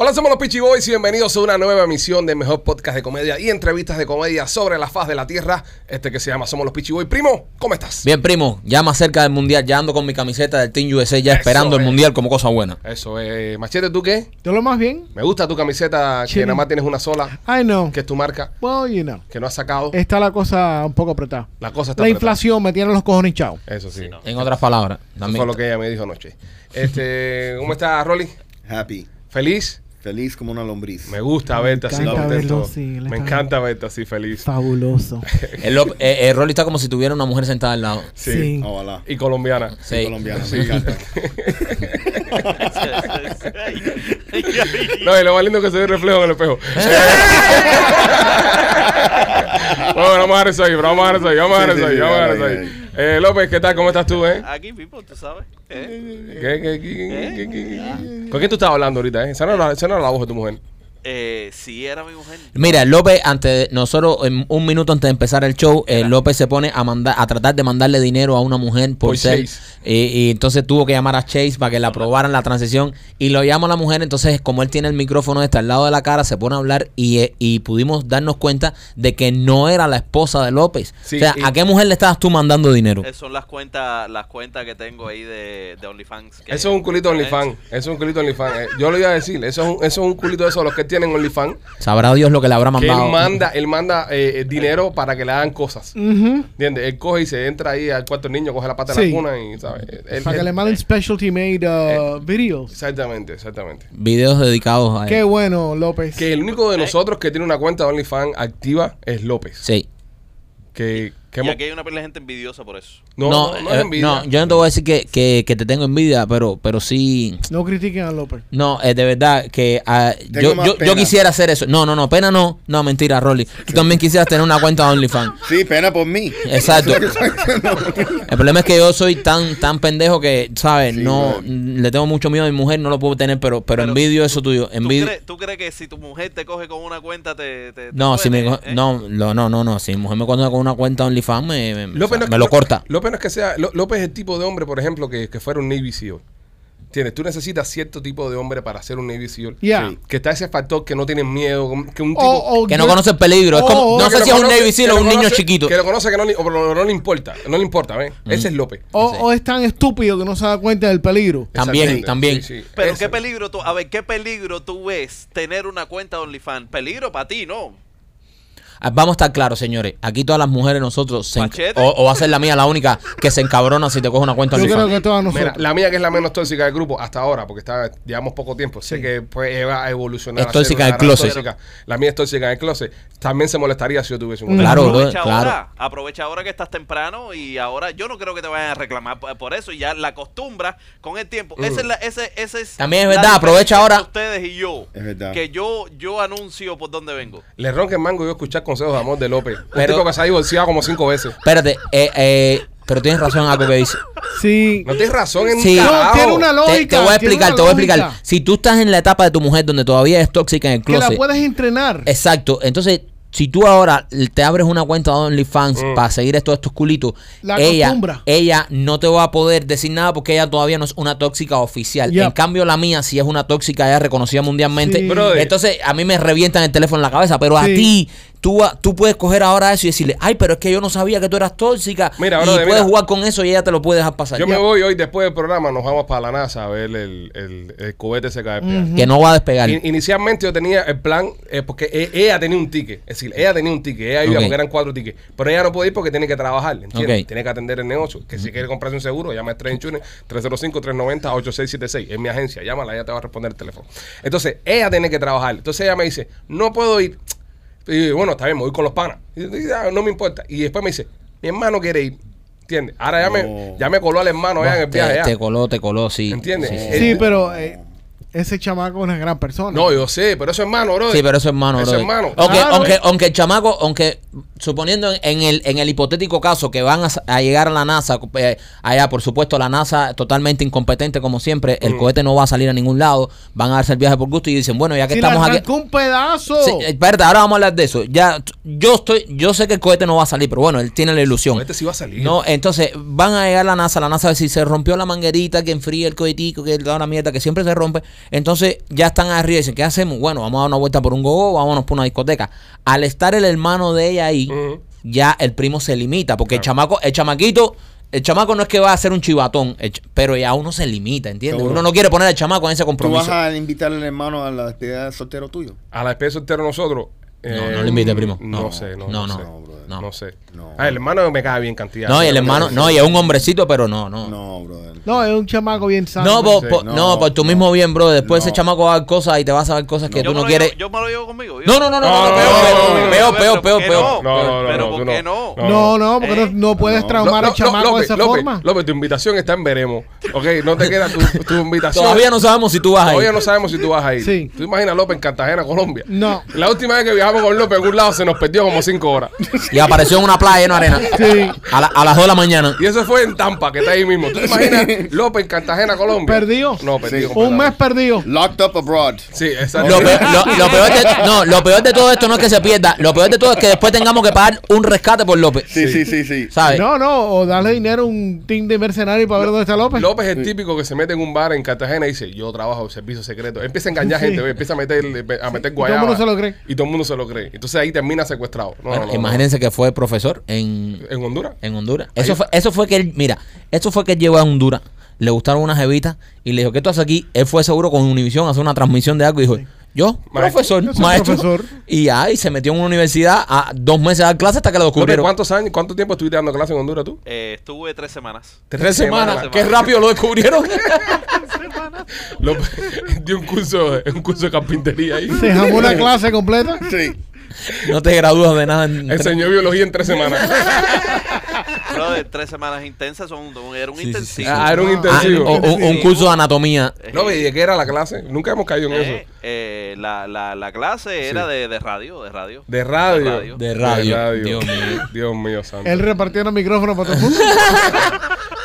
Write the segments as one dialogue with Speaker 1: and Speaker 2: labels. Speaker 1: Hola, somos los Peachy Boys y bienvenidos a una nueva emisión del mejor podcast de comedia y entrevistas de comedia sobre la faz de la tierra. Este que se llama Somos los Peachy Boys. Primo, ¿cómo estás?
Speaker 2: Bien, primo, ya más cerca del mundial, ya ando con mi camiseta del Team USA, ya
Speaker 1: Eso
Speaker 2: esperando el
Speaker 1: es.
Speaker 2: mundial como cosa buena.
Speaker 1: Eso, eh, Machete, ¿tú qué?
Speaker 3: Yo lo más bien.
Speaker 1: Me gusta tu camiseta que
Speaker 3: Chile.
Speaker 1: nada más tienes una sola,
Speaker 3: I know.
Speaker 1: que es tu marca,
Speaker 3: Well, you know.
Speaker 1: que no has sacado.
Speaker 3: Está la cosa un poco apretada.
Speaker 1: La cosa está
Speaker 3: La
Speaker 1: apretada.
Speaker 3: inflación me tiene los cojones hinchados.
Speaker 1: Eso sí. Eso
Speaker 2: En otras palabras,
Speaker 1: fue
Speaker 2: también.
Speaker 1: lo que ella me dijo anoche. Este, ¿Cómo estás, Rolly?
Speaker 4: Happy.
Speaker 1: ¿Feliz?
Speaker 4: Feliz como una lombriz.
Speaker 1: Me gusta verte así
Speaker 3: encanta
Speaker 1: contento.
Speaker 3: verlo así, él
Speaker 1: me
Speaker 3: está-
Speaker 1: encanta verte así feliz.
Speaker 3: Fabuloso.
Speaker 2: El, lo- eh, eh, Rolly está como si tuviera una mujer sentada al lado.
Speaker 1: Sí.
Speaker 3: Sí.
Speaker 4: Ojalá.
Speaker 1: Y colombiana.
Speaker 2: Sí.
Speaker 4: Colombiana, me encanta.
Speaker 1: No, y lo más lindo es que se ve el reflejo en el espejo. bueno, vamos a dejar eso ahí, pero vamos a dejar eso ahí, vamos a dejar
Speaker 4: Sí,
Speaker 1: eso
Speaker 4: sí,
Speaker 1: ahí,
Speaker 4: sí, Ah,
Speaker 1: vamos a dejar
Speaker 4: ahí,
Speaker 1: eso ahí.
Speaker 4: ahí.
Speaker 1: Eh, López, ¿qué tal? ¿Cómo estás tú, eh?
Speaker 5: Aquí mismo, tú sabes. ¿eh?
Speaker 1: ¿Qué, qué, qué, qué, qué,
Speaker 4: Ah.
Speaker 1: qué, qué? ¿Con quién tú estás hablando ahorita, eh? Esa no, era, esa no era la voz de tu mujer.
Speaker 5: Eh, sí, era mi mujer.
Speaker 2: Mira, López, antes de- nosotros, en un minuto antes de empezar el show, eh, López se pone a mandar, a tratar de mandarle dinero a una mujer por,
Speaker 1: Por
Speaker 2: ser.
Speaker 1: Chase.
Speaker 2: Y, y entonces tuvo que llamar a Chase para que le aprobaran la transición. Y lo llama a la mujer. Entonces, como él tiene el micrófono este al lado de la cara, se pone a hablar y, eh, y pudimos darnos cuenta de que no era la esposa de López.
Speaker 1: Sí,
Speaker 2: o sea,
Speaker 1: y-
Speaker 2: ¿a qué mujer le estabas tú mandando dinero?
Speaker 5: Eh, son las cuentas las cuentas que tengo ahí de, de OnlyFans. que-
Speaker 1: Eso es un culito OnlyFans. Eso es un culito OnlyFans. eh. Yo le iba a decir, eso es un, eso es un culito de esos, los que tienen OnlyFans.
Speaker 2: Sabrá Dios lo que le habrá
Speaker 1: Que
Speaker 2: mandado.
Speaker 1: él manda, él manda eh, eh, dinero para que le hagan cosas.
Speaker 3: Ujú.
Speaker 1: ¿Entiendes? Él coge y se entra ahí al cuarto del niño, coge la pata de
Speaker 3: Sí.
Speaker 1: la cuna y, ¿sabes? Él-
Speaker 3: Para que
Speaker 1: él-
Speaker 3: le manden specialty made
Speaker 1: Eh,
Speaker 3: uh, videos.
Speaker 1: Exactamente, exactamente.
Speaker 2: Videos dedicados a él.
Speaker 3: Qué bueno, López.
Speaker 1: Que el único de nosotros que tiene una cuenta de OnlyFans activa es López.
Speaker 2: Sí.
Speaker 1: Que, que
Speaker 5: Y
Speaker 1: hemos-
Speaker 5: aquí hay una pila de gente envidiosa por eso.
Speaker 1: no, no, no es
Speaker 2: eh,
Speaker 1: envidia.
Speaker 2: no, yo no te voy a decir que, que- que te tengo envidia, pero, pero sí.
Speaker 3: No critiquen a López.
Speaker 2: No, eh, de verdad que ah, yo,
Speaker 4: Tengo más
Speaker 2: yo- yo
Speaker 4: pena.
Speaker 2: quisiera hacer eso. No, no, no, pena no. No, mentira, Rolly. Tú también quisieras tener una cuenta de OnlyFans.
Speaker 4: Sí, pena por mí.
Speaker 2: Exacto. El problema es que yo soy tan tan pendejo que, ¿sabes?
Speaker 4: Sí,
Speaker 2: no,
Speaker 4: man.
Speaker 2: mm, le tengo mucho miedo a mi mujer, no lo puedo tener, pero pero,
Speaker 5: Pero
Speaker 2: envidio eso tuyo.
Speaker 5: ¿Tú
Speaker 2: Envidio.
Speaker 5: crees, tú crees que si tu mujer te coge con una cuenta te. te- te
Speaker 2: No, si me
Speaker 5: puede,
Speaker 2: co-
Speaker 5: eh?
Speaker 2: no, lo- no, no, no, si mi mujer me cuenta con una cuenta de OnlyFans me, me, o sea,
Speaker 1: López no es
Speaker 2: me
Speaker 1: que-
Speaker 2: lo corta.
Speaker 1: López no es que sea. Ló- López es el tipo de hombre, por ejemplo, que, que fuera un Navy SEAL. ¿Entiendes? Tú necesitas cierto tipo de hombre para ser un Navy SEal.
Speaker 3: Yeah.
Speaker 1: Que está ese factor que no tiene miedo. Que un tipo.
Speaker 3: O- o
Speaker 2: Que no
Speaker 3: yo-
Speaker 2: conoce el peligro, es como-
Speaker 3: o-
Speaker 2: no
Speaker 1: Oh, que
Speaker 2: sé
Speaker 1: lo
Speaker 2: si es un
Speaker 1: conoce-
Speaker 2: Navy SEAL
Speaker 1: que
Speaker 2: o
Speaker 1: lo
Speaker 2: un niño
Speaker 1: conoce-
Speaker 2: chiquito. Mm.
Speaker 1: Que lo conoce que no, le- o no- no le importa. No le importa, ¿ves? Ese es López.
Speaker 3: o-
Speaker 2: Sí.
Speaker 3: o es tan estúpido que no se da cuenta del peligro.
Speaker 2: También,
Speaker 1: Exactamente.
Speaker 2: también.
Speaker 1: Sí, sí.
Speaker 5: Pero
Speaker 1: Ese.
Speaker 5: qué peligro tú. A ver, ¿qué peligro tú ves tener una cuenta de OnlyFans? Peligro para ti, ¿no?
Speaker 2: Ah, Vamos a estar claros, señores. Aquí todas las mujeres nosotros se enc-
Speaker 5: Machete.
Speaker 2: o, o va a ser la mía la única que se encabrona si te coge una cuenta
Speaker 3: Yo creo
Speaker 2: OnlyFans.
Speaker 3: que todos
Speaker 1: Mira,
Speaker 3: nosotros.
Speaker 1: la mía que es la menos tóxica del grupo hasta ahora, porque está, llevamos poco tiempo. Sé
Speaker 3: Sí.
Speaker 1: que pues, va a evolucionar.
Speaker 2: Es
Speaker 1: a ser
Speaker 2: tóxica
Speaker 1: una
Speaker 2: en el
Speaker 1: gran
Speaker 2: closet.
Speaker 1: tóxica. La mía es tóxica en el closet. También se molestaría si yo tuviese un
Speaker 3: Mm.
Speaker 1: closet.
Speaker 2: Claro, bro,
Speaker 5: Aprovecha
Speaker 2: claro.
Speaker 5: ahora, aprovecha ahora que estás temprano y ahora yo no creo que te vayan a reclamar por por eso y ya la acostumbras con el tiempo. Esa es la, ese, ese es
Speaker 2: Mm. También es
Speaker 5: la
Speaker 2: verdad, aprovecha
Speaker 5: diferencia
Speaker 2: ahora.
Speaker 5: entre Ustedes y yo.
Speaker 4: Es verdad.
Speaker 5: Que yo, yo anuncio por dónde vengo.
Speaker 1: Le ronca el mango yo escuchar consejos de amor de López. Un
Speaker 2: Pero-
Speaker 1: tipo que se ha divorciado como cinco veces.
Speaker 2: Espérate, eh, eh, pero tienes razón en algo que dice.
Speaker 3: Sí.
Speaker 1: No tienes razón en
Speaker 2: Sí.
Speaker 1: un
Speaker 2: No,
Speaker 1: carajo.
Speaker 3: tiene una lo-
Speaker 2: Te, te voy a
Speaker 3: Lógica,
Speaker 2: explicar,
Speaker 3: tiene
Speaker 2: te voy a
Speaker 3: una
Speaker 2: explicar.
Speaker 3: lógica.
Speaker 2: Si tú estás en la etapa de tu mujer donde todavía es tóxica en el
Speaker 3: Que la
Speaker 2: closet,
Speaker 3: puedes entrenar.
Speaker 2: Eh, exacto. Entonces, si tú ahora te abres una cuenta de OnlyFans
Speaker 1: Mm.
Speaker 2: para seguir estos, estos culitos,
Speaker 3: La
Speaker 2: ella,
Speaker 3: acostumbra.
Speaker 2: ella no te va a poder decir nada porque ella todavía no es una tóxica oficial.
Speaker 3: Yep.
Speaker 2: En cambio, la mía sí es una tóxica, ya reconocida mundialmente.
Speaker 3: Sí.
Speaker 1: Brother.
Speaker 2: Entonces, a mí me revientan el teléfono en la cabeza, pero a
Speaker 3: Sí.
Speaker 2: ti. Tú, va- tú puedes coger ahora eso y decirle, ay, pero es que yo no sabía que tú eras tóxica.
Speaker 1: Mira,
Speaker 2: y
Speaker 1: brother,
Speaker 2: puedes
Speaker 1: mira.
Speaker 2: jugar con eso y ella te lo puede dejar pasar.
Speaker 1: Yo me voy hoy después del programa, nos vamos para la NASA a ver el, el, el cohete se cae.
Speaker 2: Que no va a despegar.
Speaker 1: In- Inicialmente yo tenía el plan, eh, porque e- ella tenía un ticket, es decir, ella tenía un ticket, ella iba
Speaker 2: Ok.
Speaker 1: porque eran cuatro tickets, pero ella no puede ir porque tiene que trabajar, ¿entiendes?
Speaker 2: Ok.
Speaker 1: Tiene que atender el negocio, que si quiere comprarse un seguro, llama a Trade Insurance 305-390-8676, es mi agencia, llámala, ella te va a responder el teléfono. Entonces, ella tiene que trabajar, entonces ella me dice, no puedo ir, y yo, bueno, está bien, me voy con los panas, Y yo, "Ah, no me importa, y después me dice, mi hermano quiere ir, ¿entiendes? Ahora ya, me,
Speaker 4: No.
Speaker 1: ya me coló al hermano allá en el viaje,
Speaker 2: te,
Speaker 1: ya.
Speaker 2: te coló, te coló, sí.
Speaker 1: ¿entiendes?
Speaker 2: Sí, sí.
Speaker 1: Eh,
Speaker 3: Sí, pero eh, ese chamaco es una gran persona.
Speaker 1: No, yo sé, pero eso es hermano, bro.
Speaker 2: Sí, pero eso es hermano,
Speaker 1: Eso
Speaker 2: brother.
Speaker 1: es hermano.
Speaker 2: Aunque,
Speaker 3: Claro.
Speaker 2: aunque, aunque el chamaco, aunque suponiendo en el, en el hipotético caso que van a, sa- a llegar a la NASA, eh, allá por supuesto la NASA totalmente incompetente como siempre, el cohete no va a salir a ningún lado, van a darse el viaje por gusto y dicen, bueno, ya que
Speaker 3: Si le
Speaker 2: estamos aquí...
Speaker 3: arrancó un pedazo.
Speaker 2: Sí, eh. espérate, ahora vamos a hablar de eso. Ya, t- yo estoy, yo sé que el cohete no va a salir, pero bueno, él tiene la ilusión.
Speaker 1: Este sí va a salir.
Speaker 2: No, entonces van a llegar la NASA, la NASA si se rompió la manguerita, que enfría el cohetico, que da una mierda, que siempre se rompe. Entonces ya están arriba y dicen, ¿qué hacemos? Bueno, vamos a dar una vuelta por un gogo, vámonos por una discoteca. Al estar el hermano de ella ahí,
Speaker 1: Ujú.
Speaker 2: ya el primo se limita, porque el chamaco, el chamaquito, el chamaco no es que va a ser un chivatón, el ch- pero ya uno se limita, ¿entiendes?
Speaker 4: Seguro.
Speaker 2: Uno no quiere poner al chamaco en ese
Speaker 4: ¿Tú vas
Speaker 2: compromiso.
Speaker 4: a invitar al hermano a la despedida de soltero tuyo?
Speaker 1: A la especie soltero nosotros.
Speaker 2: No,
Speaker 1: eh,
Speaker 2: no le invite, primo.
Speaker 1: No,
Speaker 2: No,
Speaker 1: sé, no, no,
Speaker 2: no, no,
Speaker 1: sé.
Speaker 4: no, brother.
Speaker 1: No,
Speaker 2: no.
Speaker 1: sé.
Speaker 4: No.
Speaker 1: Ah, el hermano me cae bien cantidad.
Speaker 2: No, y el hermano, no, y es un hombrecito, pero no, no. No,
Speaker 4: No, brother.
Speaker 3: No, es un chamaco bien sano.
Speaker 2: no, por,
Speaker 1: sí,
Speaker 2: por-
Speaker 4: no,
Speaker 2: no, por tu
Speaker 4: no.
Speaker 2: mismo bien, bro. Después ese
Speaker 4: No.
Speaker 2: chamaco va a dar cosas y te vas a ver cosas que
Speaker 5: Yo
Speaker 2: tú
Speaker 5: me
Speaker 2: no
Speaker 5: lo
Speaker 2: quieres.
Speaker 5: llevo- Yo me lo llevo conmigo.
Speaker 2: No, no, no, no,
Speaker 1: No,
Speaker 2: no,
Speaker 1: no, no,
Speaker 2: peor, peor, peor, peor,
Speaker 5: pero ¿por
Speaker 2: peor,
Speaker 5: qué
Speaker 1: no?
Speaker 2: peor.
Speaker 1: No, no,
Speaker 5: Pero
Speaker 1: no,
Speaker 5: ¿por
Speaker 1: tú
Speaker 5: qué
Speaker 1: no.
Speaker 5: no?
Speaker 3: No,
Speaker 1: Oh.
Speaker 3: no, porque
Speaker 5: ¿Eh?
Speaker 3: no, no puedes traumar al chamaco de esa forma.
Speaker 1: López, tu invitación está en veremos. Ok, no te queda tu, tu invitación.
Speaker 2: Todavía no sabemos si tú vas ahí.
Speaker 1: Todavía no sabemos si tú vas a ir.
Speaker 3: Sí.
Speaker 1: ¿Tú imaginas a López en Cartagena, Colombia?
Speaker 3: No.
Speaker 1: La última vez que viajamos con López en un lado se nos perdió como cinco horas.
Speaker 2: Y apareció en una playa llena de arena.
Speaker 3: Sí.
Speaker 2: A, la- a las 2 de la mañana.
Speaker 1: Y eso fue en Tampa, que está ahí mismo. ¿Tú te imaginas López en Cartagena, Colombia?
Speaker 3: Perdido.
Speaker 1: No, perdido.
Speaker 4: Sí.
Speaker 3: Un mes
Speaker 1: completamente.
Speaker 3: perdido.
Speaker 4: Locked up abroad.
Speaker 1: Sí, exacto. Pues,
Speaker 2: Lo peor, lo- lo peor de, no, lo peor de todo esto no es que se pierda. Lo peor de todo es que después tengamos que pagar un rescate por López.
Speaker 4: Sí, sí, sí, sí.
Speaker 2: ¿Sabes?
Speaker 3: No, no, o darle dinero a un team de mercenarios para ver dónde está López.
Speaker 1: López es el típico que se mete en un bar en Cartagena y dice, yo trabajo en servicio secreto. Empieza a engañar
Speaker 3: Sí.
Speaker 1: gente, ve, empieza a meter, a meter
Speaker 3: todo el
Speaker 1: guayaba.
Speaker 3: mundo se lo cree.
Speaker 1: Y todo el mundo se lo cree. Entonces ahí termina secuestrado. No,
Speaker 2: Bueno,
Speaker 1: no, no,
Speaker 2: imagínense Eh, que fue profesor en,
Speaker 1: no. ¿En Honduras?
Speaker 2: en Honduras. Eso fue, eso fue que él, mira, eso fue que él llegó a Honduras. Le gustaron unas jevitas y le dijo, ¿qué tú haces aquí? Él fue seguro con Univisión a hacer una transmisión de algo y dijo, yo, profesor,
Speaker 3: Yo soy
Speaker 2: maestro.
Speaker 3: profesor.
Speaker 2: Y ahí se metió en una universidad a dos meses a dar clases hasta que lo
Speaker 1: López,
Speaker 2: descubrieron.
Speaker 1: ¿cuántos años, cuánto tiempo estuviste dando clase en Honduras tú?
Speaker 5: Eh, estuve tres semanas.
Speaker 2: Tres semanas.
Speaker 5: semanas.
Speaker 2: Qué rápido lo descubrieron.
Speaker 1: López dio un curso, de- un curso de carpintería ahí.
Speaker 3: Se jamó una clase completa.
Speaker 4: Sí.
Speaker 2: no te gradúas de nada. en tres-
Speaker 1: Enseñó biología en tres semanas.
Speaker 5: Bro, de tres semanas intensas son un- era un
Speaker 2: Sí, sí, sí.
Speaker 5: intensivo.
Speaker 1: ah, era un
Speaker 3: Ah,
Speaker 2: Ah,
Speaker 1: intensivo.
Speaker 2: o- o- un curso de anatomía.
Speaker 5: Eh,
Speaker 1: López, ¿y de qué era la clase? Nunca hemos caído en
Speaker 5: eh,
Speaker 1: eso.
Speaker 5: eh, la, la, la clase era de, de radio, de radio.
Speaker 1: De radio.
Speaker 5: De radio.
Speaker 2: De radio. Dios mío.
Speaker 1: Dios mío, santo.
Speaker 3: Él repartiendo micrófono para todo el mundo.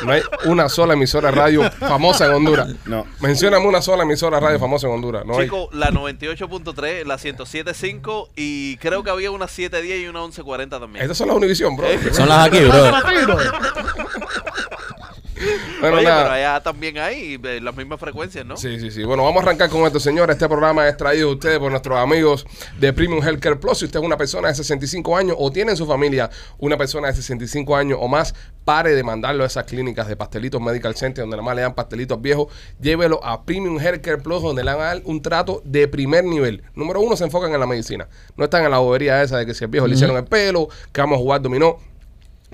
Speaker 1: No hay una sola emisora de radio famosa en Honduras.
Speaker 4: No.
Speaker 1: Mencióname una sola emisora de radio famosa en Honduras. No hay.
Speaker 5: Chico, la 98.3, la 107.5 y creo que había una 7.10 y una 11.40 también.
Speaker 1: Estas son las Univision,
Speaker 5: eh,
Speaker 1: bro.
Speaker 2: Son las aquí, bro.
Speaker 1: Bueno,
Speaker 5: Oye,
Speaker 1: nada.
Speaker 5: pero allá también hay eh, las mismas frecuencias, ¿no?
Speaker 1: Sí, sí, sí. Bueno, vamos a arrancar con esto, señores. Este programa es traído a ustedes por nuestros amigos de Premium Healthcare Plus. Si usted es una persona de 65 años o tiene en su familia una persona de 65 años o más, pare de mandarlo a esas clínicas de pastelitos Medical Center donde nada más le dan pastelitos viejos. Llévelo a Premium Healthcare Plus donde le van a dar un trato de primer nivel. Número uno, se enfocan en la medicina. No están en la bobería esa de que si el viejo le hicieron el pelo, que vamos a jugar dominó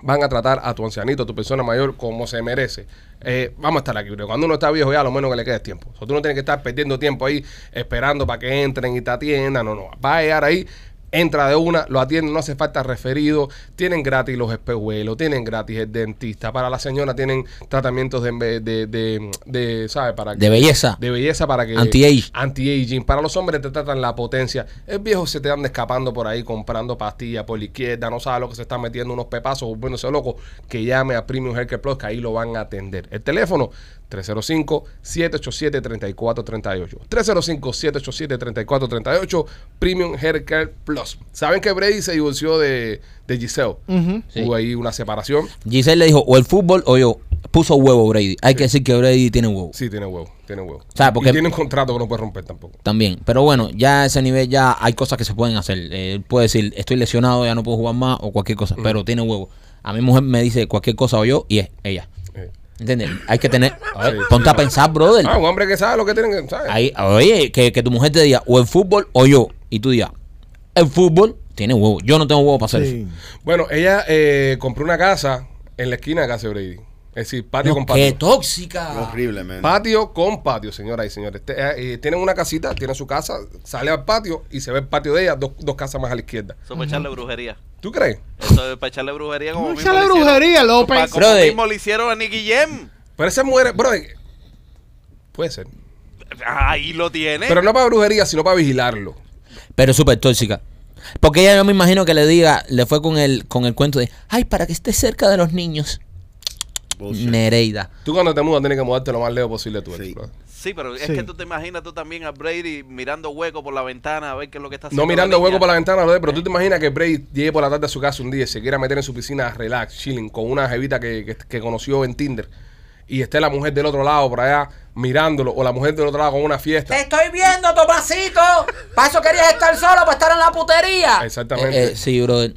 Speaker 1: van a tratar a tu ancianito, a tu persona mayor, como se merece. Eh, vamos a estar aquí, pero cuando uno está viejo ya lo menos que le queda es tiempo. O sea, tú no tienes que estar perdiendo tiempo ahí esperando para que entren y te atiendan. No, no. Va a llegar ahí, entra de una, lo atienden, no hace falta referido. Tienen gratis los espejuelos, tienen gratis el dentista. Para la señora tienen tratamientos de, de, de, de, ¿sabes? Para
Speaker 2: De belleza.
Speaker 1: de belleza para que
Speaker 2: Anti-age.
Speaker 1: anti-aging. Para los hombres te tratan la potencia. El viejo se te anda escapando por ahí comprando pastillas por la izquierda, no sabe lo que se está metiendo unos pepazos, volviéndose loco, que llame a Premium Healthcare Plus que ahí lo van a atender. El teléfono 305 787 3438. 305 787 3438 Premium Healthcare Plus. ¿Saben que Brady se divorció de, de Giselle?
Speaker 3: Ujú.
Speaker 2: Sí.
Speaker 1: Hubo ahí una separación.
Speaker 2: Giselle le dijo, o el fútbol o yo. Puso huevo Brady. Hay que decir que Brady tiene huevo.
Speaker 1: Sí, tiene huevo, tiene huevo.
Speaker 2: O sea, porque-
Speaker 1: Y tiene un contrato que no puede romper tampoco.
Speaker 2: También. Pero bueno, ya a ese nivel ya hay cosas que se pueden hacer. Eh, Él puede decir, estoy lesionado, ya no puedo jugar más o cualquier cosa. Pero tiene huevo. A mi mujer me dice cualquier cosa o yo y es ella.
Speaker 1: Eh.
Speaker 2: ¿Entiendes? Hay que tener... a ver,
Speaker 1: Sí.
Speaker 2: ponte a pensar, brother.
Speaker 1: Ah, un hombre que sabe lo que tienen que sabe.
Speaker 2: Ahí, oye, que, que tu mujer te diga, o el fútbol o yo. Y tú digas, el fútbol tiene huevo. Yo no tengo huevo para hacer
Speaker 3: Sí.
Speaker 2: eso.
Speaker 1: Bueno, ella eh, compró una casa en la esquina de casa de Brady. Es decir, patio
Speaker 2: No,
Speaker 1: con
Speaker 2: ¡Qué
Speaker 1: patio.
Speaker 2: tóxica!
Speaker 4: Horrible, man.
Speaker 2: Ah,
Speaker 1: Patio con patio, señoras y señores. Te- eh, eh, tienen una casita, tienen su casa, sale al patio y se ve el patio de ella dos, dos casas más a la izquierda.
Speaker 5: Eso es para echarle brujería.
Speaker 1: ¿Tú crees?
Speaker 5: Eso es para echarle brujería como
Speaker 3: No
Speaker 5: mismo
Speaker 3: echarle
Speaker 5: le hicieron-
Speaker 3: brujería, López.
Speaker 5: pa- Como
Speaker 2: Brother.
Speaker 5: mismo le hicieron a Nicky Jam.
Speaker 1: Pero esas mujeres, bro, eh, puede ser.
Speaker 5: Ahí lo tiene.
Speaker 1: Pero no para brujería, sino para vigilarlo.
Speaker 2: Pero súper tóxica. Porque ella yo me imagino que le diga, le fue con el, con el cuento de, ay, para que esté cerca de los niños.
Speaker 1: Oh,
Speaker 4: Bullshit.
Speaker 2: Nereida.
Speaker 1: Tú cuando te mudas tienes que mudarte lo más lejos posible tú.
Speaker 4: Sí.
Speaker 1: brother.
Speaker 5: Sí, pero es
Speaker 3: Sí.
Speaker 5: que tú te imaginas tú también a Brady mirando hueco por la ventana a ver qué es lo que está haciendo.
Speaker 1: No mirando
Speaker 5: la niña.
Speaker 1: hueco por la ventana, brother,
Speaker 6: Eh.
Speaker 1: pero tú te imaginas que Bray llegue por la tarde a su casa un día y se quiera meter en su piscina relax, chilling, con una jevita que, que- que conoció en Tinder y esté la mujer del otro lado por allá mirándolo o la mujer del otro lado con una fiesta.
Speaker 6: Te estoy viendo, Tomasito. Para eso querías estar solo, para estar en la putería.
Speaker 1: Exactamente.
Speaker 2: Eh, eh, sí, brother.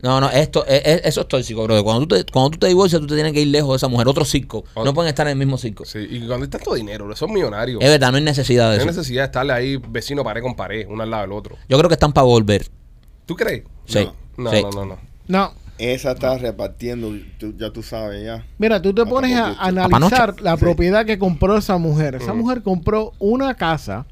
Speaker 2: No, no, esto, eh, eh, eso es tóxico, brother. Cuando tú, te, cuando tú te divorcias, tú te tienes que ir lejos de esa mujer. Otro circo.
Speaker 1: Ot-
Speaker 2: No pueden estar en el mismo circo.
Speaker 1: Sí, y cuando hay tanto dinero, bro, son millonarios.
Speaker 2: Es verdad, no hay necesidad de
Speaker 1: No hay
Speaker 2: eso.
Speaker 1: necesidad de estarle ahí vecino pared con pared, uno al lado del otro.
Speaker 2: Yo creo que están para volver.
Speaker 1: ¿Tú crees?
Speaker 2: Sí.
Speaker 1: No,
Speaker 2: sí.
Speaker 1: no, no, no.
Speaker 3: No.
Speaker 4: Esa está repartiendo, tú- ya tú sabes, ya.
Speaker 3: Mira,
Speaker 1: Ah,
Speaker 3: tú te
Speaker 4: Papá
Speaker 3: pones a
Speaker 4: Noche.
Speaker 3: analizar
Speaker 2: Noche.
Speaker 3: la
Speaker 4: Sí.
Speaker 3: propiedad que compró esa mujer. Esa
Speaker 1: Mm.
Speaker 3: mujer compró una casa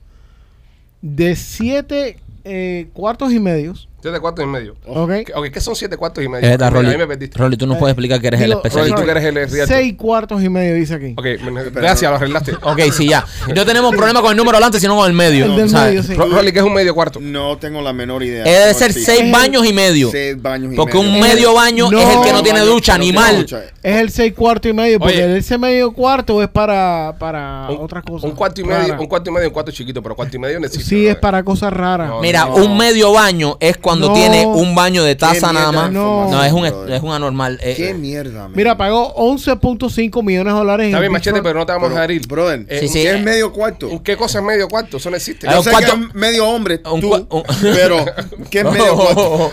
Speaker 3: de siete eh, cuartos y medios.
Speaker 1: Siete cuartos y medio.
Speaker 3: ¿Ok?
Speaker 1: Ok, ¿qué son siete cuartos y medio?
Speaker 2: Es
Speaker 1: Mira,
Speaker 2: verdad, Eh, Rolly.
Speaker 1: Ahí me perdiste.
Speaker 2: Rolly, tú no puedes explicar que eres el
Speaker 3: Digo,
Speaker 1: Rolly,
Speaker 2: especialista.
Speaker 1: tú que eres el riato.
Speaker 3: Seis cuartos y medio, dice aquí.
Speaker 1: Ok, me- gracias, lo arreglaste.
Speaker 2: Ok, sí, ya. No tenemos problema con el número delante, sino con el medio.
Speaker 3: El del
Speaker 2: ¿sabes?
Speaker 3: medio, sí.
Speaker 1: Ro- Rolly, que es un medio cuarto.
Speaker 4: No tengo la menor idea.
Speaker 2: Debe
Speaker 4: No,
Speaker 2: ser
Speaker 4: sí.
Speaker 3: Eh,
Speaker 2: seis baños y medio.
Speaker 4: Seis baños y
Speaker 2: Porque un
Speaker 4: medio.
Speaker 2: medio baño
Speaker 3: No.
Speaker 2: es el que no
Speaker 3: Baño
Speaker 2: tiene
Speaker 4: que
Speaker 2: ducha,
Speaker 4: no tiene
Speaker 2: animal.
Speaker 4: ducha.
Speaker 3: Es el seis cuartos y medio, porque
Speaker 1: Oye.
Speaker 3: ese medio cuarto es para, para
Speaker 1: Un-
Speaker 3: Ah, otra cosa.
Speaker 1: Un cuarto y medio,
Speaker 3: rara.
Speaker 1: un cuarto y medio, un cuarto chiquito, pero cuarto y medio necesito.
Speaker 3: Sí, es para cosas raras.
Speaker 1: No,
Speaker 2: Mira,
Speaker 4: No.
Speaker 2: un medio baño es cuando
Speaker 3: No.
Speaker 2: tiene un baño de taza
Speaker 4: Qué
Speaker 2: nada
Speaker 4: mierda
Speaker 2: más.
Speaker 4: de
Speaker 3: No.
Speaker 2: No,
Speaker 4: información,
Speaker 2: es, un,
Speaker 4: brother.
Speaker 2: es un anormal. Eh,
Speaker 4: Qué mierda, man.
Speaker 3: Mira, pagó 11.5 millones de dólares
Speaker 1: Está bien, machete,
Speaker 3: Detroit.
Speaker 1: pero no te vamos a dejar ir.
Speaker 4: Brother,
Speaker 1: Eh,
Speaker 2: Sí, sí.
Speaker 4: ¿qué es medio cuarto?
Speaker 1: ¿en ¿Qué cosa es medio cuarto? Eso no
Speaker 3: Eh,
Speaker 1: existe.
Speaker 2: Ah,
Speaker 4: Yo
Speaker 2: un
Speaker 4: sé
Speaker 2: cuarto-
Speaker 4: que es medio hombre,
Speaker 2: Un
Speaker 4: tú,
Speaker 2: cua- un-
Speaker 4: pero ¿qué es medio cuarto?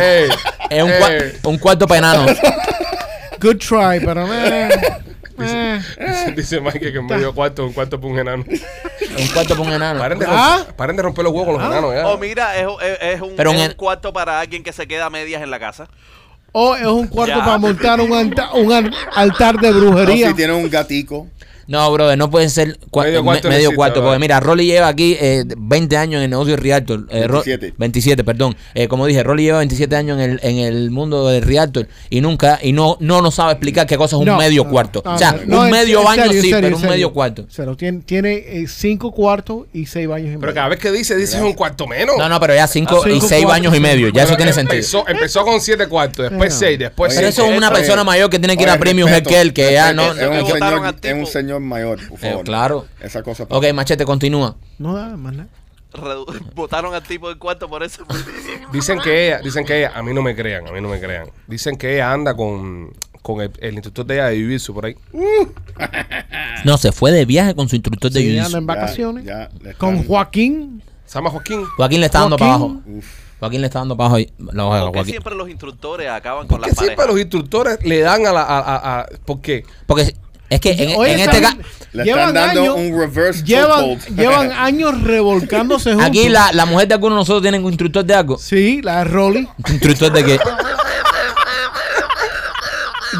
Speaker 1: Eh,
Speaker 2: es un,
Speaker 1: eh,
Speaker 2: cua- un cuarto penano.
Speaker 3: Good try, pero... eh, eh.
Speaker 1: Dice Mike que en medio cuarto es un cuarto para un enano.
Speaker 2: un cuarto para un enano.
Speaker 1: Paren de, romper,
Speaker 3: Ah. Oh,
Speaker 1: paren de romper los huevos con los enanos ya.
Speaker 5: O mira, es, es- es un,
Speaker 2: Pero
Speaker 5: es
Speaker 2: en
Speaker 5: un
Speaker 2: el-
Speaker 5: cuarto para alguien que se queda a medias en la casa.
Speaker 3: O es un cuarto
Speaker 5: Ya.
Speaker 3: para montar un, alta- un al- altar de
Speaker 4: No,
Speaker 3: brujería.
Speaker 4: si tiene un gatico.
Speaker 2: No, brother, no puede ser cua- eh, me-
Speaker 1: Medio cuarto
Speaker 2: medio cuarto.
Speaker 1: necesita, brother.
Speaker 2: porque mira, Rolly lleva aquí eh, 20 años en el negocio de Realtor. eh, Ro-
Speaker 4: 27.
Speaker 2: 27, perdón. Eh, como dije, Rolly lleva 27 años en el, en el mundo de Realtor y nunca, y no, no nos sabe explicar qué cosa es un
Speaker 3: No,
Speaker 2: medio
Speaker 3: no,
Speaker 2: cuarto.
Speaker 3: no,
Speaker 2: o sea,
Speaker 3: no, no,
Speaker 2: un
Speaker 3: en-
Speaker 2: medio
Speaker 3: en
Speaker 2: baño
Speaker 3: serio, en
Speaker 2: sí,
Speaker 3: serio,
Speaker 2: pero
Speaker 3: en
Speaker 2: un
Speaker 3: serio.
Speaker 2: medio cuarto.
Speaker 3: Pero tiene, tiene eh, cinco cuartos y seis baños y
Speaker 1: Pero
Speaker 3: medio.
Speaker 1: cada vez que dice, dice es un cuarto menos.
Speaker 2: No, no, pero ya 5
Speaker 3: Ah,
Speaker 2: y
Speaker 3: cinco,
Speaker 2: 6
Speaker 3: cuatro,
Speaker 2: baños y medio. Ya
Speaker 1: Pero
Speaker 2: eso tiene sentido.
Speaker 1: empezó, Empezó con siete cuartos, después
Speaker 3: Pero-
Speaker 1: seis, después
Speaker 2: Pero
Speaker 1: seis.
Speaker 2: Pues eso es una
Speaker 1: Esto-
Speaker 2: persona mayor que tiene que ir a
Speaker 4: eh, pues, Oye,
Speaker 2: Premium
Speaker 4: respeto,
Speaker 2: Healthcare, que ya
Speaker 4: respeto,
Speaker 2: no.
Speaker 4: Es un,
Speaker 5: que votaron
Speaker 4: señor, es
Speaker 5: al
Speaker 4: un
Speaker 5: tipo.
Speaker 4: señor mayor, por favor.
Speaker 2: claro.
Speaker 4: Esa cosa.
Speaker 2: Ok, Machete, continúa.
Speaker 3: No da más nada.
Speaker 5: Redu- Botaron al tipo del cuarto por eso.
Speaker 1: Dicen que ella, dicen que ella, a mí no me crean, a mí no me crean. Dicen que ella anda con, con el, el instructor de ella de Jiu-Jitsu por ahí.
Speaker 2: No, se fue de viaje con su instructor de
Speaker 3: Sí,
Speaker 2: jiu
Speaker 3: anda en
Speaker 4: Ya,
Speaker 3: vacaciones.
Speaker 4: ya, le están-
Speaker 3: con Joaquín.
Speaker 1: Sama Joaquín.
Speaker 2: Joaquín le está dando para abajo.
Speaker 3: Joaquín.
Speaker 4: Uf,
Speaker 2: Joaquín le está dando para abajo. ahí. No,
Speaker 5: Porque
Speaker 2: Joaquín.
Speaker 5: siempre los instructores acaban con
Speaker 1: ¿Por
Speaker 5: las
Speaker 1: qué siempre
Speaker 5: parejas?
Speaker 1: pues, los instructores le dan a la... A, a- a- ¿Por qué?
Speaker 2: Porque es que en,
Speaker 3: Oye,
Speaker 2: en
Speaker 3: esa
Speaker 2: este caso.
Speaker 3: gente-
Speaker 4: le
Speaker 3: llevan
Speaker 4: están dando
Speaker 3: años-
Speaker 4: un reverse
Speaker 3: Llevan,
Speaker 4: chokehold.
Speaker 3: llevan años revolcándose juntos.
Speaker 2: Aquí la, la mujer de alguno de nosotros tiene un instructor de algo.
Speaker 3: Sí, la de Rolly.
Speaker 2: ¿Instructor de qué?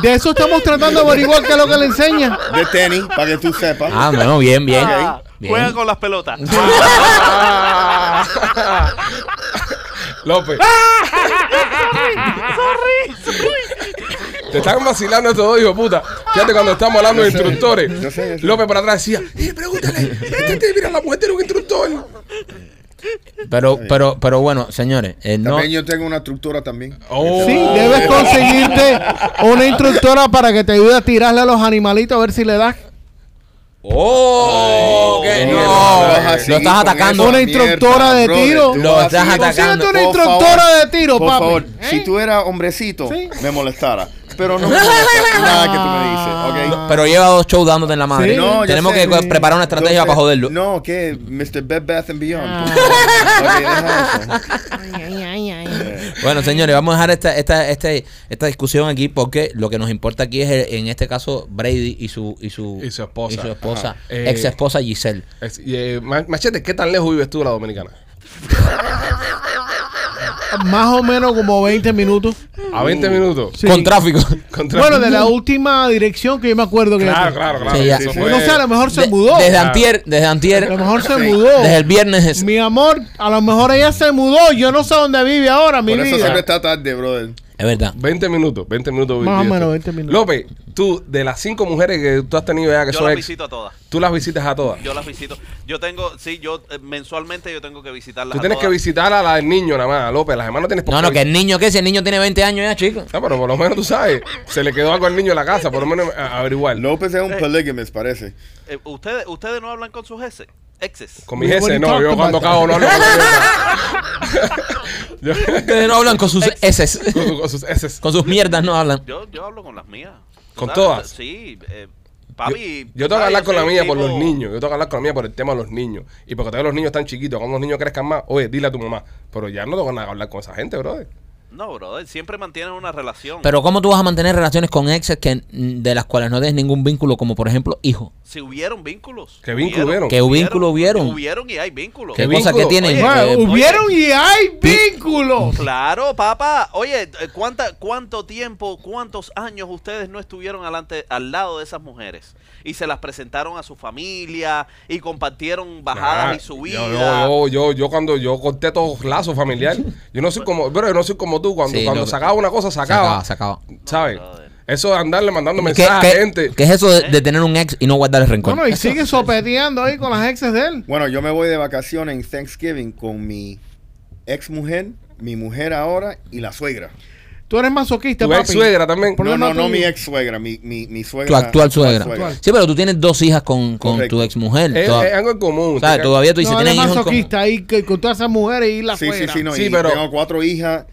Speaker 3: De eso estamos tratando de averiguar qué es lo que le enseña.
Speaker 4: de tenis, para que tú sepas.
Speaker 2: Ah, no, bien, bien.
Speaker 5: Ah,
Speaker 2: Bien.
Speaker 5: Juegan con las pelotas. Ah,
Speaker 1: López. Te están vacilando estos dos, hijo de puta. Fíjate cuando estamos hablando de
Speaker 4: Yo sé,
Speaker 1: instructores.
Speaker 4: yo sé, yo sé.
Speaker 1: López para atrás decía, "Eh, pregúntale, este- mira, la mujer tiene un instructor.
Speaker 2: Pero, pero, pero bueno, señores, eh, no.
Speaker 4: También yo tengo una estructura también.
Speaker 1: Oh.
Speaker 3: Sí, debes conseguirte una instructora para que te ayude a tirarle a los animalitos a ver si le das.
Speaker 2: ¡Oh!
Speaker 1: Ay,
Speaker 2: que
Speaker 1: qué
Speaker 2: no!
Speaker 1: mierda.
Speaker 4: vas a
Speaker 1: Lo
Speaker 4: seguir
Speaker 2: estás
Speaker 4: con
Speaker 2: atacando.
Speaker 4: esa
Speaker 2: Una
Speaker 3: instructora de
Speaker 4: brother.
Speaker 3: tiro.
Speaker 4: Tú
Speaker 2: Lo
Speaker 4: vas a
Speaker 2: estás
Speaker 4: seguir-
Speaker 2: atacando.
Speaker 3: Consíguete una
Speaker 4: Por
Speaker 3: instructora
Speaker 4: favor,
Speaker 3: de tiro,
Speaker 4: Por
Speaker 3: papi.
Speaker 4: favor,
Speaker 3: ¿Eh?
Speaker 4: si tú eras hombrecito,
Speaker 3: Sí.
Speaker 4: me molestara. Pero no me molesta nada que tú me dices, ¿ok?
Speaker 2: Pero lleva dos shows dándote en la madre.
Speaker 3: Sí. No,
Speaker 4: ya
Speaker 2: Tenemos
Speaker 4: sé.
Speaker 2: que co- preparar una estrategia
Speaker 4: Entonces,
Speaker 2: para joderlo.
Speaker 4: No, que Mr. Bed Bath and Beyond.
Speaker 3: Ah.
Speaker 4: Ok, deja eso.
Speaker 2: Bueno, señores, vamos a dejar esta, esta, este- esta discusión aquí porque lo que nos importa aquí es, el- en este caso, Brady y su, y su,
Speaker 1: Y su esposa.
Speaker 2: y su esposa,
Speaker 1: Ajá. Eh,
Speaker 2: ex esposa Giselle.
Speaker 1: Es- y, eh, Ma- machete, ¿qué tan lejos vives tú de la dominicana?
Speaker 3: Más o menos como 20 minutos.
Speaker 1: A 20 minutos.
Speaker 3: Sí.
Speaker 2: Con tráfico.
Speaker 1: Contra-
Speaker 3: Bueno, de la última dirección que yo me acuerdo que
Speaker 1: Claro, claro, Eh, claro.
Speaker 2: Sí, ya.
Speaker 1: Eso
Speaker 4: Sí, sí.
Speaker 1: fue-
Speaker 3: No sé, a lo mejor se
Speaker 2: De-
Speaker 3: mudó.
Speaker 2: Desde
Speaker 3: a
Speaker 2: antier, desde antier,
Speaker 3: lo mejor se
Speaker 4: Sí.
Speaker 3: mudó.
Speaker 2: desde el viernes.
Speaker 3: Mi amor, a lo mejor ella se mudó. Yo no sé dónde vive ahora, mi
Speaker 4: Por eso
Speaker 3: vida.
Speaker 4: siempre está tarde, brother.
Speaker 2: Es verdad.
Speaker 1: 20 minutos, 20 minutos.
Speaker 3: Más o
Speaker 1: viviendo.
Speaker 3: menos 20 minutos.
Speaker 1: López, tú, de las cinco mujeres que tú has tenido ya que
Speaker 5: Yo
Speaker 1: son
Speaker 5: las
Speaker 1: ex,
Speaker 5: visito a todas.
Speaker 1: tú las visitas a todas.
Speaker 5: Yo las visito. Yo tengo, sí, yo eh, mensualmente yo tengo que visitarlas.
Speaker 1: Tú
Speaker 5: a
Speaker 1: tienes que
Speaker 5: todas.
Speaker 1: visitar a la del niño nada más, López. Las demás no tienes por
Speaker 2: No,
Speaker 1: qué
Speaker 2: no, que el niño, ¿qué? Si el niño tiene 20 años ya, chico.
Speaker 1: Ah, pero por lo menos tú sabes, se le quedó algo al niño en la casa, por lo menos a- averiguar.
Speaker 4: López es un polygamist, parece.
Speaker 5: Eh, ustedes, ustedes no hablan con sus exes. Exes.
Speaker 1: Con mi
Speaker 3: We
Speaker 1: jefe,
Speaker 3: wouldn't
Speaker 1: no,
Speaker 3: talk
Speaker 1: yo
Speaker 3: about
Speaker 1: cuando
Speaker 3: that.
Speaker 1: cago no hablo con mi jefa. Yo-
Speaker 2: Ustedes no hablan con sus heces.
Speaker 1: con su- con sus heces.
Speaker 2: Con sus mierdas no hablan.
Speaker 5: Yo, yo hablo con las mías. ¿Tú
Speaker 1: ¿Con
Speaker 5: sabes?
Speaker 1: todas?
Speaker 5: Sí. eh,
Speaker 1: Yo,
Speaker 5: papi. tú
Speaker 1: yo tengo que
Speaker 5: sabes,
Speaker 1: hablar con la
Speaker 5: soy
Speaker 1: mía
Speaker 5: un
Speaker 1: por los
Speaker 5: tipo-
Speaker 1: niños. Yo tengo que hablar con la mía por el tema de los niños. Y porque todavía los niños están chiquitos. Cuando los niños crezcan más, oye, dile a tu mamá. Pero ya no tengo nada que hablar con esa gente, brother.
Speaker 5: No, brother, siempre mantienen una relación.
Speaker 2: Pero ¿cómo tú vas a mantener relaciones con exes que, mm, de las cuales no tienes ningún vínculo, como por ejemplo hijo?
Speaker 5: si hubieron vínculos.
Speaker 1: ¿Qué vínculo hubieron?
Speaker 2: ¿Qué vínculo hubieron?
Speaker 5: Hubieron y hay vínculos.
Speaker 2: ¿Qué
Speaker 1: vínculo?
Speaker 2: cosa que tienen?
Speaker 5: Oye,
Speaker 3: Bueno,
Speaker 2: Eh,
Speaker 3: hubieron y hay vínculos.
Speaker 5: Claro, papá. Oye, eh, ¿cuánta, ¿cuánto tiempo, cuántos años ustedes no estuvieron alante- al lado de esas mujeres? Y se las presentaron a su familia y compartieron bajadas
Speaker 1: Nah,
Speaker 5: y
Speaker 1: Ah, Yo,
Speaker 5: subidas.
Speaker 1: yo, yo, yo, yo cuando yo corté todos los lazos familiares, yo no soy como, bro, yo no soy como tú. Cuando,
Speaker 2: Sí,
Speaker 1: cuando
Speaker 2: López.
Speaker 1: sacaba una cosa,
Speaker 2: se
Speaker 1: sacaba.
Speaker 2: acaba, se acaba.
Speaker 1: ¿Sabes?
Speaker 5: brother.
Speaker 1: Eso de andarle mandando
Speaker 2: ¿Qué,
Speaker 1: mensajes a
Speaker 2: qué-
Speaker 1: gente.
Speaker 2: qué es eso de, de tener un ex y no guardar el rencor?
Speaker 3: Bueno, y sigue sopeteando ahí con las exes de él.
Speaker 4: Bueno, yo me voy de vacaciones en Thanksgiving con mi ex mujer, mi mujer ahora y la suegra.
Speaker 3: Tú eres masoquista,
Speaker 1: Tu
Speaker 3: papi.
Speaker 1: ex suegra también.
Speaker 4: No,
Speaker 3: Problema
Speaker 4: no, no
Speaker 3: tuyo.
Speaker 4: mi ex suegra, mi, mi, mi suegra.
Speaker 2: tu actual Eh, suegra.
Speaker 3: suegra.
Speaker 2: Sí, pero tú tienes dos hijas con, con
Speaker 4: Correcto.
Speaker 2: tu ex mujer.
Speaker 1: Es, es algo en común.
Speaker 2: ¿Sabes?
Speaker 1: Tú-
Speaker 2: Todavía tú dices,
Speaker 3: No, eres
Speaker 2: tienes hijos con...
Speaker 3: masoquista ahí que- con todas esas mujeres y la
Speaker 4: Sí, sí,
Speaker 3: suegra.
Speaker 4: sí, no.
Speaker 1: Sí,
Speaker 4: y
Speaker 1: pero-
Speaker 4: tengo cuatro hijas,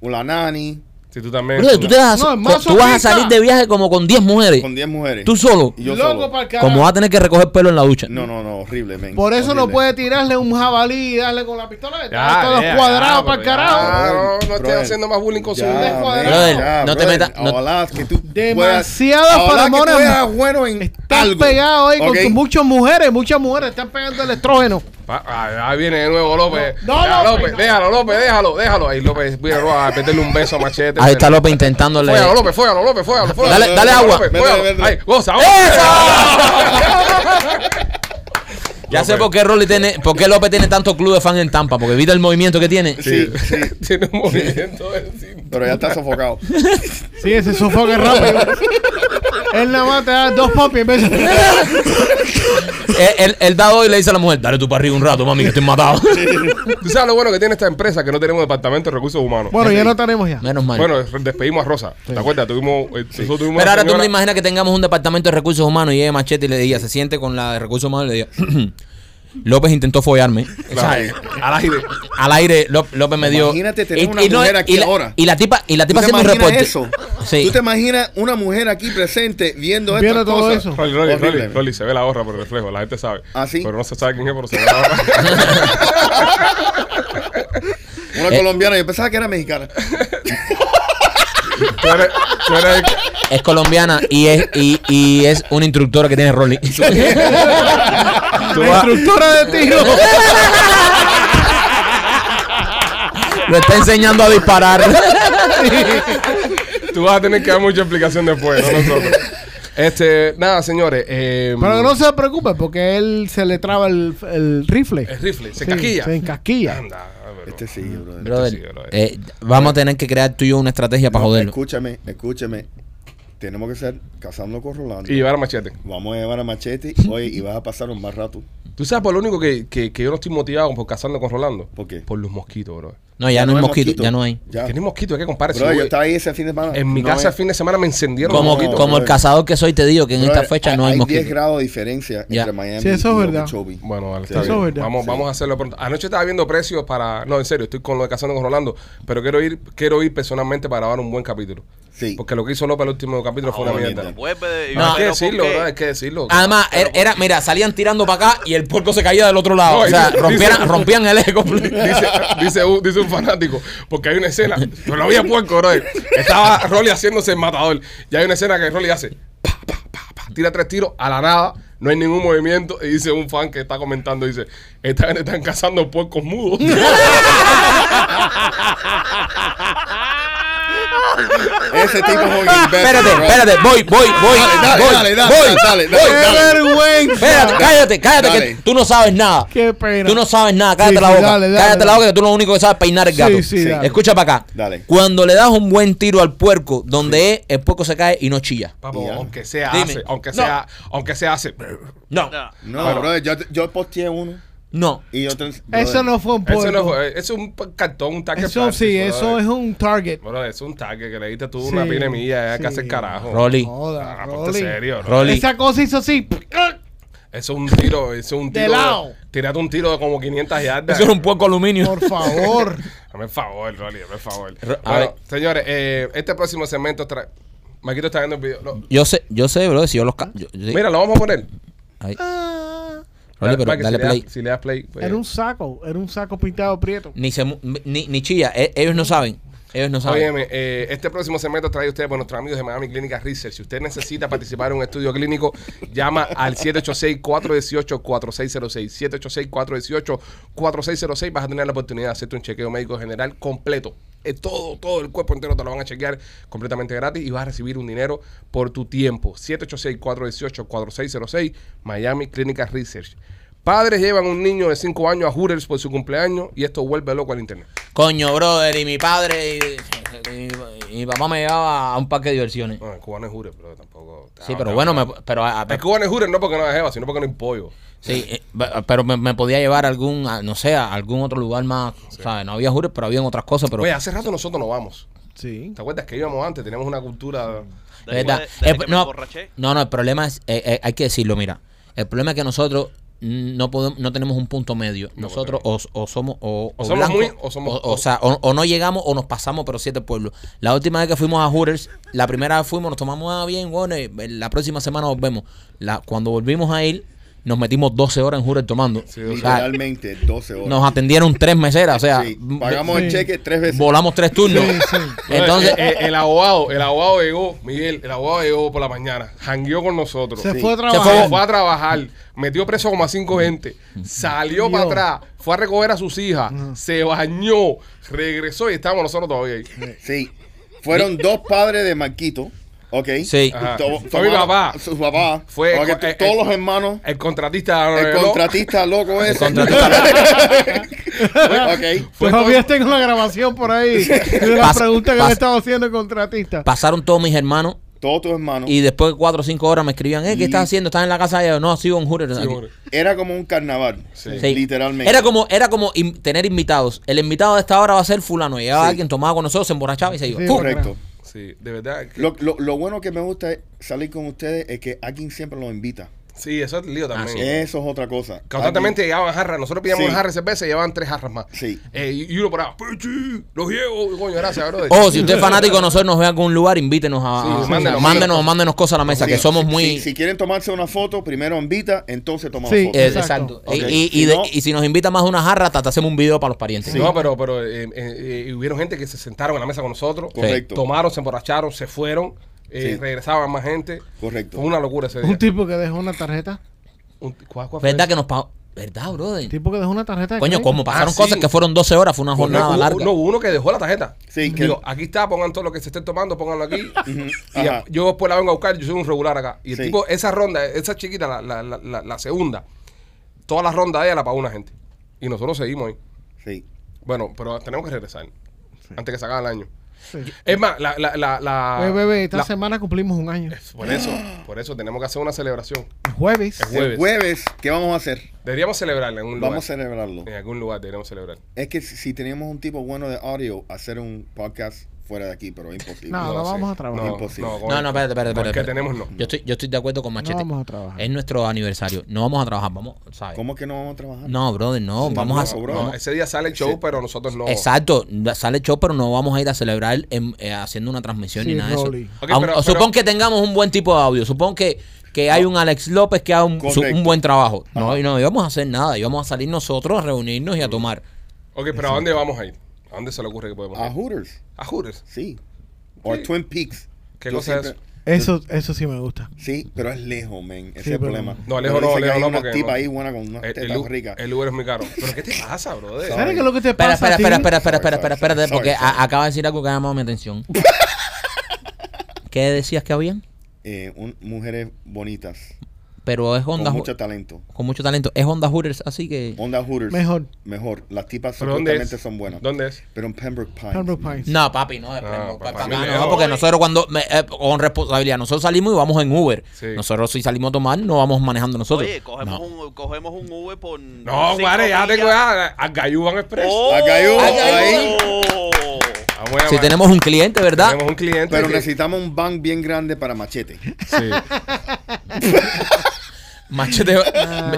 Speaker 4: una nani,
Speaker 1: Si tú también.
Speaker 2: Brother, tú, te vas
Speaker 3: No,
Speaker 2: a,
Speaker 3: es
Speaker 2: co- tú vas a
Speaker 3: masoquista.
Speaker 2: salir de viaje como con 10 mujeres.
Speaker 4: con diez mujeres.
Speaker 2: Tú solo.
Speaker 4: Y yo
Speaker 3: Loco
Speaker 4: solo.
Speaker 3: pa'l carajo.
Speaker 2: Como vas a tener que recoger pelo en la ducha.
Speaker 4: No, no, no, horrible, men.
Speaker 3: Por eso no
Speaker 4: horrible.
Speaker 3: puede tirarle un jabalí y darle con la pistola. Que
Speaker 1: Ya,
Speaker 3: está todos
Speaker 1: ya,
Speaker 3: cuadrados
Speaker 1: ya,
Speaker 3: para
Speaker 4: pues,
Speaker 1: pero
Speaker 3: el
Speaker 1: ya,
Speaker 3: carajo.
Speaker 1: Ah, no, no
Speaker 4: Brother,
Speaker 1: estoy
Speaker 4: brother.
Speaker 1: haciendo más bullying con su-
Speaker 4: Ya,
Speaker 3: Brother,
Speaker 4: men,
Speaker 2: brother,
Speaker 4: ya,
Speaker 2: no te
Speaker 4: brother.
Speaker 2: metas- no-
Speaker 4: Ojalá que tú puedas-
Speaker 3: Demasiadas
Speaker 4: ojalá que tú
Speaker 3: feromonas.
Speaker 4: eras bueno en
Speaker 3: Estás
Speaker 4: algo,
Speaker 3: pegado ahí
Speaker 4: ¿ok?
Speaker 3: con tus muchas mujeres. Muchas mujeres están pegando el estrógeno.
Speaker 1: Pa- ah, Ahí viene de nuevo López.
Speaker 3: No, no,
Speaker 1: Ya, López,
Speaker 3: López, no.
Speaker 1: déjalo, López, déjalo, déjalo. Ahí López, mira, López, a meterle un beso a Machete.
Speaker 2: Ahí está López intentándole...
Speaker 1: Fóllalo, López, fóllalo, López, fóllalo, fóllalo.
Speaker 2: Dale- dale
Speaker 1: Fóllalo,
Speaker 2: agua.
Speaker 1: López,
Speaker 4: Vete,
Speaker 1: fóllalo.
Speaker 4: vete.
Speaker 1: Ahí, goza,
Speaker 2: Ya sé por qué Rolly tiene, por qué López tiene tanto club de fan en Tampa, porque evita el movimiento que tiene.
Speaker 4: Sí, sí,
Speaker 1: Tiene un movimiento de
Speaker 4: pero ya está sofocado.
Speaker 3: Sí, ese sofoque rápido. Él nada más te da dos popis en vez de...
Speaker 2: Él, él- él da hoy y le dice a la mujer, dale tú para arriba un rato, mami, que estoy matado.
Speaker 1: Tú sabes lo bueno que tiene esta empresa que no tenemos departamento de recursos humanos.
Speaker 3: Bueno, ya no tenemos ya.
Speaker 2: Menos mal.
Speaker 1: Bueno, despedimos a Rosa. ¿Te acuerdas? Tuvimos, eh, nosotros tuvimos
Speaker 2: Pero
Speaker 1: una
Speaker 2: ahora tú no te
Speaker 1: señora-
Speaker 2: imaginas que tengamos un departamento de recursos humanos y llegue Machete y le diga, se siente con la de recursos humanos y le diga, López intentó follarme.
Speaker 1: Claro, al aire.
Speaker 2: Al aire, Ló- López me dio.
Speaker 4: Imagínate tener una mujer aquí
Speaker 2: y la,
Speaker 4: ahora.
Speaker 2: Y la tipa, y la
Speaker 4: ¿Tú
Speaker 2: tipa
Speaker 4: te
Speaker 2: haciendo un
Speaker 4: imaginas
Speaker 2: reporte.
Speaker 4: eso?
Speaker 2: Sí.
Speaker 4: ¿Tú te imaginas una mujer aquí presente viendo
Speaker 3: Viendo
Speaker 4: estas
Speaker 3: todo
Speaker 4: cosas?
Speaker 3: eso.
Speaker 1: Rolly, Rolly,
Speaker 4: Horrible,
Speaker 1: Rolly,
Speaker 4: men.
Speaker 1: Rolly, se ve la horra por el reflejo, la gente sabe.
Speaker 4: ¿Ah, sí?
Speaker 1: Pero no se sabe quién es, pero se ve la horra.
Speaker 4: Una
Speaker 2: Eh.
Speaker 4: colombiana, yo pensaba que era mexicana.
Speaker 1: tú, eres, tú eres el que-
Speaker 2: Es colombiana y es, y, y es una instructora que tiene Rolly.
Speaker 3: La instructora de tiro.
Speaker 2: Lo está enseñando a disparar.
Speaker 1: Tú vas a tener que dar mucha explicación después, no nosotros. Este, nada, señores. eh,
Speaker 3: Pero que no se preocupe porque él se le traba el, el rifle.
Speaker 1: El rifle, se
Speaker 3: Sí,
Speaker 1: casquilla.
Speaker 3: Se encasquilla.
Speaker 1: Anda, ah, pero-
Speaker 4: Este sí, brother.
Speaker 1: Sí,
Speaker 2: Mm, Brother,
Speaker 1: brother.
Speaker 2: eh, vamos a tener que crear tú y yo una estrategia para
Speaker 4: No,
Speaker 2: joderlo.
Speaker 4: Escúchame, escúchame. Tenemos que ser cazando con Rolando.
Speaker 1: Y llevar a machete.
Speaker 4: Vamos a llevar a Machete oye, y vas a pasar un más rato.
Speaker 1: Tú sabes por lo único que, que, que yo no estoy motivado por casarme con Rolando.
Speaker 4: ¿Por qué?
Speaker 1: Por los mosquitos, bro.
Speaker 2: No, Pues ya, no, hay mosquito, ya no hay.
Speaker 4: Ya.
Speaker 1: ¿Tienes mosquitos? ¿Qué compares?
Speaker 4: Bro, yo estaba ahí ese fin de semana.
Speaker 1: En mi
Speaker 4: No
Speaker 1: casa el
Speaker 4: es-
Speaker 1: fin de semana me encendieron
Speaker 2: Como,
Speaker 1: los mosquitos.
Speaker 2: como el
Speaker 4: brother.
Speaker 2: cazador que soy, te digo que en
Speaker 4: Brother,
Speaker 2: esta fecha no
Speaker 4: hay
Speaker 2: hay
Speaker 4: 10
Speaker 2: mosquito.
Speaker 4: grados de diferencia
Speaker 2: Ya.
Speaker 4: entre Miami
Speaker 3: Sí, eso es
Speaker 4: y
Speaker 3: verdad.
Speaker 4: Okeechobee.
Speaker 1: Bueno, vale,
Speaker 4: Sí,
Speaker 1: está
Speaker 4: eso
Speaker 1: bien.
Speaker 3: es verdad.
Speaker 1: Vamos,
Speaker 4: Sí.
Speaker 1: vamos a hacerlo pronto. Anoche estaba viendo precios para. No, en serio, estoy con lo de casando con Rolando. Pero quiero ir, quiero ir personalmente para grabar un buen capítulo.
Speaker 4: Sí.
Speaker 1: Porque lo que hizo López el último capítulo fue
Speaker 5: Ah,
Speaker 1: una
Speaker 4: Ahora
Speaker 1: mierda.
Speaker 4: mierda.
Speaker 5: Vuelve de- y
Speaker 2: No.
Speaker 1: Hay que
Speaker 5: pero
Speaker 1: decirlo,
Speaker 5: ¿por qué?
Speaker 1: bro, hay que decirlo.
Speaker 2: Además, er- era, mira, salían tirando para acá y el puerco se caía del otro lado.
Speaker 1: No,
Speaker 2: o sea,
Speaker 1: dice-
Speaker 2: rompieran,
Speaker 1: dice-
Speaker 2: rompían el eco.
Speaker 1: dice, dice, un, dice un fanático, porque hay una escena, yo lo vi a puerco, bro. Estaba Rolly haciéndose el matador. Y hay una escena que Rolly hace, pa, pa, pa, pa, tira tres tiros a la nada, no hay ningún movimiento. Y dice un fan que está comentando, dice, esta gente están cazando puercos mudos.
Speaker 4: Ese tipo es un imbécil.
Speaker 2: Espérate,
Speaker 4: bro.
Speaker 2: espérate, voy, voy, voy.
Speaker 4: Dale,
Speaker 2: voy,
Speaker 4: dale, dale,
Speaker 2: voy.
Speaker 4: dale, dale,
Speaker 2: voy.
Speaker 4: dale, dale.
Speaker 3: vergüenza!
Speaker 2: Espérate, cállate, cállate,
Speaker 4: Dale.
Speaker 2: que tú no sabes nada.
Speaker 3: ¡Qué pena!
Speaker 2: Tú no sabes nada, cállate
Speaker 3: Sí,
Speaker 2: la
Speaker 3: sí,
Speaker 2: boca.
Speaker 3: dale, dale,
Speaker 2: cállate la
Speaker 3: dale.
Speaker 2: boca que tú lo único que sabes es peinar el
Speaker 3: Sí,
Speaker 2: gato.
Speaker 3: sí, dale.
Speaker 2: Escucha para acá.
Speaker 4: Dale.
Speaker 2: Cuando le das un buen tiro al puerco, donde es, el puerco se cae y no chilla.
Speaker 1: Papo,
Speaker 4: Ya.
Speaker 1: aunque sea
Speaker 2: Dime.
Speaker 1: hace, aunque
Speaker 2: No.
Speaker 1: sea, aunque sea hace.
Speaker 2: No,
Speaker 5: No.
Speaker 4: No, bro, yo, yo posteé uno
Speaker 2: no.
Speaker 4: y otro.
Speaker 3: Eso no fue un
Speaker 1: Eso no
Speaker 3: puerco.
Speaker 1: fue- Ah, es un cartón, un taque
Speaker 3: Eso sí, eso es un target.
Speaker 1: Bueno, es un taque que le diste tú
Speaker 3: Sí,
Speaker 1: una pile mía,
Speaker 3: sí.
Speaker 1: que hace el carajo.
Speaker 2: Rolly,
Speaker 3: Joda,
Speaker 1: Ah, ponte
Speaker 3: Rolly.
Speaker 1: serio, ¿no?
Speaker 2: Rolly.
Speaker 3: Esa cosa hizo así. ¡ah!
Speaker 1: Eso es un tiro, eso es un
Speaker 3: De
Speaker 1: tiro.
Speaker 3: lado.
Speaker 1: Tírate un tiro de como 500 yardas.
Speaker 2: Eso era un puerco aluminio.
Speaker 3: Por favor.
Speaker 1: Dame el favor, Rolly, dame el favor.
Speaker 2: Ro- ah, a
Speaker 1: Bueno,
Speaker 2: ver.
Speaker 1: señores, eh, este próximo segmento. Tra Maquito está viendo el video. No,
Speaker 2: Yo sé, yo sé, bro, si yo los... ca- yo- yo-
Speaker 1: Mira, lo vamos a poner.
Speaker 2: Ay,
Speaker 3: Ah,
Speaker 2: Rolly, pero
Speaker 1: Mike,
Speaker 2: dale
Speaker 1: si le das-
Speaker 2: play.
Speaker 1: si le das play. pues-
Speaker 3: Era un saco, era un saco pintado prieto.
Speaker 2: Ni, se, mu- ni, ni chilla, e- ellos no saben. Ellos no saben.
Speaker 1: Óyeme, eh, este próximo segmento trae usted por nuestros amigos de Miami Clínica Research. Si usted necesita participar en un estudio clínico, llama al 786-418-4606. 786-418-4606. Vas a tener la oportunidad de hacerte un chequeo médico general completo. Eh, todo, todo el cuerpo entero te lo van a chequear completamente gratis y vas a recibir un dinero por tu tiempo. 786-418-4606, Miami Clínica Research. Padres llevan un niño de 5 años a Hooters por su cumpleaños y esto vuelve loco al internet.
Speaker 2: Coño, brother, y mi padre y, y- y mi papá me llevaba a un parque de diversiones.
Speaker 1: No, el cubano es Hooters, pero tampoco.
Speaker 2: Sí, pero bueno, me, pero, a- a-
Speaker 1: El cubano es Hooters no porque no es jeva, sino porque no hay pollo.
Speaker 2: sí, eh, pe- pero me, me podía llevar a algún, a, no sé, a algún otro lugar más, ¿sabes? No había jures, pero había otras cosas, pero...
Speaker 1: Oye, hace rato nosotros no vamos.
Speaker 3: Sí.
Speaker 1: ¿Te acuerdas que íbamos antes? Teníamos una cultura.
Speaker 5: Desde
Speaker 2: ¿Verdad?
Speaker 5: que- desde
Speaker 2: Eh,
Speaker 5: que me
Speaker 2: no,
Speaker 5: emborraché.
Speaker 2: no, no, el problema es, eh, eh, hay que decirlo, mira, el problema es que nosotros no podemos, no tenemos un punto medio. Nosotros o, o somos o, o
Speaker 1: somos
Speaker 2: blanco,
Speaker 1: muy- o somos-
Speaker 2: o, o sea, o, o no llegamos o nos pasamos, pero siete pueblos. La última vez que fuimos a Hooters, la primera vez fuimos, nos tomamos ah, bien, bueno, y la próxima semana volvemos. La, cuando volvimos a ir, nos metimos 12 horas en Hooters tomando. O sea,
Speaker 4: Literalmente 12 horas.
Speaker 2: nos atendieron tres meseras, o sea,
Speaker 4: Sí, Pagamos el
Speaker 3: Sí.
Speaker 4: cheque tres veces.
Speaker 2: volamos tres turnos. Entonces, eh,
Speaker 1: Entonces, Eh, el, el abogado, el abogado llegó, Miguel, el abogado llegó por la mañana, hangueó con nosotros.
Speaker 3: Se
Speaker 1: Se
Speaker 4: Sí.
Speaker 3: fue a
Speaker 2: Se
Speaker 3: trabajar.
Speaker 1: fue, fue a trabajar, metió preso como a cinco gente,
Speaker 2: Mm.
Speaker 1: salió para
Speaker 3: Dios.
Speaker 1: atrás, fue a recoger a sus hijas, se bañó, regresó y estábamos nosotros todavía ahí.
Speaker 4: Sí. Fueron dos padres de Marquito. Ok.
Speaker 2: Sí.
Speaker 1: Ajá.
Speaker 4: To-
Speaker 1: Fue mi
Speaker 4: tomaron-
Speaker 1: papá.
Speaker 4: Su papá.
Speaker 1: Fue-
Speaker 4: Ok,
Speaker 1: eh,
Speaker 4: to-
Speaker 1: eh,
Speaker 4: todos los hermanos.
Speaker 1: El contratista no
Speaker 4: El
Speaker 1: reveló.
Speaker 4: contratista loco ese. ok.
Speaker 1: Fue
Speaker 3: Todavía
Speaker 1: todo-
Speaker 3: tengo la grabación por ahí de la
Speaker 2: Pas-
Speaker 3: pregunta que
Speaker 2: pas-
Speaker 3: me estaba haciendo el contratista.
Speaker 2: eh. pasaron todos mis hermanos
Speaker 4: Todos tus hermanos.
Speaker 2: Y después de cuatro o cinco horas me escribían, eh, ¿qué estás haciendo? ¿Estás en la casa? Y yo, no, sigo en Hooters.
Speaker 1: Sí,
Speaker 2: aquí".
Speaker 1: hombre.
Speaker 4: Era como un carnaval.
Speaker 1: Sí.
Speaker 2: Sí.
Speaker 4: Literalmente.
Speaker 2: Era como, era como in- tener invitados. El invitado de esta hora va a ser fulano. Llegaba
Speaker 4: Sí.
Speaker 2: alguien, tomaba con nosotros, se emborrachaba y se iba.
Speaker 3: Sí,
Speaker 2: ¡Pum!
Speaker 4: Correcto.
Speaker 1: Sí, de verdad. que-
Speaker 4: Lo, lo- lo bueno que me gusta es salir con ustedes es que alguien siempre los invita.
Speaker 1: Sí, eso es
Speaker 2: Ah,
Speaker 1: lío también.
Speaker 4: Eso es otra cosa.
Speaker 1: Constantemente
Speaker 4: Alguien-
Speaker 1: llegaban jarras. Nosotros pedíamos
Speaker 4: Sí.
Speaker 1: una jarra de cerveza y llevaban tres jarras más.
Speaker 4: Sí.
Speaker 1: Eh, y y uno paraba, ¡Pichi! ¡Los llevo! Coño, gracias, brother.
Speaker 2: O Oh, si usted es fanático de nosotros, nos ve a algún lugar, invítenos a.
Speaker 1: Sí,
Speaker 2: a-
Speaker 1: sí,
Speaker 2: mándenos,
Speaker 1: sí.
Speaker 2: mándenos, mándenos cosas a la mesa,
Speaker 4: Sí,
Speaker 2: que somos
Speaker 4: si-
Speaker 2: muy.
Speaker 4: Si, si quieren tomarse una foto, primero invita, entonces tomamos
Speaker 3: Sí.
Speaker 4: foto.
Speaker 2: Eh, exacto.
Speaker 3: Exacto.
Speaker 2: Y-
Speaker 4: Ok.
Speaker 2: Y, y
Speaker 4: Si
Speaker 2: de-
Speaker 4: no-
Speaker 2: y si nos invita más de una jarra, hasta te hacemos un video para los parientes.
Speaker 1: No, pero, pero eh, eh, eh, y hubieron gente que se sentaron a la mesa con nosotros.
Speaker 4: Correcto.
Speaker 1: Tomaron, se emborracharon, se fueron. eh,
Speaker 4: Sí.
Speaker 1: Regresaban más gente.
Speaker 4: Correcto.
Speaker 1: Fue una locura ese día.
Speaker 3: Un tipo que dejó una tarjeta.
Speaker 1: Un t- ¿cuál- cuál fue
Speaker 2: ¿Verdad
Speaker 1: ese?
Speaker 2: que nos pa- ¿Verdad, brother?
Speaker 3: Un tipo que dejó una tarjeta. de
Speaker 2: Coño,
Speaker 3: crédito.
Speaker 2: como pasaron
Speaker 1: Ah, sí.
Speaker 2: cosas que fueron 12 horas, fue una
Speaker 1: Correcto,
Speaker 2: jornada
Speaker 1: hubo-
Speaker 2: larga.
Speaker 1: Pues No, hubo uno que dejó la tarjeta.
Speaker 4: Sí, que-
Speaker 1: Digo, aquí está, pongan todo lo que se estén tomando, pongan aquí. y
Speaker 4: Ajá.
Speaker 1: a- yo después la vengo a buscar, yo soy un regular acá. Y el
Speaker 4: Sí.
Speaker 1: tipo, esa ronda, esa chiquita, la, la, la, la- la segunda, toda la ronda de ella la pagó una gente. Y nosotros seguimos ahí.
Speaker 4: Sí.
Speaker 1: Bueno, pero tenemos que regresar antes que se acabe el año.
Speaker 3: Sí.
Speaker 1: Es más, la. la, la, la-
Speaker 3: Oye, Eh, bebé, esta
Speaker 1: la-
Speaker 3: semana cumplimos un año.
Speaker 1: Por eso, por eso tenemos que hacer una celebración.
Speaker 3: El jueves.
Speaker 1: Es
Speaker 4: El
Speaker 1: jueves.
Speaker 4: jueves, ¿qué vamos a hacer?
Speaker 1: Deberíamos celebrarla en un lugar.
Speaker 4: Vamos a celebrarlo.
Speaker 1: En algún lugar deberíamos celebrar.
Speaker 4: Es que si si tenemos un tipo bueno de audio, hacer un podcast fuera de aquí, pero es imposible.
Speaker 3: No, no Ah, vamos a trabajar.
Speaker 1: No,
Speaker 4: Imposible.
Speaker 1: No, con-
Speaker 2: No, no, espérate, espérate,
Speaker 1: con
Speaker 2: espérate.
Speaker 1: el que
Speaker 2: espérate.
Speaker 1: tenemos no.
Speaker 2: Yo estoy, yo estoy de acuerdo con Machete.
Speaker 3: vamos a trabajar.
Speaker 2: Es nuestro aniversario. No vamos a trabajar, vamos, ¿sabes?
Speaker 4: ¿Cómo que no vamos a trabajar?
Speaker 2: No, brother, no. vamos a.
Speaker 4: no,
Speaker 1: No,
Speaker 4: bro.
Speaker 2: vamos-
Speaker 1: ese día sale el show, pero nosotros no.
Speaker 2: Exacto, sale el show, pero no vamos a ir a celebrar en- eh, haciendo una transmisión ni
Speaker 3: Sí,
Speaker 2: nada de eso.
Speaker 3: Rolly.
Speaker 1: Ok,
Speaker 2: Aun-
Speaker 1: pero-
Speaker 2: supón
Speaker 1: pero-
Speaker 2: que tengamos un buen tipo de audio. Supón que, que hay un Alex López que haga un, su-
Speaker 4: Correcto.
Speaker 2: un buen trabajo. No, y no íbamos a hacer nada. Íbamos a salir nosotros a reunirnos y a tomar.
Speaker 1: Ok, pero ¿a dónde vamos a ir? ¿A dónde se le ocurre que podemos
Speaker 4: A
Speaker 1: ir?
Speaker 4: Hooters,
Speaker 1: A Hooters.
Speaker 4: sí. O
Speaker 1: Sí.
Speaker 4: Twin Peaks.
Speaker 1: ¿Qué
Speaker 4: Yo
Speaker 1: cosa es
Speaker 4: siempre-
Speaker 3: Eso, eso sí me gusta.
Speaker 4: Sí, pero es lejos, men. Ese
Speaker 3: Sí,
Speaker 4: es el
Speaker 3: pero-
Speaker 4: problema.
Speaker 1: No, lejos
Speaker 4: Pero
Speaker 1: no,
Speaker 4: dice que
Speaker 1: lejos
Speaker 4: hay
Speaker 1: no,
Speaker 4: una
Speaker 1: porque
Speaker 4: tipa
Speaker 1: no.
Speaker 4: ahí buena con unas
Speaker 1: El, el
Speaker 4: tetas
Speaker 1: Lu-
Speaker 4: ricas.
Speaker 1: el Uber es muy caro. ¿Pero qué te pasa, brother?
Speaker 4: Sorry.
Speaker 3: ¿Sabes qué es lo que te
Speaker 2: Espera,
Speaker 3: pasa?
Speaker 2: espera,
Speaker 3: a ti?
Speaker 2: espera, espera, espera, espera,
Speaker 4: Sorry,
Speaker 2: espérate,
Speaker 4: sorry,
Speaker 2: porque
Speaker 4: sorry.
Speaker 2: a- acaba de decir algo que ha llamado mi atención. ¿Qué decías que habían?
Speaker 4: Eh, un- mujeres bonitas.
Speaker 2: Pero es Honda
Speaker 4: con
Speaker 2: Ju-
Speaker 4: mucho talento.
Speaker 2: con mucho talento. Es Honda Hooters, así que.
Speaker 4: Honda Hooters.
Speaker 3: Mejor.
Speaker 4: Mejor. Las tipas
Speaker 1: ¿Pero dónde
Speaker 4: supuestamente
Speaker 1: es?
Speaker 4: son buenas.
Speaker 1: ¿Dónde es?
Speaker 4: Pero en Pembroke Pines.
Speaker 3: Pembroke Pines.
Speaker 2: No, papi, no, de
Speaker 1: No,
Speaker 2: Pembroke
Speaker 1: papá,
Speaker 2: para
Speaker 1: muy
Speaker 2: acá no,
Speaker 1: Ah, lejos.
Speaker 2: porque nosotros cuando, me- eh, con responsabilidad, nosotros salimos y vamos en Uber.
Speaker 1: Sí.
Speaker 2: Nosotros si salimos a tomar, no vamos manejando nosotros.
Speaker 5: Oye, cogemos,
Speaker 2: No.
Speaker 5: un, cogemos un Uber por.
Speaker 1: No, guare, ya tengo ya a Gayuban Express.
Speaker 5: Oh.
Speaker 4: Agayú,
Speaker 5: Agayú.
Speaker 1: Ah, voy a
Speaker 2: Si
Speaker 1: llamar.
Speaker 2: tenemos un cliente, ¿verdad?
Speaker 1: Tenemos un cliente.
Speaker 4: Pero
Speaker 1: que-
Speaker 4: necesitamos un bank bien grande para machete.
Speaker 1: Sí.
Speaker 2: Machete.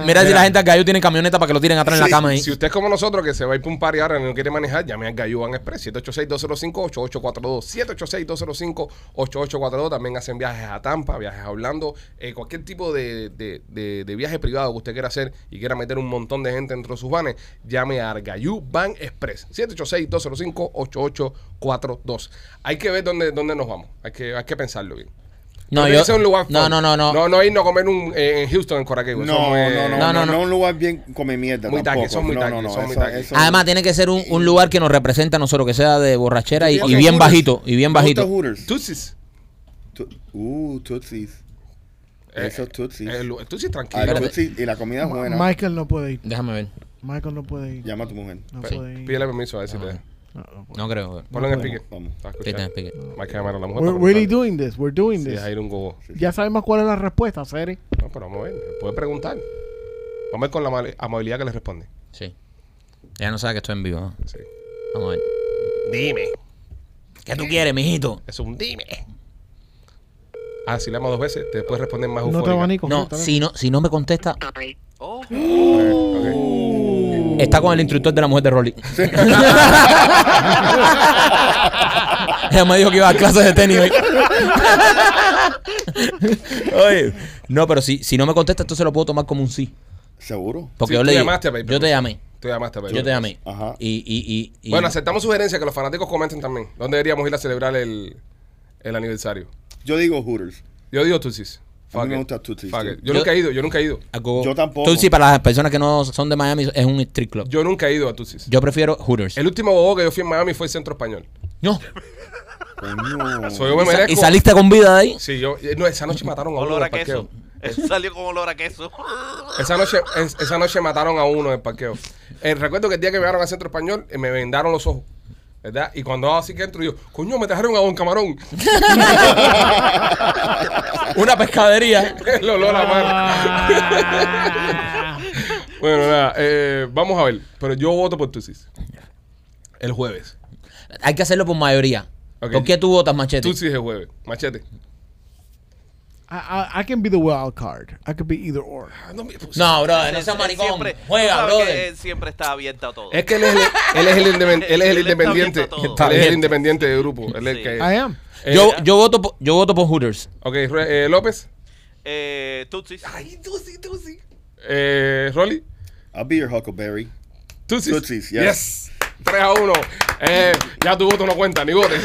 Speaker 2: mira, si la gente acá ellos tienen camioneta para que lo tiren atrás en la cama ahí.
Speaker 1: Si usted es como nosotros que se va a ir para un party ahora y no quiere manejar, llame a Gayuban Express 786-205-8842. 786-205-8842. También hacen viajes a Tampa, viajes a Orlando, eh, cualquier tipo de, de- de- de viaje privado que usted quiera hacer y quiera meter un montón de gente dentro de sus vanes, llame a Gayuban Express 786-205-8842. Hay que ver dónde, dónde nos vamos. Hay que, hay que pensarlo bien.
Speaker 2: no,
Speaker 1: Pero
Speaker 2: yo,
Speaker 1: ese es un lugar
Speaker 2: no,
Speaker 1: fun.
Speaker 2: no, no, no.
Speaker 1: No, no irnos a comer un, eh, en Houston, en Coraqueo.
Speaker 4: No,
Speaker 1: Eso es muy-
Speaker 2: No,
Speaker 4: no, no, no,
Speaker 2: no,
Speaker 4: no,
Speaker 2: no.
Speaker 4: un lugar bien come mierda.
Speaker 1: Muy
Speaker 4: tampoco.
Speaker 1: tacky, son muy
Speaker 4: no,
Speaker 1: tacky,
Speaker 4: no, no,
Speaker 1: son muy
Speaker 4: eso-
Speaker 1: tacky.
Speaker 4: eso-
Speaker 2: Además, tiene que ser un, un lugar que nos represente a nosotros, que sea de borrachera y, y
Speaker 1: Ok,
Speaker 2: bien
Speaker 1: Hooters.
Speaker 2: bajito. Y bien
Speaker 4: Me gusta
Speaker 2: bajito.
Speaker 4: Hooters.
Speaker 1: Tutsis.
Speaker 4: Tu- uh, Tootsies.
Speaker 1: Eh,
Speaker 4: Eso es Tootsies.
Speaker 1: El, lu- Tutsis
Speaker 4: Ah,
Speaker 1: tranquilo.
Speaker 4: los
Speaker 2: Espérate.
Speaker 4: Tootsies y la comida es buena.
Speaker 3: Michael no puede ir.
Speaker 2: Déjame ver.
Speaker 3: Michael no puede ir.
Speaker 4: Llama a tu mujer.
Speaker 3: No
Speaker 1: Pe-
Speaker 3: puede ir.
Speaker 1: Pídele permiso a ver si te.
Speaker 3: No, no puede.
Speaker 2: No creo.
Speaker 1: Ponlo en
Speaker 3: No
Speaker 1: speaker.
Speaker 4: podemos.
Speaker 1: Está
Speaker 2: Ah, Sí, está en
Speaker 1: escuchando.
Speaker 2: speaker.
Speaker 1: Hay que llamar a la mujer.
Speaker 3: We're
Speaker 1: para
Speaker 3: really
Speaker 1: preguntarle.
Speaker 3: doing this. We're doing
Speaker 1: Sí,
Speaker 3: this.
Speaker 1: es a ir un gogo.
Speaker 3: Ya sabemos cuál es la respuesta, Seri.
Speaker 1: No, pero vamos a ver. Puede preguntar. Vamos a ver con la amable- amabilidad que le responde.
Speaker 2: Sí. Ella no sabe que estoy en vivo. ¿no?
Speaker 1: Sí.
Speaker 2: Vamos a ver.
Speaker 1: Dime.
Speaker 2: ¿Qué tú quieres, mijito?
Speaker 1: Es un dime. Ah, si le llamas dos veces, te puedes responder más
Speaker 3: No te
Speaker 1: eufórica.
Speaker 3: abanico.
Speaker 2: No,
Speaker 3: tal vez.
Speaker 2: si no, si no me contesta,
Speaker 5: Oh.
Speaker 2: está con el instructor de la mujer de Rolly. Ella me dijo que iba a clases de tenis hoy. Oye, no, pero si, si no me contesta, entonces lo puedo tomar como un sí.
Speaker 4: ¿Seguro?
Speaker 1: Sí,
Speaker 2: Porque yo
Speaker 1: tú
Speaker 2: le dije,
Speaker 1: llamaste, baby,
Speaker 2: yo te llamé,
Speaker 1: Tú llamaste, pero-
Speaker 2: yo te llamé.
Speaker 4: Ajá.
Speaker 2: Y, y, y, y-
Speaker 1: Bueno, aceptamos sugerencias que los fanáticos comenten también. ¿Dónde deberíamos ir a celebrar el, el aniversario?
Speaker 4: Yo digo Hooters.
Speaker 1: Yo digo Tutsis.
Speaker 4: A mí
Speaker 1: Fuck
Speaker 4: me
Speaker 1: it.
Speaker 4: gusta Tutsis,
Speaker 1: Fuck
Speaker 4: sí.
Speaker 1: it. Yo,
Speaker 2: Yo-
Speaker 1: nunca he ido, yo nunca he ido.
Speaker 2: algo-
Speaker 4: yo tampoco.
Speaker 2: Tutsi, para las personas que no son de Miami, es un street club. Yo,
Speaker 1: Yo nunca he ido a Tutsis.
Speaker 2: prefiero Hooters.
Speaker 1: El último bobo que yo fui en Miami fue el Centro Español.
Speaker 2: No.
Speaker 4: Coño.
Speaker 1: So, yo me merezco.
Speaker 2: ¿Y saliste con vida de ahí?
Speaker 1: Sí, yo. eh, No, esa noche mataron a uno
Speaker 5: Olor
Speaker 1: en
Speaker 5: a
Speaker 1: el parqueo.
Speaker 5: queso. Eso salió con olor a queso.
Speaker 1: Esa noche, es- esa noche mataron a uno en el parqueo. Eh, recuerdo que el día que me llevaron al Centro Español, eh, me vendaron los ojos. ¿Verdad? Y cuando así que entro, yo, coño, me trajeron a Don Camarón.
Speaker 2: Una pescadería.
Speaker 1: el olor a mano.
Speaker 3: Ah.
Speaker 1: Bueno, nada, eh, vamos a ver. Pero yo voto por Tutsis. El jueves.
Speaker 2: Hay que hacerlo por mayoría.
Speaker 1: Ok.
Speaker 2: ¿Por qué tú votas, Machete?
Speaker 1: Tutsis el jueves. Machete.
Speaker 3: I, I, I can be the wild card. I could be either or.
Speaker 2: No, brother, no seas maricón. Juega,
Speaker 5: tú sabes que
Speaker 2: brother.
Speaker 5: él siempre está abierto a todo.
Speaker 1: Es que él es el, él es el, indepen- él es el
Speaker 5: Él está
Speaker 1: independiente.
Speaker 5: abierto a todo.
Speaker 1: Él es el
Speaker 2: Está
Speaker 1: independiente del grupo. Él es el
Speaker 5: Sí.
Speaker 1: que.
Speaker 3: I am.
Speaker 1: eh,
Speaker 2: yo, yo, voto por, yo voto por Hooters.
Speaker 1: Ok, Re- eh, López.
Speaker 5: Eh, Tutsis.
Speaker 1: Eh, Rolly.
Speaker 4: I'll be your Huckleberry.
Speaker 1: Tutsis.
Speaker 4: Tutsis, yes.
Speaker 1: 3 a 1. Eh, ya tu voto no cuenta, ni votes.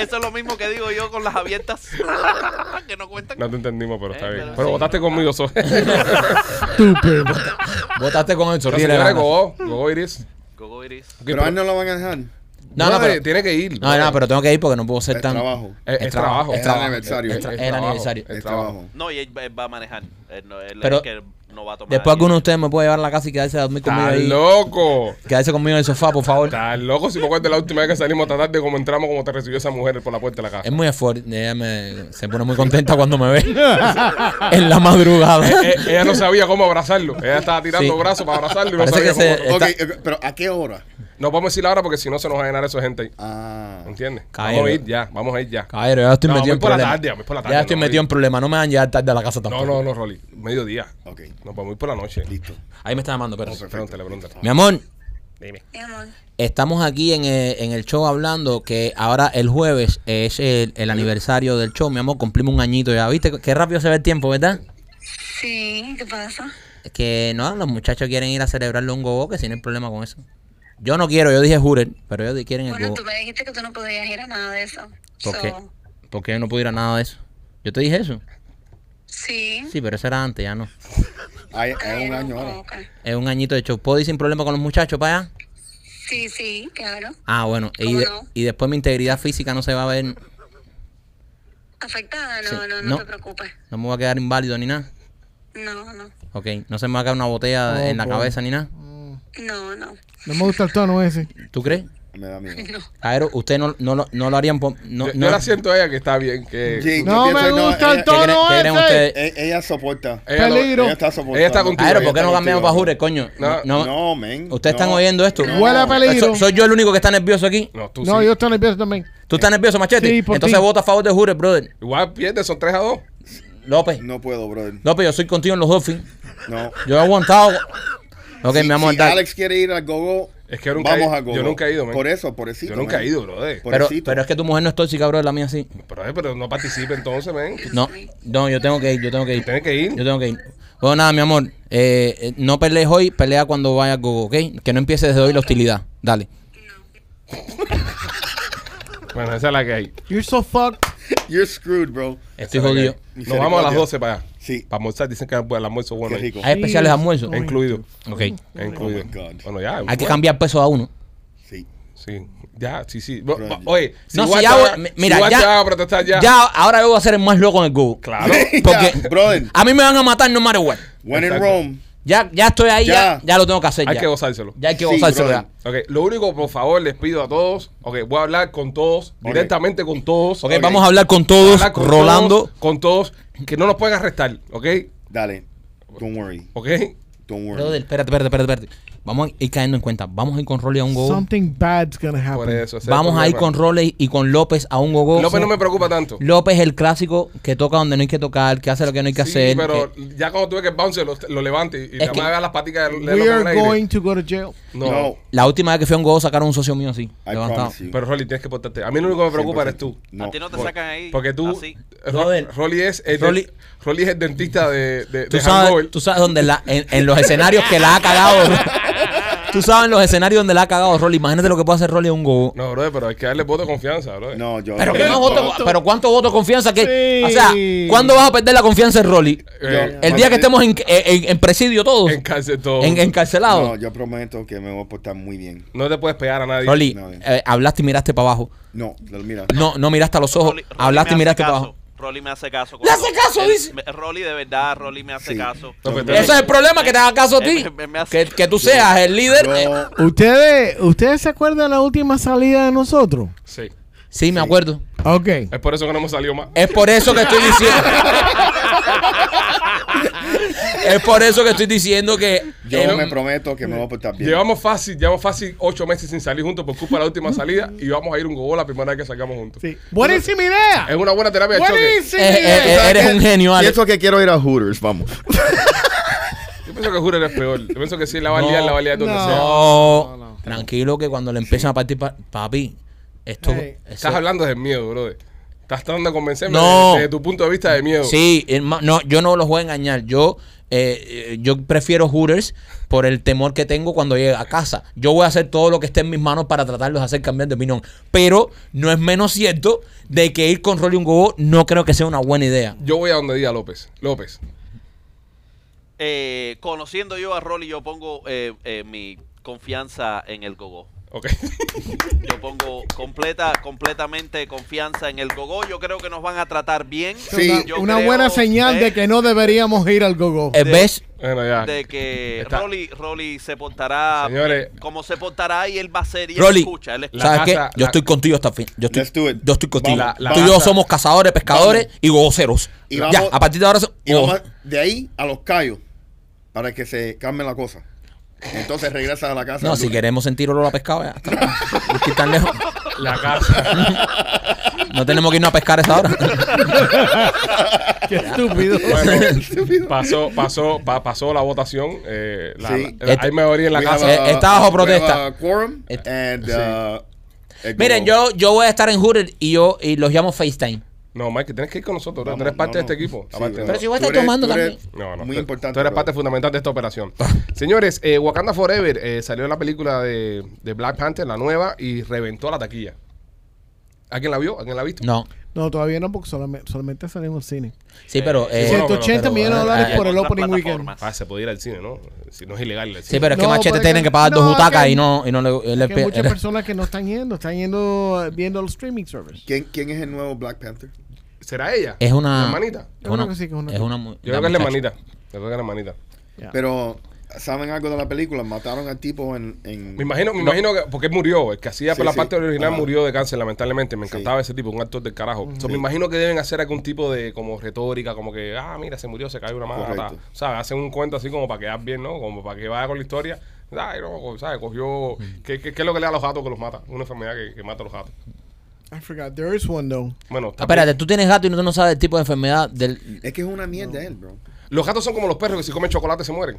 Speaker 5: Eso es lo mismo que digo yo con las abiertas. que no cuentan.
Speaker 1: No te entendimos, pero está
Speaker 5: Eh,
Speaker 1: bien.
Speaker 5: pero
Speaker 1: Pero
Speaker 5: sí,
Speaker 1: votaste
Speaker 5: no.
Speaker 1: conmigo, so. La
Speaker 3: Stupid.
Speaker 2: Votaste con el chorrillo de
Speaker 1: señora
Speaker 2: la
Speaker 1: de
Speaker 2: gana.
Speaker 1: Gogo, Gogo Iris.
Speaker 5: Gogo Iris.
Speaker 1: Ok,
Speaker 4: Pero a él no lo van a dejar.
Speaker 2: No, no,
Speaker 1: brother,
Speaker 2: pero,
Speaker 1: tiene que ir.
Speaker 2: no,
Speaker 1: brother.
Speaker 2: no, pero tengo que ir porque no puedo ser
Speaker 4: Es
Speaker 2: tan...
Speaker 4: trabajo.
Speaker 1: Eh, Es,
Speaker 2: es
Speaker 1: trabajo.
Speaker 2: trabajo,
Speaker 1: Es
Speaker 2: es
Speaker 1: trabajo.
Speaker 4: aniversario.
Speaker 1: Es-
Speaker 4: Es
Speaker 1: es
Speaker 2: el
Speaker 1: trabajo,
Speaker 2: aniversario.
Speaker 1: Es
Speaker 4: Es
Speaker 1: trabajo.
Speaker 4: trabajo.
Speaker 5: No, y él, él va a manejar. Él no- él
Speaker 2: Pero-
Speaker 5: es el que no va a tomar.
Speaker 2: Después
Speaker 5: ahí.
Speaker 2: alguno de ustedes me puede llevar a la casa y quedarse a dormir conmigo
Speaker 1: Estás
Speaker 2: ahí.
Speaker 1: loco.
Speaker 2: Quedarse conmigo en el sofá, por favor.
Speaker 1: Estás loco si me acuerdo la última vez que salimos tan tarde como entramos, como te recibió esa mujer por la puerta de la casa.
Speaker 2: Es muy esfuerte. Ella me- se pone muy contenta cuando me ve en la madrugada.
Speaker 1: Eh, ella no sabía cómo abrazarlo. Ella estaba tirando
Speaker 2: Sí.
Speaker 1: brazos para abrazarlo y no sabía
Speaker 2: Parece que se-
Speaker 1: cómo.
Speaker 4: Ok,
Speaker 2: Está-
Speaker 4: ok, pero ¿a qué hora?
Speaker 1: No podemos decir ahora porque si no se nos va a llenar eso de gente ahí.
Speaker 4: Ah.
Speaker 1: ¿Entiendes?
Speaker 2: Caballero.
Speaker 1: Vamos a ir ya, vamos a ir ya.
Speaker 2: Caballero, ya estoy
Speaker 1: No,
Speaker 2: metido
Speaker 1: voy
Speaker 2: en
Speaker 1: por la
Speaker 2: problemas.
Speaker 1: tarde, voy por la tarde,
Speaker 2: ya estoy
Speaker 1: no,
Speaker 2: metido
Speaker 1: voy.
Speaker 2: en problemas. No me van a llegar tarde a la casa
Speaker 1: No,
Speaker 2: tampoco.
Speaker 1: no, no, Rolly. Mediodía.
Speaker 4: Ok,
Speaker 1: Nos vamos a ir por la noche.
Speaker 4: listo.
Speaker 2: Ahí me está llamando, pero.
Speaker 1: Pregúntale, pregúntale.
Speaker 2: Mi amor,
Speaker 1: Dime.
Speaker 2: estamos aquí en, eh, en el show hablando que ahora el jueves es el, el aniversario del show. Mi amor, cumplimos un añito ya. ¿Viste? Qué rápido se ve el tiempo, ¿verdad?
Speaker 7: Sí, ¿qué pasa?
Speaker 2: Es que no, los muchachos quieren ir a celebrarlo un gogo, que si no hay problema con eso. Yo no quiero, yo dije Jurel, pero ellos quieren el
Speaker 7: Bueno,
Speaker 2: gogo.
Speaker 7: tú me dijiste que tú no podías ir a nada de eso.
Speaker 2: ¿Por qué?
Speaker 7: So,
Speaker 2: ¿Por qué yo no pudiera nada de eso? Yo te dije eso.
Speaker 7: sí.
Speaker 2: Sí, pero eso era antes, ya no.
Speaker 4: Hay, hay un
Speaker 7: Bueno,
Speaker 4: año ahora.
Speaker 7: ok.
Speaker 2: Es un añito de show. ¿Puedo ir sin problema con los muchachos para allá?
Speaker 7: Sí, sí, claro.
Speaker 2: Ah, bueno. Y,
Speaker 7: ¿Cómo
Speaker 2: de-
Speaker 7: no?
Speaker 2: y después mi integridad física no se va a ver.
Speaker 7: afectada, no,
Speaker 2: Sí,
Speaker 7: no, no,
Speaker 2: no.
Speaker 7: te preocupes.
Speaker 2: No me voy a quedar inválido ni nada.
Speaker 7: No, no,
Speaker 2: Ok, no se me va a caer una botella
Speaker 3: No, pues.
Speaker 2: en la
Speaker 3: por-
Speaker 2: cabeza ni nada.
Speaker 7: no, no,
Speaker 3: No me gusta el tono ese.
Speaker 2: ¿Tú crees?
Speaker 4: Me da miedo.
Speaker 7: no.
Speaker 2: Aero, usted no, no, lo, no lo harían por... No,
Speaker 1: yo,
Speaker 2: no-
Speaker 1: yo la siento a ella que está bien, que
Speaker 4: Sí, yo
Speaker 3: No me
Speaker 4: pienso que
Speaker 3: gusta el
Speaker 4: ella-
Speaker 2: ¿Qué creen,
Speaker 3: tono
Speaker 2: qué creen
Speaker 3: ese.
Speaker 2: ustedes?
Speaker 4: e- Ella, soporta.
Speaker 3: eh,
Speaker 1: ella lo-
Speaker 3: Peligro.
Speaker 4: Ella está soportando.
Speaker 1: Ella está contigo.
Speaker 2: Aero,
Speaker 1: Ahora,
Speaker 2: ¿por qué no cambiamos para Jure, coño?
Speaker 1: No,
Speaker 2: No, no.
Speaker 4: No, men.
Speaker 2: ¿Ustedes
Speaker 4: no.
Speaker 2: están oyendo esto?
Speaker 3: Huele a peligro.
Speaker 2: So- ¿Soy yo el único que está nervioso aquí?
Speaker 1: no, tú
Speaker 3: No,
Speaker 1: sí.
Speaker 3: yo estoy nervioso también.
Speaker 2: ¿Tú estás nervioso, Machete?
Speaker 3: Sí, por
Speaker 2: Entonces
Speaker 3: ti.
Speaker 2: vota a favor de Jure, brother.
Speaker 1: Igual pierde, son 3 a 2.
Speaker 2: López.
Speaker 4: No puedo, brother.
Speaker 2: López, yo soy contigo en los Dolphins.
Speaker 4: No.
Speaker 2: Yo he aguantado. Ok,
Speaker 4: Si-
Speaker 2: me vamos
Speaker 4: si
Speaker 2: a dar.
Speaker 4: Alex quiere ir al gogo.
Speaker 1: Es que yo nunca he
Speaker 4: vamos
Speaker 1: ido-
Speaker 4: a gogo.
Speaker 1: yo nunca he ido, men.
Speaker 4: Por eso, por eso.
Speaker 1: Yo nunca he ido, brother.
Speaker 4: Por-
Speaker 2: Pero,
Speaker 4: pobrecito.
Speaker 2: pero es que tu mujer no es tóxica, bro, la mía sí.
Speaker 1: Pero, eh, pero no participe entonces, men. Tú
Speaker 2: No, no, yo tengo que ir, yo tengo que ir.
Speaker 1: Tienes que
Speaker 2: Yo
Speaker 1: ir.
Speaker 2: tengo que ir. Bueno, nada, mi amor. eh, eh, no pelees hoy, pelea cuando vaya a Gogo, ¿ok? Que no empiece desde hoy la hostilidad. Dale.
Speaker 1: Bueno, esa es la que hay.
Speaker 3: You're so fucked.
Speaker 4: You're screwed, bro.
Speaker 2: Estoy jodido.
Speaker 1: Nos vamos a las 12 para allá.
Speaker 4: Sí.
Speaker 1: Para almorzar, dicen que el almuerzo bueno.
Speaker 4: Qué
Speaker 1: ahí.
Speaker 4: rico.
Speaker 2: Hay especiales de almuerzo.
Speaker 1: Es Incluido.
Speaker 2: Ok.
Speaker 1: Es incluido.
Speaker 4: Oh my God.
Speaker 1: bueno, ya.
Speaker 2: Hay que
Speaker 1: bueno.
Speaker 2: cambiar peso a uno.
Speaker 4: Sí.
Speaker 1: Sí, ya, sí, sí. Bo-
Speaker 4: Pero-
Speaker 1: bo- Oye, si
Speaker 2: No, si
Speaker 1: igual
Speaker 2: ya
Speaker 1: te
Speaker 2: voy-
Speaker 1: va-
Speaker 2: mi-
Speaker 1: si
Speaker 2: mira,
Speaker 1: igual
Speaker 2: ya-
Speaker 1: te vas a protestar ya.
Speaker 2: Ya, ahora yo voy a ser el más loco en el Gogo.
Speaker 1: Claro.
Speaker 2: Porque- Ah,
Speaker 4: Ya, brother,
Speaker 2: A mí me van a matar no matter what.
Speaker 4: when in
Speaker 1: Exacto.
Speaker 4: Rome,
Speaker 2: Ya, ya estoy ahí, ya,
Speaker 4: Ya.
Speaker 2: ya lo tengo que hacer.
Speaker 1: Hay
Speaker 2: ya.
Speaker 1: que gozárselo.
Speaker 2: Ya hay que
Speaker 4: Sí,
Speaker 2: gozárselo
Speaker 4: brother.
Speaker 2: ya.
Speaker 1: Ok, lo único, por favor, les pido a todos. Ok, voy a hablar con todos, directamente con todos.
Speaker 2: Ok, vamos a hablar con todos,
Speaker 1: Hablar con
Speaker 2: Rolando.
Speaker 1: todos, con todos, que no nos pueden arrestar, ¿ok?
Speaker 4: dale. Don't worry.
Speaker 1: ¿Ok?
Speaker 4: Don't worry.
Speaker 2: Brother, espérate, espérate, espérate, espérate. Vamos a ir cayendo en cuenta. Vamos a ir con Rolly a un gogo.
Speaker 3: Something bad's gonna
Speaker 1: Por
Speaker 3: happen.
Speaker 1: eso. ese es el
Speaker 2: Ah, pues, Vamos a ir con
Speaker 1: problema.
Speaker 2: Rolly y con López a un gogo.
Speaker 1: López no me preocupa tanto.
Speaker 2: López el clásico que toca donde no hay que tocar, que hace lo que no hay que
Speaker 1: Sí,
Speaker 2: hacer.
Speaker 1: pero
Speaker 2: que-
Speaker 1: ya cuando tuve que el bounce lo, lo levante y
Speaker 2: Es
Speaker 1: nada
Speaker 2: que-
Speaker 1: más vea las paticas de, de López
Speaker 3: We
Speaker 1: en el
Speaker 3: are
Speaker 1: aire.
Speaker 3: going to go to jail.
Speaker 1: No.
Speaker 4: No.
Speaker 2: La última vez que fui a un gogo sacaron un socio mío así.
Speaker 4: I
Speaker 2: levantado.
Speaker 4: promise you.
Speaker 1: Pero Rolly, tienes que portarte. A mí lo único que me preocupa eres tú.
Speaker 4: 100%. No.
Speaker 5: a ti no te
Speaker 4: por-
Speaker 5: sacan ahí.
Speaker 1: Porque tú,
Speaker 5: así.
Speaker 1: Ro-
Speaker 2: Brother.
Speaker 1: Rolly es el,
Speaker 2: Rolly-
Speaker 1: Rolly es el dentista de, de,
Speaker 2: Tú
Speaker 1: de
Speaker 2: sabes,
Speaker 1: Hangover.
Speaker 2: tú sabes dónde la, en, en los escenarios que la ha cagado. tú sabes los escenarios donde la ha cagado Rolly. Imagínate lo que puede hacer Rolly a un gogo.
Speaker 1: No, brother, pero hay que darle voto de confianza, brother.
Speaker 4: No, yo.
Speaker 2: Pero que
Speaker 4: yo-
Speaker 2: no voto, pero cuánto voto de confianza que.
Speaker 3: Sí.
Speaker 2: O sea, ¿cuándo vas a perder la confianza en Rolly?
Speaker 1: Eh,
Speaker 4: Yo-
Speaker 2: El día que estemos en, en- en presidio todos,
Speaker 1: en cárcel todo.
Speaker 2: Pues, en, encarcelados.
Speaker 4: No, yo prometo que me voy a portar muy bien.
Speaker 1: No te puedes pegar a nadie.
Speaker 2: Rolly,
Speaker 4: No, bien.
Speaker 2: eh, hablaste y miraste para abajo.
Speaker 4: No, lo- mira.
Speaker 2: No, no miraste a los ojos.
Speaker 5: Rolly- Rolly
Speaker 2: hablaste y
Speaker 5: me
Speaker 2: miraste
Speaker 5: hace
Speaker 2: para
Speaker 5: caso.
Speaker 2: abajo.
Speaker 5: Rolly me hace caso.
Speaker 2: ¡Le
Speaker 5: con
Speaker 2: hace
Speaker 5: eso.
Speaker 2: caso,
Speaker 5: Él-
Speaker 2: dice!
Speaker 5: me- Rolly, de verdad, Rolly me hace
Speaker 4: Sí.
Speaker 5: caso.
Speaker 1: No, pero-
Speaker 2: Ese es el problema, que te haga caso a ti.
Speaker 5: Eh, me- me hace-
Speaker 2: Que, que tú seas el líder.
Speaker 4: Yo,
Speaker 3: ¿Ustedes, ¿Ustedes se acuerdan de la última salida de nosotros?
Speaker 1: Sí.
Speaker 2: Sí, me acuerdo.
Speaker 3: Ok.
Speaker 1: Es por eso que no hemos salido más.
Speaker 2: Es por eso que estoy diciendo. es por eso que estoy diciendo que.
Speaker 4: yo
Speaker 2: eh,
Speaker 4: me prometo que me voy a portar bien.
Speaker 1: Llevamos fácil, llevamos fácil ocho meses sin salir juntos por culpa de la última salida y vamos a ir un gol la primera vez que salgamos juntos.
Speaker 3: Sí. Buenísima idea.
Speaker 1: Es una buena terapia de choque.
Speaker 3: Buenísima
Speaker 2: Eh, eh,
Speaker 3: idea.
Speaker 2: eh, eres un genio, Alex.
Speaker 4: Pienso que quiero ir a Hooters, vamos.
Speaker 1: Yo pienso que Jure es peor. Yo pienso que sí, la va a liar,
Speaker 2: No.
Speaker 1: la va a liar donde
Speaker 3: No.
Speaker 1: sea.
Speaker 2: No, tranquilo que cuando le empiezan a partir, pa- papi, esto.
Speaker 3: Ey.
Speaker 2: eso-
Speaker 1: Estás hablando del miedo, brother. Estás tratando de convencerme
Speaker 2: No.
Speaker 1: desde, tu punto de vista de miedo.
Speaker 2: Sí, herma- no, yo no los voy a engañar. Yo, eh, eh, yo prefiero Hooters por el temor que tengo cuando llegue a casa. Yo voy a hacer todo lo que esté en mis manos para tratarlos de hacer cambiar de opinión. Pero no es menos cierto de que ir con Rolly un gogo no creo que sea una buena idea.
Speaker 1: Yo voy a donde diga López. López.
Speaker 5: Eh, conociendo yo a Rolly, yo pongo eh, eh, mi confianza en el gogo.
Speaker 1: Ok.
Speaker 5: Yo pongo completa, completamente confianza en el gogo. Yo creo que nos van a tratar bien.
Speaker 4: Sí.
Speaker 5: Yo
Speaker 3: Una
Speaker 5: creo,
Speaker 3: buena señal
Speaker 5: eh,
Speaker 3: de que no deberíamos ir al gogo.
Speaker 2: Eh, ¿Ves?
Speaker 1: bueno, ya.
Speaker 5: de que
Speaker 1: Está-
Speaker 5: Rolly, Rolly se portará
Speaker 1: Señores.
Speaker 5: como se portará y él va a ser y
Speaker 2: Rolly,
Speaker 5: él escucha, él escucha.
Speaker 2: ¿sabes
Speaker 1: La
Speaker 2: qué?
Speaker 1: casa-
Speaker 2: yo
Speaker 1: la-
Speaker 2: estoy contigo hasta el fin. Yo
Speaker 4: Let's do
Speaker 2: estoy,
Speaker 4: it.
Speaker 2: yo estoy contigo.
Speaker 1: Vamos, la-
Speaker 2: Tú y yo
Speaker 1: casa-
Speaker 2: somos cazadores, pescadores
Speaker 4: Vamos.
Speaker 2: y gogoceros.
Speaker 4: Y
Speaker 2: ya,
Speaker 4: vamos-
Speaker 2: a partir de ahora. so-
Speaker 4: Y vamos
Speaker 2: gogo-
Speaker 4: a- de ahí a los callos para que se calme la cosa. Entonces regresas a la casa.
Speaker 2: No,
Speaker 4: el
Speaker 2: si
Speaker 4: lunes.
Speaker 2: queremos sentir olor a pescado, ya está. No estoy tan lejos.
Speaker 1: La casa.
Speaker 2: No tenemos que irnos a pescar a esa hora.
Speaker 3: Qué
Speaker 2: eh,
Speaker 3: estúpido.
Speaker 1: Bueno, pasó, pasó, pa- pasó la votación. eh, la-
Speaker 4: Sí.
Speaker 1: la- hay mayoría en la
Speaker 4: We
Speaker 1: casa.
Speaker 4: have a-
Speaker 2: Eh, está bajo
Speaker 4: we have
Speaker 2: protesta.
Speaker 4: a quorum
Speaker 2: Et-
Speaker 4: and, uh, el
Speaker 2: Miren,
Speaker 4: gogo.
Speaker 2: yo, yo voy a estar en Hooter y yo y los llamo FaceTime.
Speaker 1: No, Mike, tienes que ir con nosotros.
Speaker 4: Vamos,
Speaker 1: tú eres parte
Speaker 4: no,
Speaker 1: de este
Speaker 4: no.
Speaker 1: equipo.
Speaker 4: Sí,
Speaker 1: Aparte,
Speaker 4: bro.
Speaker 2: Pero si voy a
Speaker 4: Tú
Speaker 2: estar
Speaker 4: eres-
Speaker 2: tomando
Speaker 4: tú eres
Speaker 2: también.
Speaker 1: No, no.
Speaker 4: Muy
Speaker 1: tú-
Speaker 4: importante.
Speaker 1: Tú eres
Speaker 4: bro.
Speaker 1: parte fundamental de esta operación. Señores, eh, Wakanda Forever eh, salió la película de, de Black Panther, la nueva, y reventó la taquilla. ¿Alguien la vio? ¿Alguien la ha visto?
Speaker 2: No.
Speaker 3: No, todavía no, porque solamente, solamente salimos al cine.
Speaker 2: Sí, pero.
Speaker 1: sí,
Speaker 2: eh,
Speaker 1: bueno, pero-
Speaker 3: 180
Speaker 2: pero-
Speaker 3: millones de dólares
Speaker 2: eh,
Speaker 3: por el
Speaker 5: otras
Speaker 3: opening weekend.
Speaker 5: plataformas.
Speaker 1: Ah, se puede ir al cine, ¿no? Si no es ilegal el
Speaker 2: Sí,
Speaker 1: cine.
Speaker 2: pero es que
Speaker 3: No,
Speaker 2: Machete
Speaker 3: pero es
Speaker 2: tienen
Speaker 3: que-
Speaker 2: que pagar
Speaker 3: no,
Speaker 2: dos
Speaker 3: es
Speaker 2: butacas
Speaker 3: que-
Speaker 2: y no, y no le. eh, le-
Speaker 3: Que muchas
Speaker 2: le-
Speaker 3: personas que no están yendo, están yendo eh, viendo el eh, streaming service.
Speaker 4: ¿Quién, ¿Quién es el nuevo Black Panther?
Speaker 1: ¿Será ella?
Speaker 2: Es una.
Speaker 1: ¿La hermanita?
Speaker 2: Es
Speaker 3: Yo
Speaker 2: una,
Speaker 3: creo que sí, que es una-
Speaker 2: es una mu-
Speaker 1: Yo creo que es la
Speaker 2: muchacha.
Speaker 1: hermanita. Yo creo que es la hermanita.
Speaker 4: Pero, ¿saben algo de la película? Mataron al tipo en. en-
Speaker 1: Me imagino, me imagino que porque él murió, el que hacía
Speaker 4: Sí,
Speaker 1: por la
Speaker 4: sí.
Speaker 1: parte original
Speaker 4: Ajá.
Speaker 1: murió de cáncer, lamentablemente. Me
Speaker 4: Sí.
Speaker 1: encantaba ese tipo, un actor del carajo. So, Me imagino que deben hacer algún tipo de como retórica, como que, ah, mira, se murió, se cayó una mano.
Speaker 4: Correcto.
Speaker 1: ta. ¿Sabes? Hacen un cuento así como para quedar bien, ¿no? Como para que vaya con la historia. Ay, no, ¿sabes? Cogió. ¿Qué, qué, qué es lo que le da a los gatos que los mata? Una enfermedad que, que mata a los gatos.
Speaker 3: I forgot. There is one though.
Speaker 1: Bueno, está
Speaker 2: Ah, Espérate, tú tienes gato y no, tú no sabes el tipo de enfermedad. Del...
Speaker 4: Es que es una mierda él, bro.
Speaker 1: bien. Los gatos son como los perros que si comen chocolate se mueren.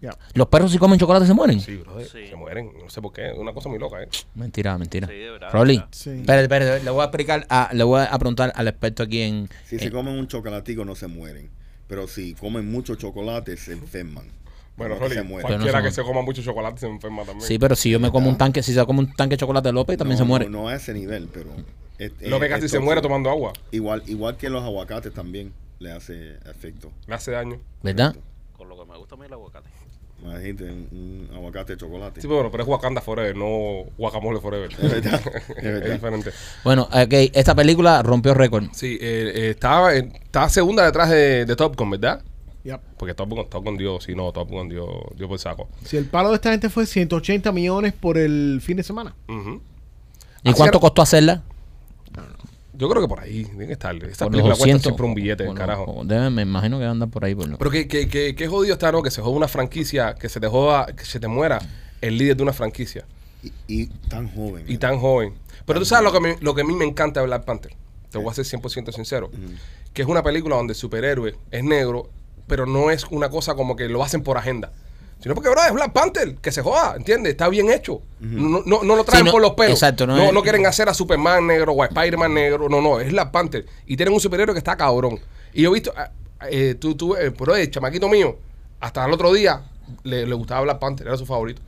Speaker 3: Yeah.
Speaker 2: ¿Los perros si comen chocolate se mueren?
Speaker 1: Sí, brother.
Speaker 5: Sí.
Speaker 1: Se mueren. No sé por qué. Es una cosa muy loca, ¿eh?
Speaker 2: Mentira, mentira.
Speaker 5: Sí, de verdad,
Speaker 2: Rolly,
Speaker 5: de verdad.
Speaker 3: Sí.
Speaker 2: espérate, espérate, le voy a explicar, a- le voy a preguntar al experto aquí en...
Speaker 4: Si
Speaker 2: en-
Speaker 4: se comen un chocolatico, no se mueren. Pero si comen mucho chocolate, se enferman.
Speaker 1: Bueno,
Speaker 4: No que
Speaker 1: Rolly,
Speaker 4: se mueren.
Speaker 1: cualquiera
Speaker 2: Pero no
Speaker 1: que
Speaker 2: se
Speaker 1: se coma mucho chocolate se enferma también.
Speaker 2: Sí, pero si yo me como un tanque, si se come un tanque de chocolate de López, también se muere.
Speaker 4: No, no a ese nivel, pero. es- es-
Speaker 1: López
Speaker 4: es
Speaker 1: casi se
Speaker 4: tóxico.
Speaker 1: muere tomando agua.
Speaker 4: Igual, igual que los aguacates también le hace efecto.
Speaker 1: Le hace daño.
Speaker 2: ¿Verdad?
Speaker 5: Con lo que me gusta a mí el aguacate.
Speaker 4: Imagínate un, un aguacate de chocolate.
Speaker 1: Sí, pero, pero es Wakanda Forever, no Guacamole Forever.
Speaker 4: Es verdad, es
Speaker 1: es
Speaker 4: verdad.
Speaker 1: diferente.
Speaker 2: Bueno, ok, esta película rompió récord.
Speaker 1: Sí, eh, eh, estaba, eh, estaba segunda detrás de, de Top Gun, ¿verdad?
Speaker 3: Yep.
Speaker 1: Porque Top Gun, Top Gun dio, sí, no, Top Gun dio, dio por saco.
Speaker 3: Si el palo de esta gente fue 180 millones por el fin de semana.
Speaker 1: Ujú.
Speaker 2: ¿Y cuánto costó hacerla?
Speaker 1: Yo creo que por ahí, tiene que estar. Esta
Speaker 2: Por los
Speaker 1: película cuesta
Speaker 2: 200.
Speaker 1: siempre un billete,
Speaker 2: Por los-
Speaker 1: carajo.
Speaker 2: por- debe- pues me imagino que andan por ahí. Por lo-
Speaker 1: Pero que, que, que, que jodido está, ¿no? Que se joda una franquicia, que se te joda, que se te muera el líder de una franquicia.
Speaker 4: Y, y tan joven.
Speaker 1: Y tan joven. Pero tú sabes lo que, me- lo que a mí me encanta de Black Panther. Te voy a ser 100% sincero. Que es una película donde el superhéroe es negro, pero no es una cosa como que lo hacen por agenda. Sino porque, bro, es Black Panther, que se joda, ¿entiendes? Está bien hecho. no, no, no lo traen
Speaker 2: Sí, no-
Speaker 1: por los pelos.
Speaker 2: exacto,
Speaker 1: no,
Speaker 2: no
Speaker 1: no,
Speaker 2: es-
Speaker 1: quieren hacer a Superman negro o a Spider-Man negro. No, no, es Black Panther. Y tienen un superhéroe que está cabrón. Y yo he visto, ah, eh, tú, tú, eh, bro, el chamaquito mío, hasta el otro día le, le gustaba Black Panther, era su favorito.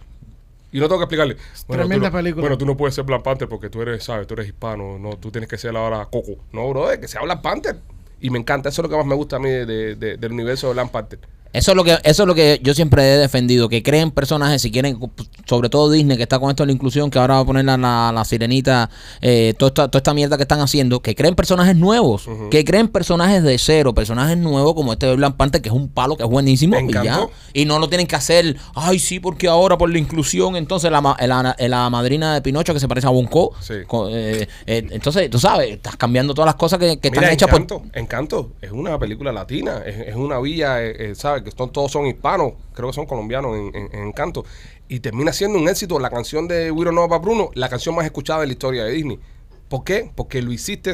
Speaker 1: Y no tengo que explicarle. tú
Speaker 3: tremenda
Speaker 1: no-
Speaker 3: película.
Speaker 1: Bueno, tú no puedes ser Black Panther porque tú eres, ¿sabes? Tú eres hispano, no, tú tienes que ser ahora Coco. No, brother, que sea Black Panther. Y me encanta, eso es lo que más me gusta a mí de- de- de- del universo de Black Panther.
Speaker 2: Eso es lo que eso es lo que yo siempre he defendido, que creen personajes, si quieren, sobre todo Disney, que está con esto de la inclusión, que ahora va a poner la, la- la sirenita, eh, toda, esta, toda esta mierda que están haciendo, que creen personajes nuevos, que creen personajes de cero, personajes nuevos como este de Black Panther, que es un palo que es buenísimo,
Speaker 1: Me
Speaker 2: y ya.
Speaker 1: encantó.
Speaker 2: Y no lo tienen que hacer, ay sí, porque ahora por la inclusión, entonces la, ma- la, la madrina de Pinocho que se parece a Bonco,
Speaker 1: Sí.
Speaker 2: eh, entonces tú sabes, estás cambiando todas las cosas que, que
Speaker 1: Mira,
Speaker 2: están hechas por...
Speaker 1: Encanto, Encanto es una película latina, es, es una villa, eh, eh, ¿sabes? Que son- todos son hispanos, creo que son colombianos en, en- en Encanto. Y termina siendo un éxito la canción de We Don't Know About Bruno, la canción más escuchada de la historia de Disney. ¿Por qué? Porque lo hiciste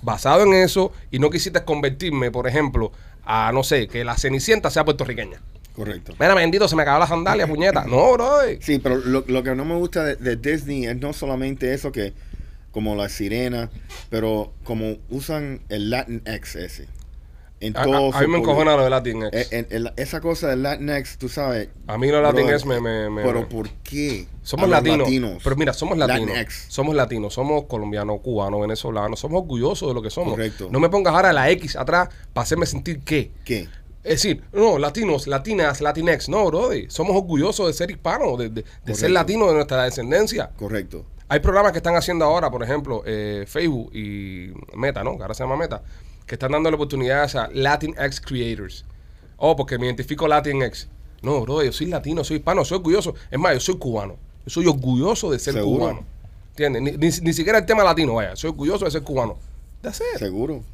Speaker 1: basado en eso y no quisiste convertirme, por ejemplo, a, no sé, que la Cenicienta sea puertorriqueña.
Speaker 4: Correcto.
Speaker 1: Mira, bendito, se me acabó la sandalia, puñeta. No, bro.
Speaker 4: Sí, pero lo, lo que no me gusta de, de Disney es no solamente eso que como la sirena, pero como usan el Latinx ese. En
Speaker 1: A,
Speaker 4: todo
Speaker 1: a- a mí me
Speaker 4: su-
Speaker 1: encojona lo de Latinx.
Speaker 4: Eh, en- en la- esa cosa del Latinx, tú sabes.
Speaker 1: A mí lo
Speaker 4: brother,
Speaker 1: Latinx me- me- me-
Speaker 4: Pero ¿por qué?
Speaker 1: Somos
Speaker 4: a los
Speaker 1: latinos, Pero mira, somos latinos.
Speaker 4: Latinx.
Speaker 1: Somos latinos, somos colombianos, cubanos, venezolanos. Somos orgullosos de lo que somos.
Speaker 4: Correcto.
Speaker 1: No me pongas ahora la X atrás para hacerme sentir qué.
Speaker 4: ¿Qué?
Speaker 1: Es decir, no, latinos, latinas, latinex. No, brother. Somos orgullosos de ser hispanos, de, de- de ser
Speaker 4: Correcto.
Speaker 1: latinos, de nuestra descendencia.
Speaker 4: Correcto.
Speaker 1: Hay programas que están haciendo ahora, por ejemplo, eh, Facebook y Meta, ¿no? Que ahora se llama Meta, que están dando la oportunidad a Latinx creators. Oh, porque me identifico Latinx. No, bro, yo soy latino, soy hispano, soy orgulloso. Es más, yo soy cubano. Yo soy orgulloso de ser
Speaker 4: Seguro.
Speaker 1: cubano. ¿Entiendes? Ni, ni- ni siquiera el tema latino, vaya. Soy orgulloso de ser cubano. That's it.
Speaker 4: Seguro.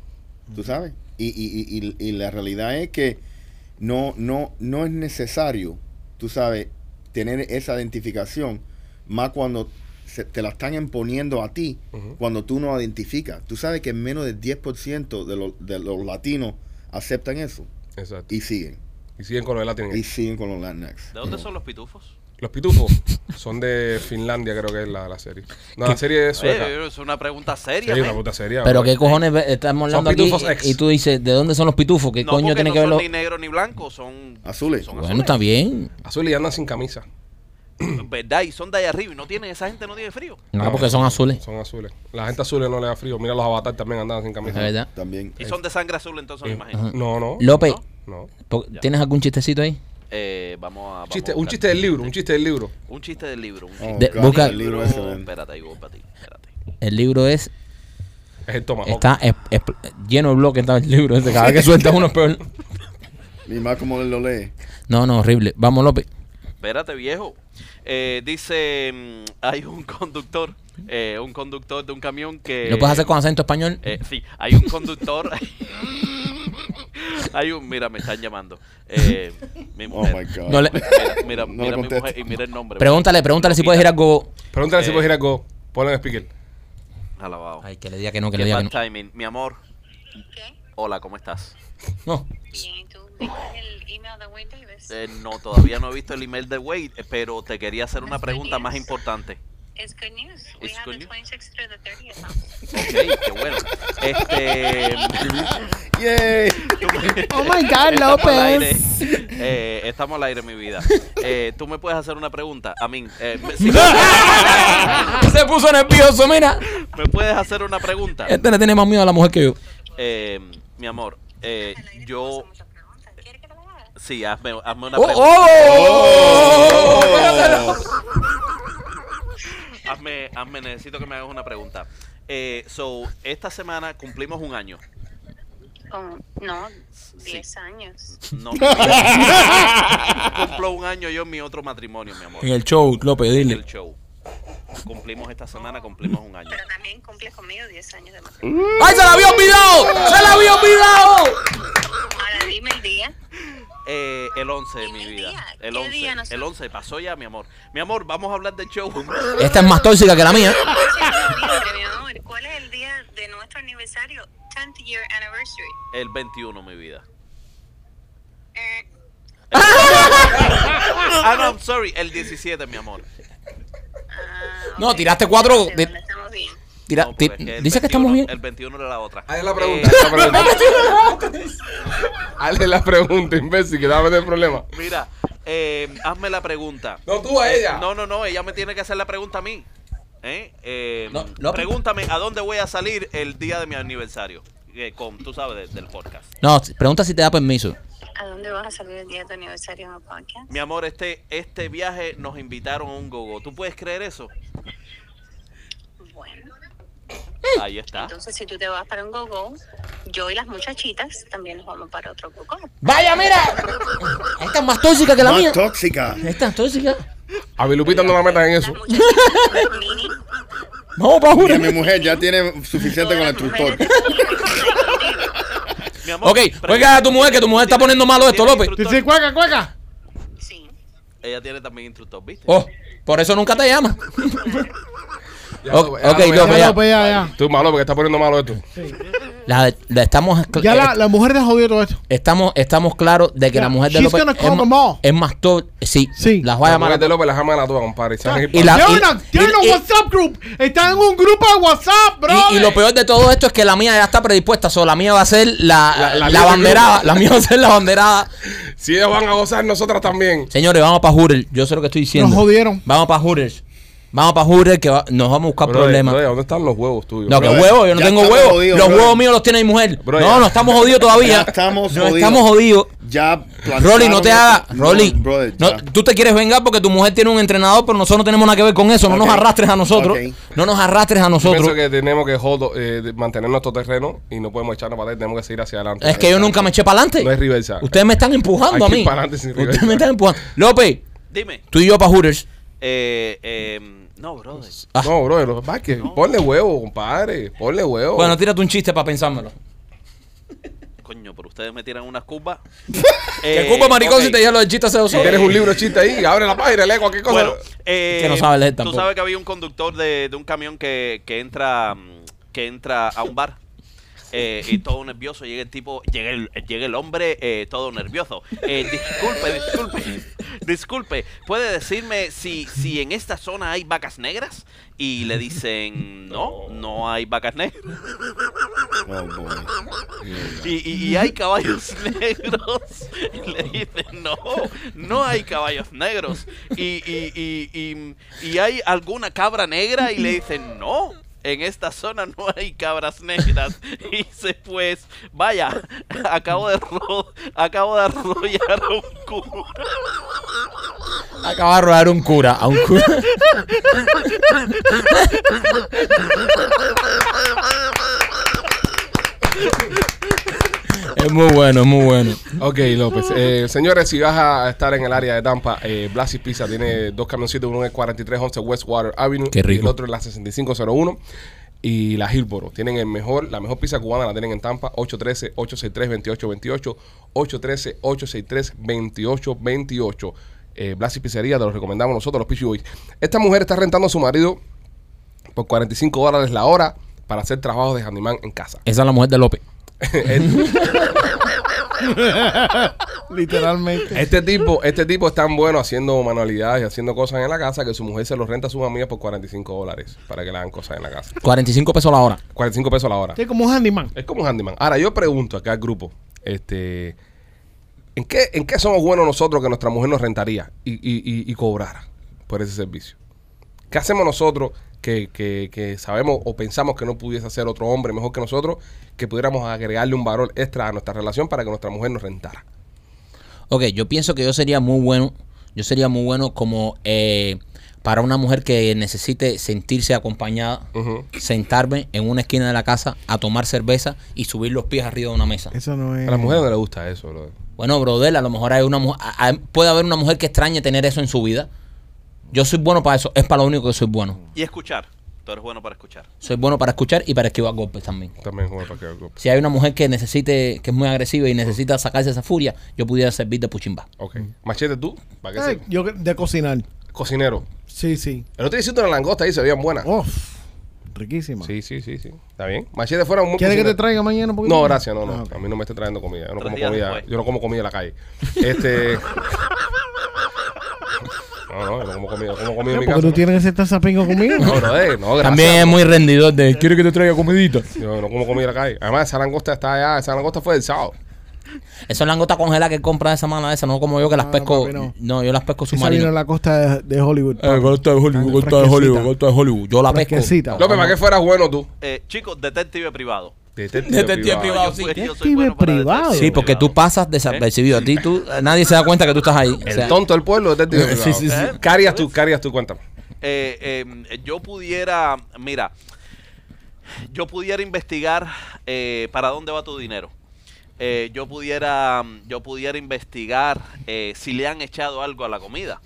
Speaker 1: Mm.
Speaker 4: Tú sabes. Y, y- y- y- y la realidad es que no, no, no es necesario, tú sabes, tener esa identificación, más cuando se- te la están imponiendo a ti,
Speaker 1: Ujú.
Speaker 4: cuando tú no identificas. Tú sabes que menos del 10% de, los- de los latinos aceptan eso
Speaker 1: Exacto. Y,
Speaker 4: y siguen.
Speaker 1: siguen con lo de
Speaker 4: Y
Speaker 1: Latinx.
Speaker 4: siguen con los Latinx.
Speaker 5: ¿De dónde
Speaker 4: Ujú.
Speaker 5: son los pitufos?
Speaker 1: Los pitufos son de Finlandia, creo que es la, la serie. No, la serie es sueca.
Speaker 5: Oye, Eh, es una pregunta
Speaker 1: Sí,
Speaker 5: seria.
Speaker 1: una
Speaker 5: men.
Speaker 1: puta serie.
Speaker 2: Pero
Speaker 1: bro.
Speaker 2: qué cojones ve- estamos
Speaker 1: Son
Speaker 2: hablando aquí
Speaker 1: pitufos ex.
Speaker 2: y, y tú dices, ¿de dónde son los pitufos? ¿Qué
Speaker 5: no,
Speaker 2: coño
Speaker 5: porque
Speaker 2: tiene
Speaker 5: no
Speaker 2: que ver
Speaker 5: son
Speaker 2: los...
Speaker 5: ni negros ni blancos, son,
Speaker 4: Azules.
Speaker 5: son
Speaker 2: Bueno, está bien.
Speaker 1: Azul y andan sin camisa.
Speaker 5: ¿verdad? Y son de allá arriba y no tienen, esa gente no tiene frío.
Speaker 2: No, porque son azules.
Speaker 1: Son azules. La gente azul no le da frío. Mira los avatar también andan sin
Speaker 2: Es
Speaker 1: camisa.
Speaker 2: verdad.
Speaker 4: También.
Speaker 5: Y son de sangre azul, entonces me imagino.
Speaker 1: No, no.
Speaker 2: López,
Speaker 1: No.
Speaker 2: po- ¿tienes algún chistecito ahí?
Speaker 5: Eh, vamos a.
Speaker 1: Un chiste,
Speaker 5: vamos a
Speaker 1: un
Speaker 5: buscar.
Speaker 1: chiste del libro, un chiste del libro.
Speaker 5: Un chiste del libro. Un
Speaker 4: Oh,
Speaker 5: chiste
Speaker 2: De-
Speaker 4: God,
Speaker 2: busca-
Speaker 4: el libro ese, man.
Speaker 5: Espérate, ahí voy para ti. Espérate.
Speaker 2: El libro es
Speaker 1: Es el tomahawk.
Speaker 2: Está es- es- lleno de bloques está el libro. ese. Cada vez que sueltas uno es peor.
Speaker 4: Ni más como él lo lee.
Speaker 2: No, no, horrible. Vamos, López.
Speaker 5: Espérate, viejo. Eh, dice, mm, hay un conductor, eh, un conductor de un camión que...
Speaker 2: ¿Lo puedes hacer con acento español?
Speaker 5: Eh, sí, hay un conductor. hay un. Mira, me están llamando. Eh, mi
Speaker 4: Oh
Speaker 5: mujer.
Speaker 4: my God.
Speaker 2: No le-
Speaker 5: Mira, mira,
Speaker 4: No
Speaker 5: mira
Speaker 4: le
Speaker 5: mi
Speaker 4: contesto.
Speaker 5: mujer y mira el nombre.
Speaker 2: Pregúntale, pregúntale si puedes ir algo.
Speaker 1: Pregúntale si
Speaker 5: Eh.
Speaker 1: puedes ir a Go. Ponlo en speaker.
Speaker 5: Alabado.
Speaker 2: Ay, que le diga que no, que
Speaker 5: Qué
Speaker 2: le diga que
Speaker 5: mal
Speaker 2: no.
Speaker 5: timing. Mi amor,
Speaker 7: ¿Qué?
Speaker 5: hola, ¿cómo estás?
Speaker 2: No.
Speaker 7: Bien, ¿tú viste el email de Wayne Davis?
Speaker 5: Eh, no, todavía no he visto el email de Wade, eh, pero te quería hacer una pregunta más importante.
Speaker 7: It's good news. We
Speaker 5: It's
Speaker 7: have
Speaker 5: good
Speaker 7: the
Speaker 5: news. Eh,
Speaker 7: 26th through the 30th. now.
Speaker 5: Ok, qué bueno. Este.
Speaker 4: Yay.
Speaker 3: Oh my God,
Speaker 5: Estamos al aire.
Speaker 3: López.
Speaker 5: Eh, estamos al aire, mi vida. Eh, Tú me puedes hacer una pregunta. A mí. eh, me- sí.
Speaker 2: Se puso nervioso, mira.
Speaker 5: ¿Me puedes hacer una pregunta?
Speaker 2: Este le tiene más miedo a la mujer que yo.
Speaker 5: Eh, mi amor, eh,
Speaker 7: Al aire pues, te puedo
Speaker 5: yo...
Speaker 7: hacer muchas preguntas. ¿Quieres que te las haga?
Speaker 5: Sí, hazme, hazme una
Speaker 2: ¡Oh,
Speaker 5: pregunta.
Speaker 2: oh!
Speaker 5: Hazme, hazme, necesito que me hagas una pregunta. Eh, so, esta semana cumplimos un año.
Speaker 7: Oh, no,
Speaker 5: Sí.
Speaker 7: 10 años.
Speaker 5: No, mi vida. cumplo un año yo en mi otro matrimonio, mi amor.
Speaker 2: En el show, López,
Speaker 5: En el
Speaker 2: dile.
Speaker 5: show. Cumplimos esta semana, cumplimos un año.
Speaker 7: Pero también cumple conmigo 10 años de matrimonio.
Speaker 2: ¡Ay, se la había olvidado! ¡Se la había olvidado!
Speaker 7: Ahora dime el día.
Speaker 5: Eh, el 11 de mi
Speaker 7: ¿Qué
Speaker 5: vida.
Speaker 7: día?
Speaker 5: El
Speaker 7: ¿Qué
Speaker 5: 11.
Speaker 7: día nosotros?
Speaker 5: el 11 pasó ya, mi amor. Mi amor, vamos a hablar del show.
Speaker 2: Esta es más tóxica que la mía.
Speaker 7: Noviembre, mi amor. ¿Cuál es el día de nuestro aniversario? 10th year anniversary.
Speaker 5: El 21, mi vida.
Speaker 7: Eh,
Speaker 5: Ah, no, I'm sorry. El 17, mi amor.
Speaker 7: ah,
Speaker 2: No,
Speaker 7: ok.
Speaker 2: tiraste cuatro-
Speaker 7: Segunda,
Speaker 2: de-
Speaker 7: estamos bien.
Speaker 2: Tira-
Speaker 5: No, porque
Speaker 2: ti-
Speaker 5: es el
Speaker 2: dice pues, que
Speaker 5: 21
Speaker 2: estamos bien.
Speaker 5: El 21 era la otra.
Speaker 1: Hazle la pregunta.
Speaker 5: Eh,
Speaker 1: hazle la pregunta. Hazle la pregunta, imbécil, que te va a meter en problema.
Speaker 5: mira, eh, hazme la pregunta.
Speaker 1: No, tú a ella.
Speaker 5: No, no, no, ella me tiene que hacer la pregunta a mí. ¿Eh? Eh,
Speaker 2: No, López.
Speaker 5: pregúntame a dónde voy a salir el día de mi aniversario. Eh, con, tú sabes, de- del podcast.
Speaker 2: No, pregunta si te da permiso.
Speaker 7: ¿A dónde vas a salir el día de tu aniversario en el podcast?
Speaker 5: Mi amor, este, este viaje nos invitaron a un gogo. ¿Tú puedes creer eso?
Speaker 7: Bueno,
Speaker 5: Ahí
Speaker 4: ¿Ah?
Speaker 5: está.
Speaker 7: entonces si tú te vas para un go-go, yo y las muchachitas también nos vamos para otro go-go.
Speaker 2: ¡Vaya, mira! Esta es más tóxica que la mía.
Speaker 4: Más tóxica.
Speaker 2: Esta es tóxica.
Speaker 1: A mi Lupita no la metas en
Speaker 7: Las
Speaker 1: eso.
Speaker 7: muchachitas, Mini,
Speaker 2: No, pa'
Speaker 4: Mira,
Speaker 2: jurar.
Speaker 4: mi mujer ya tiene suficiente con el instructor.
Speaker 5: Mi amor,
Speaker 2: Ok, oiga a tu mujer, que tu mujer está poniendo malo esto,
Speaker 5: ¿Tiene
Speaker 2: López.
Speaker 3: Dice
Speaker 5: instructor?
Speaker 3: cuaca, cuaca.
Speaker 7: Sí.
Speaker 5: Ella tiene también instructor, ¿viste?
Speaker 2: Oh, por eso nunca te llama.
Speaker 1: Ya,
Speaker 2: Ok,
Speaker 1: ya,
Speaker 2: ok,
Speaker 1: ya,
Speaker 2: López,
Speaker 1: ya.
Speaker 3: Ya, López, ya, ya.
Speaker 1: Tú malo, porque está poniendo malo esto.
Speaker 2: La, la estamos. eh,
Speaker 3: Ya la, la mujer te jodió todo esto.
Speaker 2: Estamos, estamos claros de que
Speaker 3: Yeah,
Speaker 2: la mujer de
Speaker 3: she's
Speaker 2: López
Speaker 3: gonna
Speaker 2: es,
Speaker 3: call them
Speaker 2: ma-
Speaker 3: all.
Speaker 2: es más todo. Sí,
Speaker 3: Sí.
Speaker 2: las va a
Speaker 1: Vaya
Speaker 2: llamar.
Speaker 1: mal.
Speaker 2: a-
Speaker 1: de López las ama a la tuya, compadre. Se van a ir
Speaker 2: Y
Speaker 1: pa-
Speaker 2: la-
Speaker 3: Tiene una-
Speaker 2: y-
Speaker 3: tiene un
Speaker 2: y-
Speaker 3: WhatsApp group. Está en un grupo de WhatsApp, bro.
Speaker 2: Y, y lo peor de todo esto es que la mía ya está predispuesta. Solo la mía va a ser la,
Speaker 1: La-
Speaker 2: la,
Speaker 1: la mía
Speaker 2: banderada. La mía va a ser la banderada.
Speaker 1: Si ellos van a gozar, nosotras también.
Speaker 2: Señores, vamos para Hooters. Yo sé lo que estoy diciendo.
Speaker 3: Nos jodieron.
Speaker 2: Vamos para Hooters. Vamos para Hooters que va- nos vamos a buscar
Speaker 1: Brother,
Speaker 2: problemas.
Speaker 1: brother, ¿Dónde están los huevos tuyos?
Speaker 2: no, que
Speaker 4: Brother,
Speaker 2: huevo, yo no
Speaker 4: ya
Speaker 2: tengo
Speaker 4: estamos
Speaker 2: huevos.
Speaker 4: jodidos,
Speaker 2: Los
Speaker 4: brother.
Speaker 2: huevos míos los tiene mi mujer.
Speaker 1: Brother.
Speaker 2: no, no estamos jodidos todavía.
Speaker 4: Ya estamos
Speaker 2: no
Speaker 4: jodidos.
Speaker 2: estamos jodidos.
Speaker 4: Ya plantaron-
Speaker 2: Rolly, no te hagas.
Speaker 4: No,
Speaker 2: Rolly,
Speaker 4: brother,
Speaker 2: no,
Speaker 4: ya.
Speaker 2: tú te quieres vengar porque tu mujer tiene un entrenador, pero nosotros no tenemos nada que ver con eso. No
Speaker 4: Ok.
Speaker 2: nos arrastres a nosotros.
Speaker 4: Ok.
Speaker 2: No nos arrastres a
Speaker 1: Yo
Speaker 2: nosotros.
Speaker 1: pienso que tenemos que hold- eh, de- mantener nuestro terreno y no podemos echarnos para atrás, tenemos que seguir hacia adelante.
Speaker 2: Es que yo nunca me eché para adelante.
Speaker 1: No es reversa.
Speaker 2: Ustedes me están empujando
Speaker 1: Hay
Speaker 2: a
Speaker 1: que
Speaker 2: mí.
Speaker 1: ir para adelante sin
Speaker 2: Ustedes
Speaker 1: reversa.
Speaker 2: me están empujando. López,
Speaker 5: Dime.
Speaker 2: tú y yo para Hooters.
Speaker 5: Eh, eh, no, brother.
Speaker 2: Ah.
Speaker 1: No, bro, lo- va, que ponle huevo, compadre. Ponle
Speaker 4: Oh.
Speaker 1: huevo.
Speaker 2: Bueno, tírate un chiste para pensármelo.
Speaker 5: Coño, pero ustedes me tiran unas cubas.
Speaker 2: Que
Speaker 5: Eh,
Speaker 2: Cuba maricón
Speaker 5: ok.
Speaker 2: si te dije lo del chiste hace dos horas.
Speaker 1: Tienes un libro de chiste ahí, abre la página, lee cualquier cosa.
Speaker 5: Bueno, eh,
Speaker 2: Que no sabe leer
Speaker 5: Tú
Speaker 2: tampoco.
Speaker 5: sabes que había un conductor de, de un camión que, que entra mm, que entra a un bar. eh, y todo nervioso, llega el tipo, llega el, llega el hombre eh, todo nervioso. Eh, disculpe, disculpe, disculpe, ¿puede decirme si, si en esta zona hay vacas negras? Y le dicen, no, no hay vacas negras.
Speaker 4: Oh, boy.
Speaker 5: Y, y- y hay caballos negros. Y le dicen, no, no hay caballos negros. Y, y, y, y- y hay alguna cabra negra y le dicen, no. En esta zona no hay cabras negras. Y dice, pues, vaya, acabo de, ro- acabo de arrollar a un cura.
Speaker 2: Acaba de robar un cura. A un cura. muy bueno, muy bueno.
Speaker 1: Ok, López. Eh, señores, si vas a estar en el área de Tampa, eh, Blasi Pizza tiene dos camioncitos, uno en el 4311 Westwater Avenue
Speaker 2: Qué rico.
Speaker 1: y el otro en la 6501. Y la Hillboro. Tienen el mejor, la mejor pizza cubana la tienen en Tampa, 813-863-2828, 813-863-2828. Eh, Blasi Pizzería, te lo recomendamos nosotros, los Pichi Boys. Esta mujer está rentando a su marido por 45 dólares la hora para hacer trabajos de handyman en casa.
Speaker 2: Esa es la mujer de López.
Speaker 1: Él-
Speaker 3: Literalmente.
Speaker 1: Este tipo, este tipo es tan bueno haciendo manualidades y haciendo cosas en la casa que su mujer se los renta a sus amigas por 45 dólares para que le hagan cosas en la casa.
Speaker 2: 45 pesos la hora.
Speaker 1: 45 pesos la hora.
Speaker 3: Este es como un handyman.
Speaker 1: Es como un handyman. Ahora, yo pregunto acá al grupo, este, ¿en qué, en qué somos buenos nosotros que nuestra mujer nos rentaría y, y- y- y cobrara por ese servicio? ¿Qué hacemos nosotros que, que- que sabemos o pensamos que no pudiese hacer otro hombre mejor que nosotros, que pudiéramos agregarle un valor extra a nuestra relación para que nuestra mujer nos rentara?
Speaker 2: Ok, yo pienso que yo sería muy bueno. Yo sería muy bueno como eh, para una mujer que necesite sentirse acompañada,
Speaker 1: Ujú.
Speaker 2: sentarme en una esquina de la casa a tomar cerveza y subir los pies arriba de una mesa.
Speaker 3: Eso no es.
Speaker 1: A las mujeres no les gusta eso, brother.
Speaker 2: Bueno, brother, a lo mejor hay una mujer, a- a- puede haber una mujer que extrañe tener eso en su vida. Yo soy bueno para eso, es para lo único que soy bueno.
Speaker 5: Y escuchar. Tú eres bueno para escuchar.
Speaker 2: Soy bueno para escuchar y para esquivar golpes también.
Speaker 1: También juega para que algo-
Speaker 2: Si hay una mujer que necesite, que es muy agresiva y necesita sacarse esa furia, yo pudiera servir de puchimba.
Speaker 1: Ok.
Speaker 3: Mm.
Speaker 1: Machete, tú, para que
Speaker 3: Ay,
Speaker 1: sepa.
Speaker 3: yo de cocinar.
Speaker 1: Cocinero.
Speaker 3: Sí, sí.
Speaker 1: El otro día hiciste una langosta ahí, se veían buenas.
Speaker 3: Uf, riquísima.
Speaker 1: Sí, sí, sí, sí. Está bien. Machete fuera un buen
Speaker 3: ¿Quieres que te
Speaker 1: cocinero.
Speaker 3: traiga mañana un poquito?
Speaker 1: No, gracias, no, no.
Speaker 3: Ah, ok.
Speaker 1: A mí no me esté trayendo comida. Yo no
Speaker 5: Tres
Speaker 1: como
Speaker 5: días
Speaker 1: comida.
Speaker 5: después.
Speaker 1: Yo no como comida en la calle. Este. No, no, yo no como comida. Yo como comida en mi
Speaker 3: Porque
Speaker 1: casa.
Speaker 3: tú
Speaker 1: ¿no?
Speaker 3: tienes que ser tan sapingo conmigo.
Speaker 1: No, brother, no, gracias.
Speaker 2: También es muy rendidor de, ¿quiere que te traiga comidita?
Speaker 1: Yo no como comida en la calle. Además, esa langosta está allá. Esa langosta fue del sábado.
Speaker 2: Esa langosta congelada que compra esa mano esa, no como yo que las
Speaker 3: Ah,
Speaker 2: pesco.
Speaker 3: papi,
Speaker 2: no.
Speaker 3: no.
Speaker 2: yo las pesco
Speaker 3: Esa vino a
Speaker 2: submarinas.
Speaker 3: la costa de, de Hollywood.
Speaker 2: Eh, costa de Hollywood, costa de Hollywood, costa de Hollywood. Yo la pesco.
Speaker 3: Fresquecita.
Speaker 1: López, ¿para qué fueras bueno tú?
Speaker 5: Eh, chicos, detective privado.
Speaker 1: Detective,
Speaker 2: Detective privado, sí.
Speaker 5: Pues yo soy
Speaker 3: Detective
Speaker 5: bueno para
Speaker 3: privado.
Speaker 5: detective
Speaker 2: Sí, porque tú
Speaker 5: privado.
Speaker 2: pasas desapercibido. A ti tú, nadie se da cuenta que tú estás ahí. O
Speaker 1: El
Speaker 2: sea,
Speaker 1: tonto del pueblo, detective.
Speaker 2: Sí,
Speaker 1: privado.
Speaker 2: sí,
Speaker 5: sí.
Speaker 1: ¿Qué harías tú? ¿Qué harías tú? Cuéntame.
Speaker 5: Eh, eh, yo pudiera, mira, yo pudiera investigar eh, para dónde va tu dinero. Eh, yo pudiera, yo pudiera investigar eh, si le han echado algo a la comida.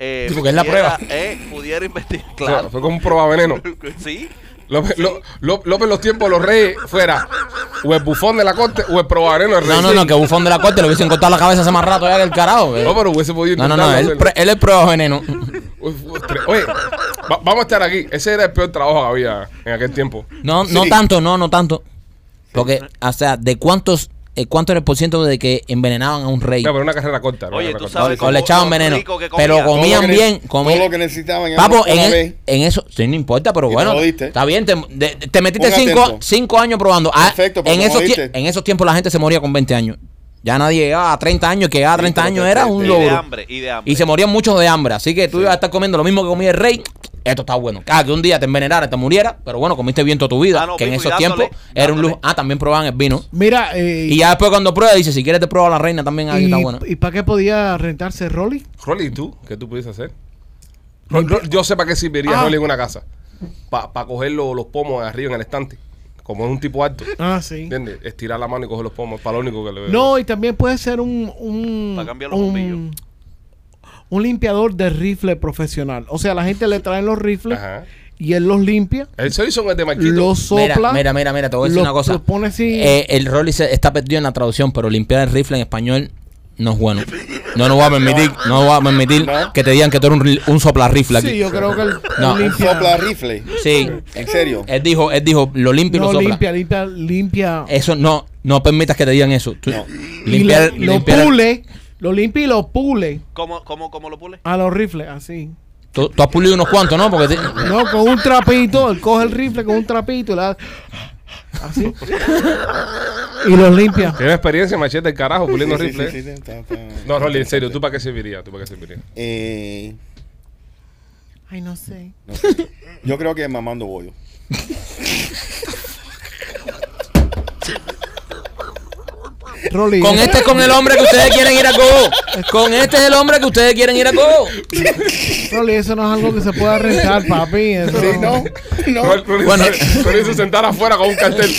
Speaker 5: Eh,
Speaker 2: Sí, porque es la
Speaker 5: pudiera-
Speaker 2: prueba.
Speaker 5: eh, pudiera investigar,
Speaker 1: Claro.
Speaker 5: claro.
Speaker 1: Fue como un probaveneno.
Speaker 5: sí.
Speaker 1: López, Ló- Ló- López los tiempos de los reyes fuera o el bufón de la corte o el probareno del rey.
Speaker 2: no, no, no, que bufón de la corte le hubiesen cortado la cabeza hace más rato ya que el carajo. eh.
Speaker 1: No, pero hubiese podido
Speaker 2: No, no, no,
Speaker 1: intentarlo,
Speaker 2: él,
Speaker 1: hacerlo.
Speaker 2: pre- él es prueba veneno.
Speaker 1: Uy, fu- tre- Oye, va- vamos a estar aquí. Ese era el peor trabajo que había en aquel tiempo.
Speaker 2: No, no
Speaker 4: Sí.
Speaker 2: tanto, no, no tanto. Porque, o sea, ¿de cuántos, eh, cuánto era el porciento de que envenenaban a un rey?
Speaker 1: No, pero una carrera corta. era
Speaker 5: Oye,
Speaker 1: una
Speaker 5: tú
Speaker 1: carrera corta.
Speaker 5: sabes
Speaker 2: o le echaban
Speaker 5: lo
Speaker 2: veneno.
Speaker 5: rico que
Speaker 2: Pero
Speaker 5: comía.
Speaker 2: comían
Speaker 4: Todo lo que
Speaker 2: bien,
Speaker 4: ne-
Speaker 2: comían.
Speaker 4: Todo lo que necesitaban en
Speaker 2: Papo,
Speaker 4: una
Speaker 2: en,
Speaker 4: sola
Speaker 2: el-
Speaker 4: vez.
Speaker 2: en eso, sí, no importa, pero
Speaker 4: Y te
Speaker 2: bueno,
Speaker 4: jodiste.
Speaker 2: está bien, te, de- te metiste
Speaker 4: Ponga
Speaker 2: cinco,
Speaker 4: atento.
Speaker 2: cinco años probando. Ah,
Speaker 4: Perfecto, pero
Speaker 2: en,
Speaker 4: te
Speaker 2: esos tie-
Speaker 4: jodiste.
Speaker 2: en esos tiempos la gente se moría con 20 años. Ya nadie llegaba a 30 años, que llegaba a
Speaker 4: Sí,
Speaker 2: 30
Speaker 4: pero
Speaker 2: años
Speaker 4: te-
Speaker 2: era
Speaker 4: te-
Speaker 2: un
Speaker 4: te-
Speaker 5: Y
Speaker 2: logro.
Speaker 5: de hambre, y de hambre.
Speaker 2: Y se morían muchos de hambre. Así que tú ibas a estar comiendo lo mismo que comía el rey. Esto está bueno. Ah, que un día te envenenara, te muriera. Pero bueno, comiste bien toda tu vida.
Speaker 5: Ah, no,
Speaker 2: que en
Speaker 5: pico, y
Speaker 2: esos
Speaker 5: dándole,
Speaker 2: tiempos era un lujo.
Speaker 5: dándole.
Speaker 2: Ah, también probaban el vino.
Speaker 3: Mira, eh,
Speaker 2: Y ya después cuando prueba, dice, si quieres te prueba la reina también. Ah, que
Speaker 3: y,
Speaker 2: está bueno.
Speaker 3: ¿y para qué podía rentarse Rolly?
Speaker 1: Rolly, ¿y ¿tú? ¿Qué tú pudiste hacer? Ro- ro- yo sé para qué serviría
Speaker 3: Ah.
Speaker 1: Rolly en una casa. Para coger los, los pomos arriba en el estante. Como es un tipo alto.
Speaker 3: Ah, sí.
Speaker 1: ¿Entiendes? Estirar la mano y coger los pomos. Para lo único que le
Speaker 3: No, y también puede ser un. un
Speaker 5: Para cambiar los
Speaker 3: un,
Speaker 5: bombillos.
Speaker 3: un limpiador de rifle profesional. O sea, la gente le traen los rifles
Speaker 1: Ajá.
Speaker 3: y él los limpia,
Speaker 1: Él se hizo en el de Marquito.
Speaker 3: los sopla.
Speaker 2: Mira, mira, mira, mira, te voy a decir
Speaker 3: lo-
Speaker 2: una cosa.
Speaker 3: lo pone así.
Speaker 2: Eh, el Rolly se- está perdido en la traducción, pero limpiar el rifle en español no es bueno. No nos voy a permitir, no voy a permitir
Speaker 4: No.
Speaker 2: que te digan que tú eres un, ri- un soplarrifle aquí.
Speaker 3: Sí, yo creo que él
Speaker 2: No.
Speaker 3: él
Speaker 4: Un
Speaker 3: limpia.
Speaker 4: sopla rifle.
Speaker 2: Sí.
Speaker 4: En serio.
Speaker 2: Él dijo, él dijo, lo limpio y
Speaker 3: No,
Speaker 2: lo sopla. Eh,
Speaker 3: limpia, limpia, limpia.
Speaker 2: Eso no, no permitas que te digan eso. Tú-
Speaker 4: No.
Speaker 2: Limpiar,
Speaker 3: y lo, lo
Speaker 2: limpiar-
Speaker 3: pule, lo limpia y lo pule
Speaker 5: ¿Cómo, cómo, cómo lo pule?
Speaker 3: a los rifles, así.
Speaker 2: Tú, tú has pulido unos cuantos, ¿no? Porque te-
Speaker 3: No, con un trapito, él coge el rifle con un trapito y le da- así. y los limpia.
Speaker 1: Tiene experiencia, machete, el carajo, puliendo
Speaker 4: Sí, sí,
Speaker 1: rifles.
Speaker 4: sí, sí, sí, está- está-
Speaker 1: No, Rolly, en serio, ¿tú para qué servirías? ¿Tú para qué servirías?
Speaker 4: Eh,
Speaker 3: Ay, no sé.
Speaker 4: no sé. Yo creo que mamando bollo.
Speaker 3: Rolly.
Speaker 8: Con este es con el hombre que ustedes quieren ir a Cobo. Con este es el hombre que ustedes quieren ir a Cobo.
Speaker 3: Rolly, eso no es algo que se pueda rentar, papi. Eso
Speaker 4: Sí, no, no.
Speaker 1: Bueno, se sentara afuera con un cartel.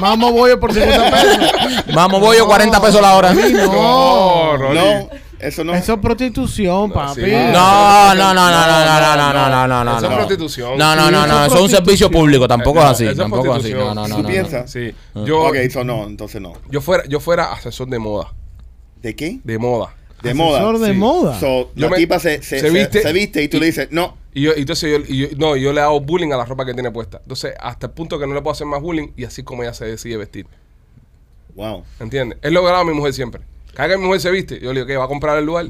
Speaker 3: Mamo bollo por 50 pesos.
Speaker 8: Vamos, voy yo 40 pesos la hora.
Speaker 3: No.
Speaker 1: No, Rolly.
Speaker 4: No, eso no.
Speaker 3: Eso es prostitución, papi.
Speaker 1: sí.
Speaker 8: No, no, no, no, no, no, no, no, no, no, no.
Speaker 1: Eso es
Speaker 8: no.
Speaker 1: prostitución.
Speaker 8: No, no, no, no, eso es un servicio público, tampoco es así, tampoco es así. No, no, no,
Speaker 4: ¿Tú
Speaker 8: no.
Speaker 4: piensas?
Speaker 1: Sí.
Speaker 8: Ah.
Speaker 1: Yo,
Speaker 4: ok, eso no, entonces no.
Speaker 1: yo, fuera, yo fuera asesor de moda.
Speaker 4: ¿De qué?
Speaker 1: De moda.
Speaker 4: De
Speaker 3: Asesor
Speaker 4: moda.
Speaker 3: de
Speaker 1: sí.
Speaker 3: moda.
Speaker 4: So,
Speaker 1: Yo
Speaker 4: la
Speaker 1: me-
Speaker 4: tipa se, se, se- se viste, y tú le dices, no,
Speaker 1: Y yo, entonces yo, y yo- no, yo le hago bullying a la ropa que tiene puesta. Entonces, hasta el punto que no le puedo hacer más bullying y así como ella se decide vestir.
Speaker 4: wow.
Speaker 1: ¿Entiendes? Es lo que hablaba mi mujer siempre. Cada que mi mujer se viste, yo le digo, ¿qué? ¿Va a comprar el lugar?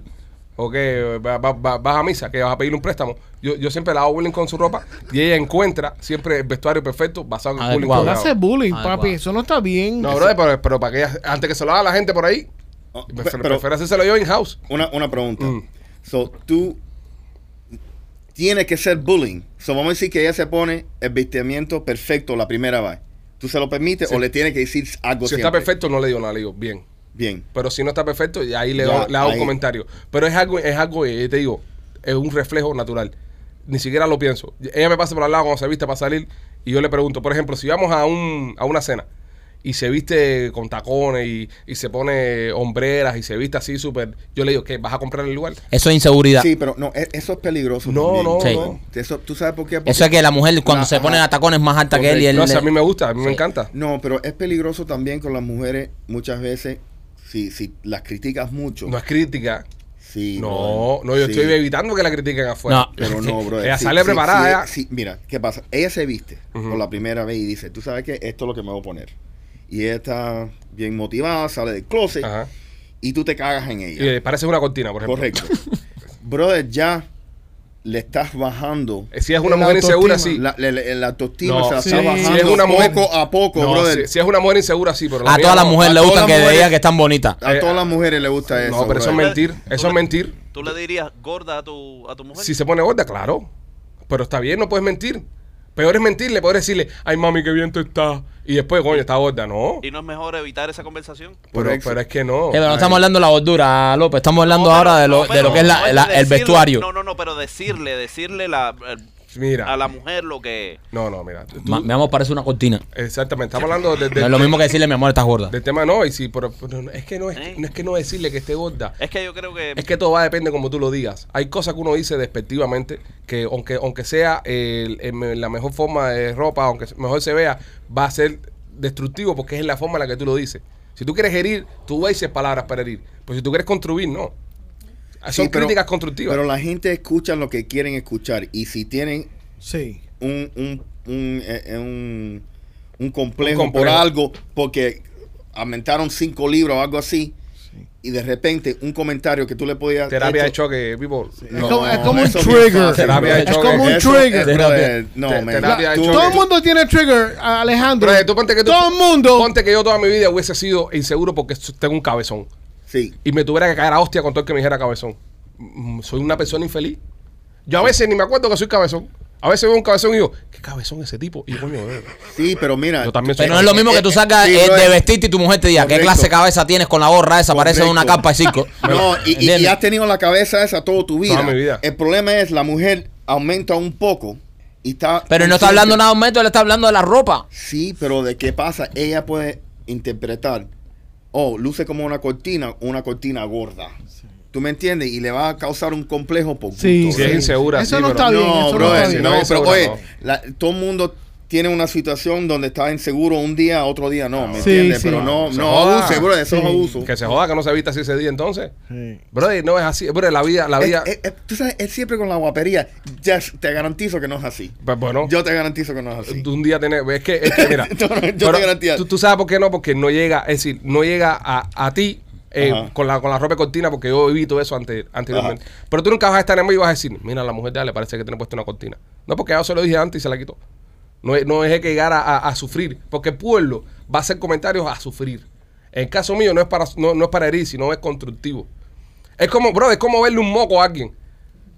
Speaker 1: ¿O qué? ¿Va- va- va- ¿Vas a misa? ¿Que vas a pedir un préstamo? Yo, yo siempre la hago bullying con su ropa y ella encuentra siempre el vestuario perfecto basado en el bullying.
Speaker 8: Adecuado.
Speaker 1: que
Speaker 3: No
Speaker 1: le hago.
Speaker 3: hace bullying,
Speaker 8: Ah,
Speaker 3: papi.
Speaker 8: guau.
Speaker 3: Eso no está bien.
Speaker 1: No, brother, pero, pero para que ella- antes que se lo haga la gente por ahí,
Speaker 4: Oh,
Speaker 1: me-
Speaker 4: pe- pero
Speaker 1: prefiero hacérselo yo in-house.
Speaker 4: una, una pregunta.
Speaker 1: Mm.
Speaker 4: So, tú tienes que ser bullying. So, vamos a decir que ella se pone el vestimiento perfecto la primera vez. ¿Tú se lo permites o le tienes que decir algo
Speaker 1: Si
Speaker 4: siempre?
Speaker 1: está perfecto, no le digo nada, le digo, bien.
Speaker 4: Bien.
Speaker 1: Pero si no está perfecto, y ahí le,
Speaker 4: Ya,
Speaker 1: doy- le hago
Speaker 4: ahí.
Speaker 1: un comentario. Pero es algo, es algo, eh, te digo, es un reflejo natural. Ni siquiera lo pienso. Ella me pasa por al lado cuando se viste para salir y yo le pregunto, por ejemplo, si vamos a, un, a una cena y se viste con tacones y, y se pone hombreras y se viste así súper, yo le digo, ¿qué? ¿Vas a comprar el lugar?
Speaker 8: Eso es inseguridad.
Speaker 4: Sí, pero no, e- eso es peligroso.
Speaker 1: No, no,
Speaker 4: también.
Speaker 1: no.
Speaker 4: Eso, ¿Tú sabes por qué? Porque-
Speaker 8: Eso es que la mujer cuando
Speaker 4: Una-
Speaker 8: se pone
Speaker 4: ajá.
Speaker 8: a tacones más alta que él y él
Speaker 1: No, o sea, a
Speaker 8: le-
Speaker 1: mí me gusta, a mí me encanta.
Speaker 4: No, pero es peligroso también con las mujeres muchas veces. Si, si las criticas mucho.
Speaker 1: No es crítica.
Speaker 4: Sí,
Speaker 1: No,
Speaker 4: brother.
Speaker 1: no, yo
Speaker 4: Sí,
Speaker 1: estoy evitando que la critiquen afuera.
Speaker 8: No.
Speaker 4: Pero no, bro.
Speaker 1: Ella sale preparada, ella.
Speaker 4: mira, ¿qué pasa? Ella se viste
Speaker 1: Ujú.
Speaker 4: por la primera vez y dice, tú sabes que esto es lo que me voy a poner. Y ella está bien motivada, sale del closet
Speaker 1: Ajá.
Speaker 4: y tú te cagas en
Speaker 1: Y
Speaker 4: ella.
Speaker 1: le parece una cortina, por ejemplo.
Speaker 4: Correcto. Brother, ya le estás bajando.
Speaker 1: Eh, Si es una
Speaker 3: La
Speaker 1: mujer insegura, sí.
Speaker 4: La, la- la- la autoestima
Speaker 1: No,
Speaker 4: se la
Speaker 1: sí.
Speaker 4: está
Speaker 3: Si
Speaker 4: bajando
Speaker 1: es una mujer-
Speaker 4: poco a poco,
Speaker 1: No,
Speaker 4: brother.
Speaker 1: si, si es una mujer insegura, sí, pero la
Speaker 8: a
Speaker 1: mía
Speaker 8: todas las
Speaker 1: no.
Speaker 8: mujeres
Speaker 4: a
Speaker 8: le
Speaker 4: todas
Speaker 8: gustan
Speaker 4: las
Speaker 8: que
Speaker 4: mujeres-
Speaker 8: vean que están bonitas.
Speaker 4: A todas las mujeres le gusta eso.
Speaker 1: Eh, No, pero eso es
Speaker 4: brother.
Speaker 1: mentir. Eso es mentir.
Speaker 5: ¿Tú le dirías gorda a tu, a tu mujer?
Speaker 1: Si se pone gorda, claro. Pero está bien, no puedes mentir. Peor es mentirle, peor es decirle, ay mami, qué bien tú estás. Y después, coño, está gorda. No.
Speaker 5: ¿Y no es mejor evitar esa conversación?
Speaker 1: Pero,
Speaker 4: Correcto.
Speaker 1: pero es que no.
Speaker 4: Oh,
Speaker 8: Eh, pero no estamos hablando de la gordura, López. Estamos hablando
Speaker 5: No, pero-
Speaker 8: ahora de
Speaker 5: no,
Speaker 8: lo, de
Speaker 5: pero
Speaker 8: lo que es la-
Speaker 5: no,
Speaker 8: la- el
Speaker 5: decirle-
Speaker 8: vestuario.
Speaker 5: No, no, no, pero decirle, decirle la, el-
Speaker 1: Mira.
Speaker 5: a la mujer lo que...
Speaker 1: No, no, mira. tú-
Speaker 8: Ma- mi amor, parece una cortina.
Speaker 1: exactamente. Estamos hablando de, de-
Speaker 8: No es lo mismo que decirle, mi amor, estás gorda.
Speaker 1: del tema no. Y sí, pero, pero no, es que no es,
Speaker 5: ¿Eh?
Speaker 1: no es que no decirle que esté gorda.
Speaker 5: Es que yo creo que...
Speaker 1: Es que todo va a depender como tú lo digas. Hay cosas que uno dice despectivamente que aunque aunque sea el- el- la mejor forma de ropa, aunque mejor se vea, va a ser destructivo porque es la forma en la que tú lo dices. Si tú quieres herir, tú dices palabras para herir. Pero si tú quieres construir, no.
Speaker 4: Sí,
Speaker 1: Son
Speaker 4: pero-
Speaker 1: críticas constructivas.
Speaker 4: Pero la gente escucha lo que quieren escuchar. Y si tienen
Speaker 3: Sí.
Speaker 4: un, un, un, eh, eh, un- un complejo,
Speaker 1: Un complejo.
Speaker 4: por algo, porque aumentaron cinco libros o algo así, y de repente un comentario que tú le podías...
Speaker 1: Terapia de
Speaker 4: hecho-
Speaker 1: choque, people.
Speaker 3: Es
Speaker 1: No.
Speaker 3: como- es como un
Speaker 4: eso es
Speaker 3: trigger.
Speaker 4: bien fácil,
Speaker 1: Terapia
Speaker 4: bro.
Speaker 1: de choque.
Speaker 3: Es como un
Speaker 4: Eso-
Speaker 3: trigger.
Speaker 4: eh, bro,
Speaker 8: Terapia.
Speaker 4: eh, no,
Speaker 1: Te-
Speaker 4: man.
Speaker 1: terapia de
Speaker 4: Tú-
Speaker 1: choque.
Speaker 3: Todo el mundo tiene trigger, a- Alejandro.
Speaker 1: Pero, eh, tú ponte que tú-
Speaker 3: Todo el mundo.
Speaker 1: Ponte que yo toda mi vida hubiese sido inseguro porque tengo un cabezón.
Speaker 4: Sí.
Speaker 1: y me tuviera que caer a hostia con todo el que me dijera cabezón. Mm, Soy una persona infeliz. Yo a veces ni me acuerdo que soy cabezón. A veces veo un cabezón y digo, ¿qué cabezón ese tipo? Y yo, coño, eh,
Speaker 4: Sí, pero mira,
Speaker 1: yo también soy
Speaker 8: Pero no es lo mismo que tú salgas
Speaker 4: Sí,
Speaker 8: eh, de
Speaker 4: brother.
Speaker 8: vestirte y tu mujer te diga, ¿qué
Speaker 4: Correcto.
Speaker 8: clase de cabeza tienes con la gorra esa? Parece
Speaker 4: Correcto.
Speaker 8: una capa de circo.
Speaker 4: No, y- y, y
Speaker 8: ¿Entiendes?
Speaker 4: has tenido la cabeza esa toda tu vida.
Speaker 1: Toda mi vida.
Speaker 4: El problema es la mujer aumenta un poco y está...
Speaker 8: Pero no está hablando nada de aumento, él está hablando de la ropa.
Speaker 4: Sí, pero de qué pasa, ella puede interpretar, oh, luce como una cortina, una cortina gorda. ¿Tú me entiendes? Y le va a causar un complejo por gusto.
Speaker 3: Sí,
Speaker 1: Si es
Speaker 4: brother.
Speaker 3: sí.
Speaker 1: insegura,
Speaker 3: Eso
Speaker 1: sí,
Speaker 3: no
Speaker 1: pero-
Speaker 3: está bien.
Speaker 4: No,
Speaker 3: eso
Speaker 4: bro,
Speaker 3: no está
Speaker 1: es-
Speaker 3: bien.
Speaker 4: no,
Speaker 1: No,
Speaker 4: pero
Speaker 1: seguro
Speaker 4: oye,
Speaker 1: no.
Speaker 4: la- todo el mundo tiene una situación donde está inseguro un día, otro día no, ¿me
Speaker 3: Sí,
Speaker 4: entiendes?
Speaker 3: sí.
Speaker 4: Pero no,
Speaker 1: Se
Speaker 4: no
Speaker 1: joda.
Speaker 4: abuse, bro, eso
Speaker 3: Sí.
Speaker 4: es abuso.
Speaker 1: Que se joda que no se vista así ese día entonces.
Speaker 3: Sí.
Speaker 1: Brother, no es así. Brother, la vida, la vida.
Speaker 4: Es- eh, es- es- tú sabes, es siempre con la guapería. Ya te garantizo que no es así.
Speaker 1: pues, bueno,
Speaker 4: Yo te garantizo que no es así.
Speaker 1: tú un día tenés. Es que, es que mira.
Speaker 4: Ah, Yo te
Speaker 1: pero
Speaker 4: garantía.
Speaker 1: tú, tú sabes por qué no, porque no llega, es decir, no llega a, a ti. eh,
Speaker 4: Ajá.
Speaker 1: con la con la ropa de cortina porque yo evito eso ante- anteriormente pero tú nunca vas a estar en mí y vas a decir mira la mujer de Ale parece que tiene puesto una cortina no porque yo se lo dije antes y se la quitó No, es- no dejé que llegara a, a sufrir, porque el pueblo va a hacer comentarios a sufrir. El caso mío no es para, no, no es para herir, sino es constructivo. Es como, bro, es como verle un moco a alguien.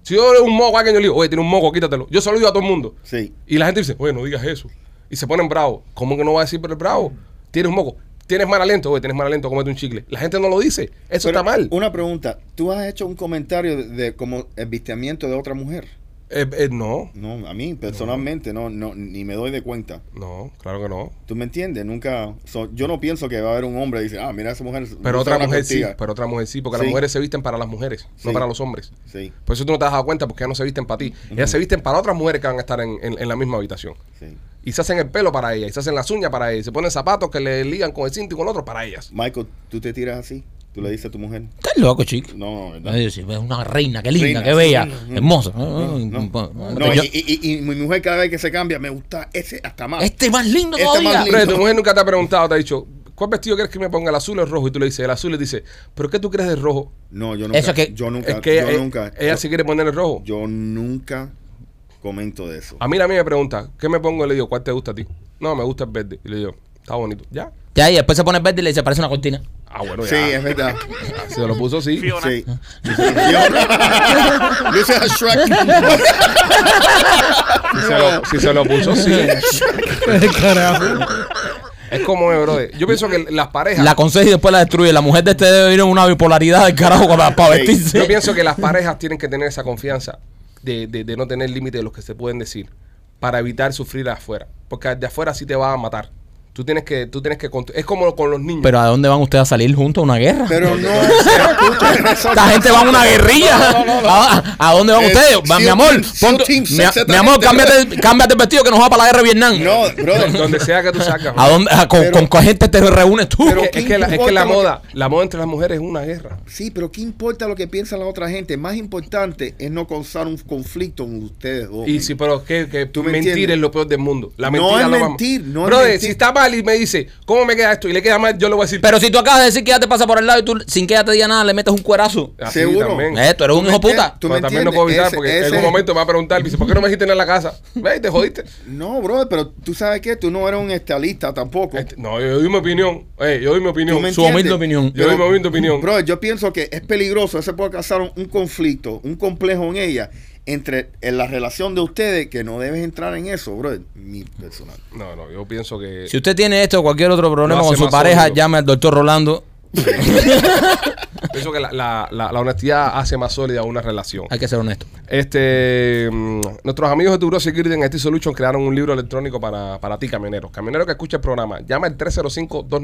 Speaker 1: Si yo veo un moco a alguien, yo le digo, oye, tiene un moco, quítatelo. Yo saludo a todo el mundo.
Speaker 4: Sí.
Speaker 1: Y la gente dice, oye, no digas eso. Y se ponen bravos. ¿Cómo que no va a decir, pero es bravo? Tiene un moco. Tienes mal aliento, güey, tienes mal aliento, cómete un chicle. La gente no lo dice. Eso
Speaker 4: Pero,
Speaker 1: está mal.
Speaker 4: Una pregunta. ¿Tú has hecho un comentario de, de como el visteamiento de otra mujer?
Speaker 1: Eh, eh, no,
Speaker 4: No, a mí personalmente no, no, ni me doy de cuenta.
Speaker 1: no, claro que no.
Speaker 4: ¿Tú me entiendes? Nunca. so- yo no pienso que va a haber un hombre que dice, ah, mira esa mujer. es-
Speaker 1: Pero
Speaker 4: usa
Speaker 1: otra
Speaker 4: una
Speaker 1: mujer sí,
Speaker 4: cortiga".
Speaker 1: pero otra mujer sí, porque las
Speaker 4: Sí.
Speaker 1: mujeres se visten para las mujeres, no
Speaker 4: Sí.
Speaker 1: para los hombres.
Speaker 4: Sí,
Speaker 1: Por eso tú no te has dado cuenta porque ya no se visten para ti. Ellas se visten para otras mujeres que van a estar en, en- en la misma habitación.
Speaker 4: sí.
Speaker 1: Y se hacen el pelo para ellas, y se hacen las uñas para ellas, y se ponen zapatos que le ligan con el cinto y con el otro para ellas.
Speaker 4: Michael, ¿tú te tiras así? ¿Tú le dices a tu mujer?
Speaker 8: Estás loco, chico.
Speaker 4: No, ¿verdad?
Speaker 8: Ay, sí, Es una reina, qué linda,
Speaker 4: Reina,
Speaker 8: qué
Speaker 4: sí,
Speaker 8: bella,
Speaker 4: sí.
Speaker 8: hermosa.
Speaker 4: No,
Speaker 8: Ay,
Speaker 4: no.
Speaker 8: pa-
Speaker 4: No,
Speaker 8: yo-
Speaker 4: y, y- y- y mi mujer cada vez que se cambia, me gusta ese hasta más.
Speaker 8: este más lindo
Speaker 4: Este
Speaker 8: todavía.
Speaker 4: más lindo.
Speaker 1: Pero tu mujer nunca te ha preguntado, te ha dicho, ¿cuál vestido quieres que me ponga, el azul o el rojo? Y tú le dices, el azul, y dice, ¿pero qué tú crees del rojo?
Speaker 4: No, yo nunca.
Speaker 8: Eso que-
Speaker 4: yo nunca.
Speaker 1: es que
Speaker 4: yo
Speaker 1: ella,
Speaker 4: nunca.
Speaker 1: ella
Speaker 4: yo,
Speaker 1: se quiere poner el rojo.
Speaker 4: yo nunca comento de eso.
Speaker 1: A mí la mía me pregunta, ¿qué me pongo? Y le digo, ¿cuál te gusta a ti? No, me gusta el verde. Y le digo, está bonito. ¿Ya?
Speaker 8: Ya, y después se pone verde y le dice, parece una cortina.
Speaker 1: Ah, bueno, ya.
Speaker 4: Sí, es verdad.
Speaker 1: Se lo puso sí.
Speaker 5: Fiona.
Speaker 4: Sí. Dice a Shrek.
Speaker 1: Si se lo, si se lo puso sí.
Speaker 3: Carajo.
Speaker 1: Es como es, brother. Yo pienso que las parejas.
Speaker 4: Ah.
Speaker 8: La aconseja y después la destruye. La mujer de este debe ir en una bipolaridad del carajo para, para
Speaker 4: Sí.
Speaker 8: vestirse.
Speaker 1: Yo pienso que las parejas tienen que tener esa confianza de, de- de no tener límite de lo que se pueden decir para evitar sufrir afuera. Porque de afuera sí te va a matar. Tú tienes que, tú tienes que contro- es como con los niños.
Speaker 8: Pero ¿a dónde van ustedes a salir juntos a una guerra?
Speaker 4: Pero no. Escucha eso.
Speaker 8: Esta gente va a una guerrilla. ¿A, a dónde van
Speaker 4: Eh,
Speaker 8: ustedes? Va,
Speaker 4: SEAL
Speaker 8: mi amor,
Speaker 4: Team, SEAL
Speaker 8: pon tu-
Speaker 4: Team,
Speaker 8: mi, a-
Speaker 4: exactamente.
Speaker 8: mi amor, cámbiate, cámbiate el vestido que nos va para la guerra de Vietnam.
Speaker 4: No, brother.
Speaker 1: donde sea que tú sacas.
Speaker 8: ¿A dónde, a- con,
Speaker 4: Pero-
Speaker 8: ¿Con qué gente te reúnes tú?
Speaker 1: Es
Speaker 4: Pero-
Speaker 1: que- es que la, es que la moda, la moda entre las mujeres es una guerra.
Speaker 4: Sí, pero ¿qué importa lo que piensa la otra gente? Más importante es no causar un conflicto en ustedes dos.
Speaker 1: Y sí, pero que, que
Speaker 4: ¿Tú me
Speaker 1: mentir
Speaker 4: entiendes?
Speaker 1: es lo peor del mundo. La
Speaker 4: No
Speaker 1: mentira
Speaker 4: es
Speaker 1: lo va-
Speaker 4: mentir, no es
Speaker 1: Brother,
Speaker 4: mentir.
Speaker 1: si está mal y me dice, ¿cómo me queda esto? Y le queda mal, yo le voy a decir.
Speaker 8: Pero si tú acabas de decir que ya te pasa por el lado y tú sin que ya te diga nada le metes un cuerazo.
Speaker 1: Así
Speaker 4: Seguro.
Speaker 1: también.
Speaker 8: Eh, tú eres
Speaker 4: ¿Tú
Speaker 8: un
Speaker 4: me
Speaker 8: hijo puta.
Speaker 4: entiendes? ¿Tú me
Speaker 1: Pero también no
Speaker 4: entiendes?
Speaker 1: puedo evitar
Speaker 4: Ese-
Speaker 1: porque en
Speaker 4: ese-
Speaker 1: algún momento me va a preguntar, dice, ¿por qué no me dijiste nada en la casa? Ve, y te jodiste.
Speaker 4: No, brother, pero tú sabes que tú no eres un estalista tampoco.
Speaker 1: Este, no, yo, yo doy mi opinión. Eh, yo doy mi
Speaker 4: ¿Tú
Speaker 1: opinión.
Speaker 4: me
Speaker 8: su
Speaker 4: entiendes?
Speaker 8: humilde opinión.
Speaker 1: Yo doy mi humilde opinión.
Speaker 4: Brother, yo pienso que es peligroso. Se puede causar un, un conflicto, un complejo en ella, entre en la relación de ustedes, que no debes entrar en eso, brother. Mi personal.
Speaker 1: No, no, yo pienso que.
Speaker 8: Si usted tiene esto o cualquier otro problema
Speaker 1: Lo hace
Speaker 8: con su
Speaker 1: más
Speaker 8: pareja,
Speaker 1: sólido.
Speaker 8: llame al doctor Rolando.
Speaker 1: Pienso que la, la- la- la honestidad hace más sólida una relación.
Speaker 8: Hay que ser honesto.
Speaker 1: Este, mm, nuestros amigos de Turo Security en IT Solution crearon un libro electrónico para, para ti, camioneros. Camionero que escucha el programa, llama al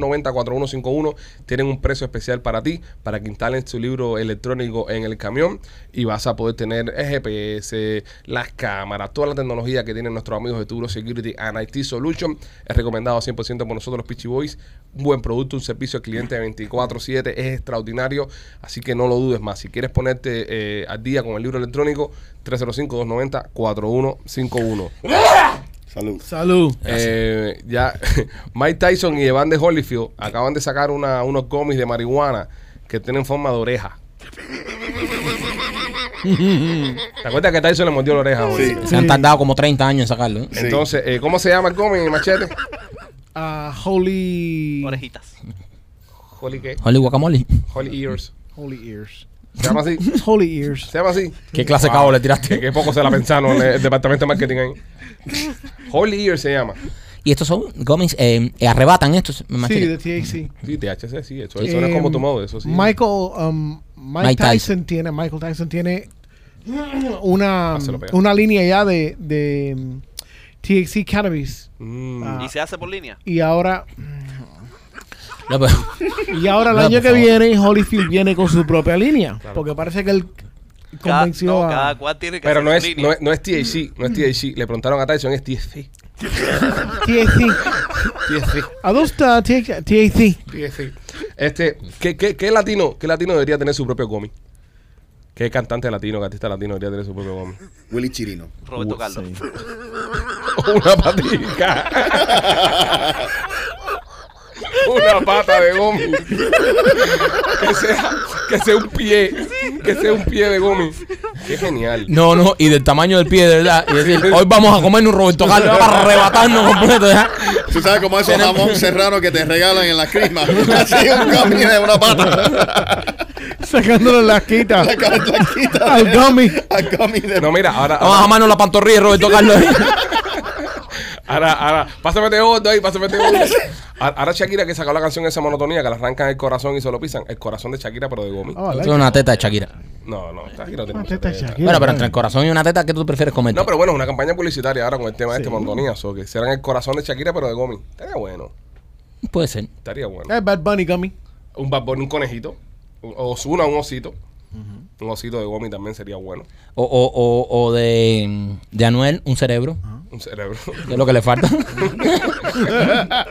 Speaker 1: 305-290-4151. Tienen un precio especial para ti, para que instalen su libro electrónico en el camión y vas a poder tener el GPS, las cámaras, toda la tecnología que tienen nuestros amigos de Turo Security and IT Solution. Es recomendado 100% por nosotros los Pitchy Boys. Un buen producto, un servicio al cliente 24-7. Es extraordinario, así que no lo dudes más. Si quieres ponerte eh, al día con el libro electrónico, 305-290-4151.
Speaker 4: Salud.
Speaker 3: Salud.
Speaker 1: Eh, ya, Mike Tyson y Evander Holyfield acaban de sacar una- unos gomis de marihuana que tienen forma de oreja. ¿Te acuerdas que Tyson le mordió la oreja? hoy?
Speaker 4: Sí.
Speaker 8: Se han tardado como 30 años en sacarlo. ¿eh?
Speaker 1: Entonces, eh, ¿cómo se llama el gomi, machete?
Speaker 3: Ah, holy.
Speaker 5: Orejitas.
Speaker 1: Holy qué?
Speaker 8: Holy guacamole.
Speaker 1: Holy ears.
Speaker 3: Holy ears.
Speaker 1: Se llama así.
Speaker 3: Holy ears.
Speaker 1: Se llama así.
Speaker 8: ¿Qué clase de cabo le
Speaker 1: Que,
Speaker 8: tiraste?
Speaker 1: que poco se la pensaron en el departamento de marketing ahí. Holy Ear se llama.
Speaker 8: Y estos son gomis, eh, eh, arrebatan estos. me
Speaker 3: Sí,
Speaker 8: imagino.
Speaker 3: de THC.
Speaker 1: Sí, THC, sí. Eso, eso no es como
Speaker 3: Em,
Speaker 1: tomado, eso sí.
Speaker 3: Michael, um, Mike,
Speaker 8: Mike Tyson.
Speaker 3: Tyson, tiene, Michael Tyson tiene una,
Speaker 1: Hazlo pegar.
Speaker 3: una línea ya de, de um, THC cannabis.
Speaker 1: Mm.
Speaker 3: Ah.
Speaker 5: ¿Y se hace por línea?
Speaker 3: Y ahora,
Speaker 8: No, pero-
Speaker 3: y ahora el
Speaker 8: No,
Speaker 3: año
Speaker 8: por
Speaker 3: que
Speaker 8: favor.
Speaker 3: viene, Holyfield viene con su propia línea. Porque parece que él
Speaker 5: Cada,
Speaker 3: convenció
Speaker 5: no,
Speaker 3: a.
Speaker 5: cada cual tiene que
Speaker 1: Pero no
Speaker 5: hacer su
Speaker 1: es,
Speaker 5: línea.
Speaker 1: no, es, no es THC, no es THC. Le preguntaron a Tyson, es THC.
Speaker 3: THC.
Speaker 1: THC.
Speaker 3: Adosta THC. THC.
Speaker 1: Este, ¿qué, qué, qué latino, ¿qué latino debería tener su propio gomi? ¿Qué cantante latino, qué artista latino debería tener su propio gomi?
Speaker 4: Willy Chirino.
Speaker 5: Roberto Carlos.
Speaker 1: Una patica. Una pata de gomi. Que sea, que sea un pie. Que sea un pie de gomi. Qué genial.
Speaker 8: no, no, y del tamaño del pie, de verdad. Y decir, hoy vamos a comernos un Roberto Carlos para arrebatarnos completo. ¿ya?
Speaker 4: Tú sabes como esos jamón serrano que te regalan en la crisma. Así un gummy de una pata.
Speaker 3: Sacándole las quitas
Speaker 4: La ca- la quita.
Speaker 3: al gummy.
Speaker 4: Al gummy de
Speaker 1: No, mira, ahora.
Speaker 8: Vamos a
Speaker 1: ahora-
Speaker 8: jamarnos la pantorrilla de Roberto Carlos.
Speaker 1: Ahora, ahora, pásame este gordo ahí, pásame este gordo. A- Ahora Shakira que sacó la canción esa monotonía que le arrancan el corazón y se lo pisan. El corazón de Shakira, pero de gomi.
Speaker 3: Ah, vale.
Speaker 2: Eso es una teta de Shakira.
Speaker 1: No, no, Shakira no tiene
Speaker 3: Una
Speaker 1: mucha
Speaker 3: teta de
Speaker 1: teta.
Speaker 3: Shakira.
Speaker 2: Bueno, pero entre el corazón y una teta, ¿qué tú prefieres comer?
Speaker 1: No, pero bueno, es una campaña publicitaria ahora con el tema de este monotonía. O que serán el corazón de Shakira, pero de gomi. Estaría bueno.
Speaker 2: Puede ser.
Speaker 1: Estaría bueno.
Speaker 3: Eh, Bad Bunny, Gummy.
Speaker 1: Un Bad Bunny, un conejito. O una, un osito. Un osito de gomi también sería bueno.
Speaker 2: O, o, o, o de, de Anuel, un cerebro.
Speaker 3: Ah.
Speaker 1: Un cerebro.
Speaker 2: que es lo que le falta.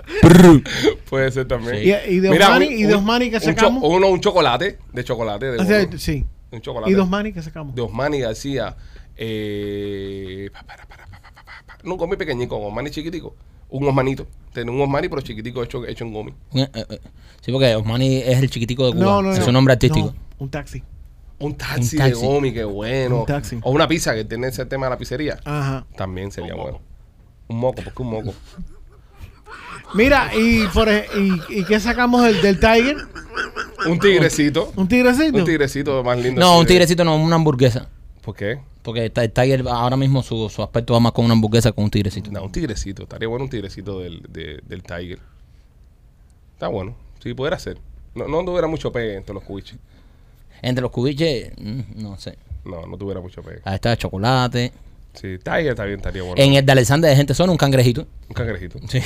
Speaker 1: Puede ser también.
Speaker 3: Sí. Y- y de Osmani- y de Osmani que
Speaker 1: un cho-
Speaker 3: sacamos.
Speaker 1: uno, un chocolate. De chocolate. De
Speaker 3: O sea,
Speaker 1: gomi.
Speaker 3: sí.
Speaker 1: Un chocolate.
Speaker 3: Y dos manis que sacamos.
Speaker 1: de Osmani García, eh, pa, para, para, pa, pa, pa, pa, pa. no un gomi pequeñico, un Osmani chiquitico, un Osmanito, tiene un Osmani pero chiquitico hecho, hecho en gomi,
Speaker 2: eh, sí, porque Osmani es el chiquitico de Cuba.
Speaker 3: No, no,
Speaker 2: es
Speaker 3: no.
Speaker 2: su nombre artístico.
Speaker 3: No, un taxi.
Speaker 1: un taxi,
Speaker 2: Un taxi.
Speaker 1: de gomi, qué bueno,
Speaker 3: Un taxi.
Speaker 1: o una pizza que tiene ese tema de la pizzería,
Speaker 3: Ajá.
Speaker 1: también sería bueno, un moco, porque un moco,
Speaker 3: Mira, y, por, ej- y, ¿y qué sacamos del, del Tiger?
Speaker 1: un tigrecito,
Speaker 3: ¿Un tigrecito?
Speaker 1: un tigrecito más lindo,
Speaker 2: No,
Speaker 1: así
Speaker 2: un
Speaker 1: de-
Speaker 2: tigrecito no, una hamburguesa.
Speaker 1: ¿por qué?
Speaker 2: Porque el Tiger ahora mismo su, su aspecto va más con una hamburguesa que con un tigrecito.
Speaker 1: No, un tigrecito, estaría bueno un tigrecito del, de- del Tiger, está bueno, si pudiera ser, no, no tuviera mucho pegue entre los cubiches,
Speaker 2: Entre los cubiches, mm, no sé.
Speaker 1: no, no tuviera mucho pegue.
Speaker 2: Ahí está el chocolate.
Speaker 1: Sí, Tiger está bien, estaría bueno.
Speaker 2: En el de Alexander de gente son un cangrejito.
Speaker 1: Un cangrejito.
Speaker 2: Sí.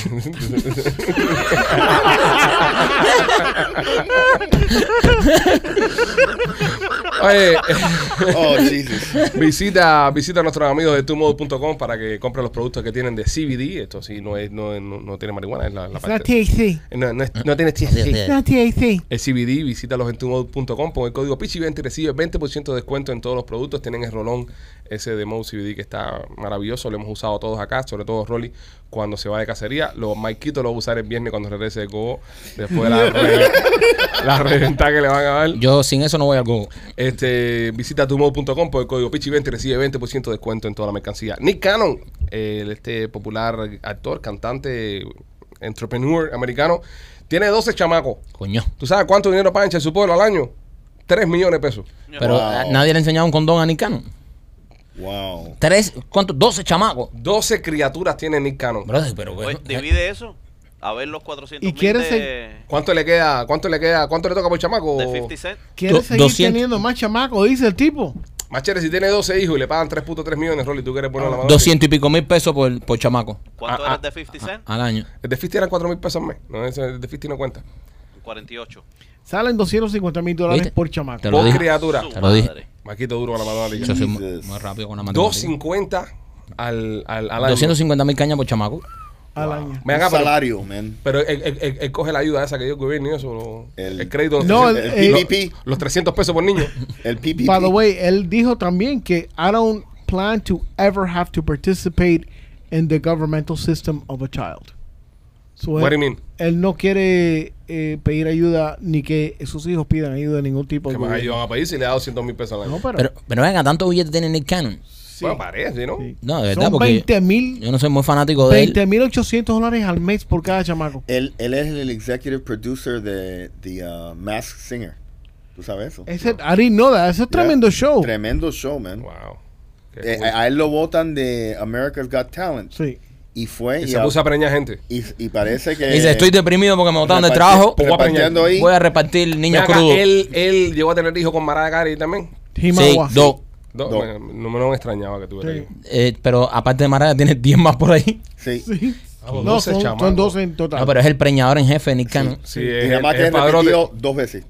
Speaker 1: Oye,
Speaker 4: Oh, Jesus.
Speaker 1: visita, visita a nuestros amigos de tumodo.com para que compren los productos que tienen de CBD. Esto sí, no, es, no, es- no, no tiene marihuana, es la, la
Speaker 3: Es una
Speaker 1: parte.
Speaker 3: THC.
Speaker 1: No, no, Mm, es- no tiene THC.
Speaker 3: Una THC.
Speaker 1: El CBD, visítalos en tumod.com con el código PICHI20 y recibes 20% de descuento en todos los productos. Tienen el rolón ese de Mode CBD que está maravilloso. Lo hemos usado todos acá, sobre todo Rolly cuando se va de cacería. Lo Maikito lo va a usar el viernes cuando regrese de Cobo. Después de la, re- la reventada que le van a dar.
Speaker 2: Yo sin eso no voy al Google.
Speaker 1: Este, visita tumodo.com por el código PICHI20 y recibe 20% de descuento en toda la mercancía. Nick Cannon, el, este popular actor, cantante, entrepreneur americano, tiene 12 chamacos.
Speaker 2: Coño.
Speaker 1: ¿Tú sabes cuánto dinero paga en Chelsupol al año? 3 millones de pesos.
Speaker 2: Pero
Speaker 4: Wow.
Speaker 2: eh, nadie le ha enseñado un condón a Nicano.
Speaker 4: Wow.
Speaker 2: Tres, ¿cuántos? Doce chamacos.
Speaker 1: 12 criaturas tiene Nick Cannon.
Speaker 2: Brother, pero
Speaker 5: Oye,
Speaker 2: bueno, eh,
Speaker 5: pues, divide eso. A ver los 400
Speaker 3: ¿Y quieres
Speaker 5: de,
Speaker 1: ¿Cuánto le queda? ¿Cuánto le queda? ¿Cuánto le toca por chamaco?
Speaker 5: de 50 Cent.
Speaker 3: ¿Quieres
Speaker 2: Do-
Speaker 3: seguir
Speaker 2: 200.
Speaker 3: teniendo más chamaco? Dice el tipo.
Speaker 1: Machete, si tiene 12 hijos y le pagan 3.3 millones, Rolly, ¿tú quieres poner la mano?
Speaker 2: 200 eh, y pico mil pesos por, por chamaco
Speaker 5: ¿Cuánto
Speaker 1: Ah,
Speaker 5: era
Speaker 1: ah,
Speaker 5: el de 50 Cent?
Speaker 2: al año.
Speaker 1: El de 50 eran 4 mil pesos al mes. No, ese- el de 50 no cuenta.
Speaker 5: 48.
Speaker 3: Salen 250 mil dólares
Speaker 2: ¿Viste?
Speaker 3: por chamaco.
Speaker 2: Te lo
Speaker 1: por
Speaker 2: dije.
Speaker 1: criatura.
Speaker 5: Su
Speaker 2: Te lo dije.
Speaker 5: madre.
Speaker 1: Maquito duro con la mano de la
Speaker 2: Yo soy muy,
Speaker 4: Jesus.
Speaker 2: muy rápido con la matemática.
Speaker 1: 250 al, al, al año.
Speaker 2: 250 mil cañas por chamaco.
Speaker 3: al año.
Speaker 1: Ven acá, pero-
Speaker 4: salario, man.
Speaker 1: pero él, él- él- él coge la ayuda esa que dio el gobierno y eso, lo- el,
Speaker 4: El-
Speaker 1: crédito. de los
Speaker 3: No,
Speaker 1: 300
Speaker 4: El
Speaker 3: Eh,
Speaker 4: PPP.
Speaker 1: los 300 pesos por niño.
Speaker 4: El PPP.
Speaker 3: By the way, él dijo también que I don't plan to ever have to participate in the governmental system of a child. So
Speaker 1: What do you
Speaker 3: él,
Speaker 1: mean?
Speaker 3: él no quiere eh, pedir ayuda ni que sus hijos pidan ayuda de ningún tipo.
Speaker 1: Que
Speaker 3: del
Speaker 1: más
Speaker 3: gobierno.
Speaker 1: ayudan a país y le da 200 mil pesos al año.
Speaker 3: No, pero,
Speaker 2: Pero, pero venga, tanto billete tiene Nick Cannon.
Speaker 3: sí.
Speaker 1: Bueno, parece, ¿no?
Speaker 3: Sí.
Speaker 2: No, de verdad,
Speaker 3: son
Speaker 2: porque
Speaker 3: 20 mil
Speaker 2: Yo no soy muy fanático de él.
Speaker 3: 20 mil 800 dólares al mes por cada chamaco.
Speaker 4: Él, él es el executive producer de The uh, Mask Singer. ¿Tú sabes eso?
Speaker 3: Ese, I didn't know that. Ese es tremendo
Speaker 4: Yeah.
Speaker 3: show.
Speaker 4: Tremendo show, man.
Speaker 1: Wow. Qué
Speaker 4: Eh,
Speaker 1: cool.
Speaker 4: a, a él lo votan de America's Got Talent.
Speaker 3: Sí.
Speaker 4: Y fue
Speaker 1: Y
Speaker 4: y,
Speaker 1: se
Speaker 4: a-
Speaker 1: puso a preñar gente.
Speaker 4: y, y parece que.
Speaker 2: Dice,
Speaker 1: Eh,
Speaker 2: estoy deprimido porque me botaron del
Speaker 4: reparti-
Speaker 2: trabajo.
Speaker 1: Pues voy a
Speaker 4: repartiendo ahí.
Speaker 2: Voy a repartir niños
Speaker 1: Ven acá,
Speaker 2: crudos.
Speaker 1: él, él llegó a tener hijos con Mariah Carey también.
Speaker 2: Sí,
Speaker 3: Himawa.
Speaker 2: dos.
Speaker 1: No,
Speaker 4: No.
Speaker 1: me- no me no me extrañaba que tuviera
Speaker 3: Sí.
Speaker 1: hijos.
Speaker 2: Eh, pero aparte de Maraya, tiene 10 más por ahí.
Speaker 4: Sí.
Speaker 3: Sí.
Speaker 1: Ah, pues
Speaker 3: No,
Speaker 1: 12
Speaker 3: son,
Speaker 1: chamacos.
Speaker 3: son 12 en total.
Speaker 2: No, pero es el preñador en jefe de Nick Cannon.
Speaker 1: Sí,
Speaker 4: Y
Speaker 1: es,
Speaker 4: nada más
Speaker 1: es
Speaker 4: que
Speaker 1: el padrote.
Speaker 4: repetido dos veces.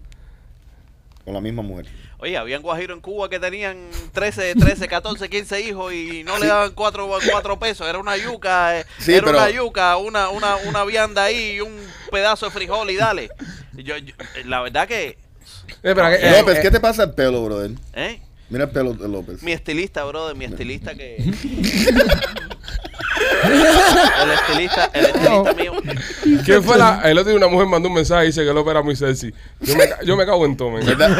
Speaker 4: Con la misma mujer.
Speaker 5: Oye, habían guajiro en Cuba que tenían 13, 13, 14, 15 hijos y no le daban 4, pesos. Era una yuca, eh,
Speaker 4: Sí,
Speaker 5: era
Speaker 4: pero-
Speaker 5: una yuca, una, una, una vianda ahí y un pedazo de frijol y dale. Yo, yo- la verdad que,
Speaker 1: Eh, pero que- eh,
Speaker 4: López,
Speaker 1: eh,
Speaker 4: ¿qué te pasa el pelo, brother?
Speaker 5: ¿eh?
Speaker 4: Mira el pelo de López.
Speaker 5: Mi estilista, brother, mi estilista que... el estilista, el estilista mío.
Speaker 1: eh, ¿Quién fue la.? El otro día una mujer mandó un mensaje y dice que López era muy sexy. Yo me, ca- yo me cago en todo, men.
Speaker 4: ¿Verdad?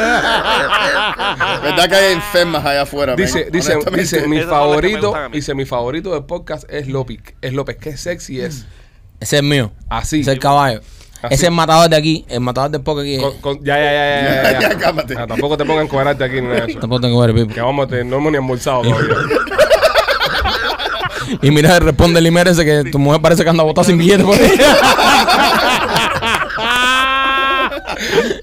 Speaker 4: ¿Verdad que hay enfermas allá afuera? man?
Speaker 1: Dice, dice,
Speaker 4: Honestamente.
Speaker 1: dice, mi
Speaker 5: Esas son las que me
Speaker 1: favorito,
Speaker 5: gustan a mí.
Speaker 1: dice, mi favorito del podcast es López, es López, qué sexy es.
Speaker 2: Ese es mío.
Speaker 1: Así.
Speaker 2: Ese es el caballo.
Speaker 1: Así.
Speaker 2: Ese es el matador de aquí. El matador del poco aquí.
Speaker 1: Con- con- ya, ya, ya, ya, ya, ya.
Speaker 4: Ya, cálmate.
Speaker 1: Ah, tampoco te pongan cobrarte aquí ni nada de eso.
Speaker 2: Tampoco tengo que ver,
Speaker 1: Que
Speaker 2: Pipo.
Speaker 1: vamos, a tener- no hemos ni almorzado todavía.
Speaker 2: Y mira, responde el Imer ese que tu mujer parece que anda botada sin billete por ahí.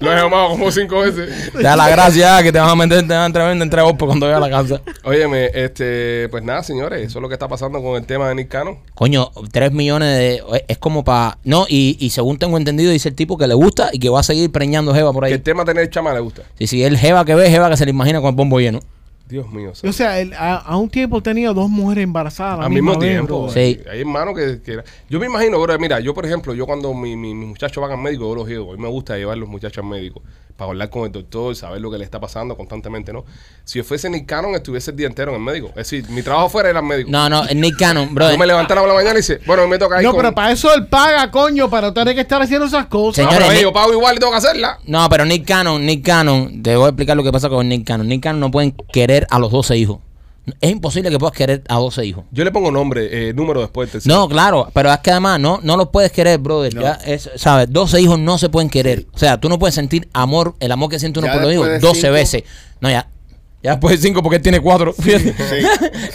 Speaker 1: Lo he llamado como cinco veces.
Speaker 2: Da la gracia que te vas a meter, te vas a entrever entre vos cuando vea la casa.
Speaker 1: Óyeme, este, pues nada, señores, eso es lo que está pasando con el tema de Nick Cannon.
Speaker 2: Coño, 3 millones de. Es como para. No, y, y según tengo entendido, dice el tipo que le gusta y que va a seguir preñando Jeva por
Speaker 1: Que
Speaker 2: ahí.
Speaker 1: el tema de tener chama le gusta.
Speaker 2: Sí, sí, el Jeva que ve, Jeva que se le imagina con el pombo lleno.
Speaker 1: Dios mío. santo.
Speaker 3: O sea, él a, a un tiempo tenía dos mujeres embarazadas. a la
Speaker 1: Al mismo
Speaker 3: misma vez,
Speaker 1: tiempo. eh,
Speaker 3: brother.
Speaker 2: Sí.
Speaker 1: Hay- Hay hermanos que, que era- Yo me imagino, bro, mira, yo por ejemplo, yo cuando mi- mi- mis muchachos van al médico, yo los llevo. A mí me gusta llevar los muchachos al médico para hablar con el doctor, saber lo que le está pasando constantemente, ¿no? Si yo fuese Nick Cannon, estuviese el día entero en el médico. Es decir, mi trabajo fuera era el médico.
Speaker 2: No, eh, ah, no, Nick Cannon,
Speaker 1: Yo
Speaker 2: brother.
Speaker 1: me levantaba por la mañana y dice, bueno, me toca ir
Speaker 3: No,
Speaker 1: con-
Speaker 3: pero para eso él paga, coño, para no tener que estar haciendo esas cosas.
Speaker 1: No,
Speaker 2: Señores,
Speaker 1: pero,
Speaker 2: Nick-
Speaker 1: yo pago igual y tengo que hacerla.
Speaker 2: No, pero Nick Cannon, Nick Cannon, te voy a explicar lo que pasa con Nick Cannon. Nick Cannon no pueden querer a los 12 hijos. Es imposible que puedas querer a 12 hijos.
Speaker 1: Yo le pongo nombre, eh, número después. tercero.
Speaker 2: No, claro, pero es que además no, no los puedes querer, brother.
Speaker 4: No.
Speaker 2: ya es- ¿Sabes? 12 hijos no se pueden querer. O sea, tú no puedes sentir amor, el amor que siente uno
Speaker 4: Ya
Speaker 2: por los hijos,
Speaker 4: después de
Speaker 2: 12
Speaker 4: cinco.
Speaker 2: veces. No, ya. Ya después de 5 porque él tiene 4.
Speaker 4: Sí, sí.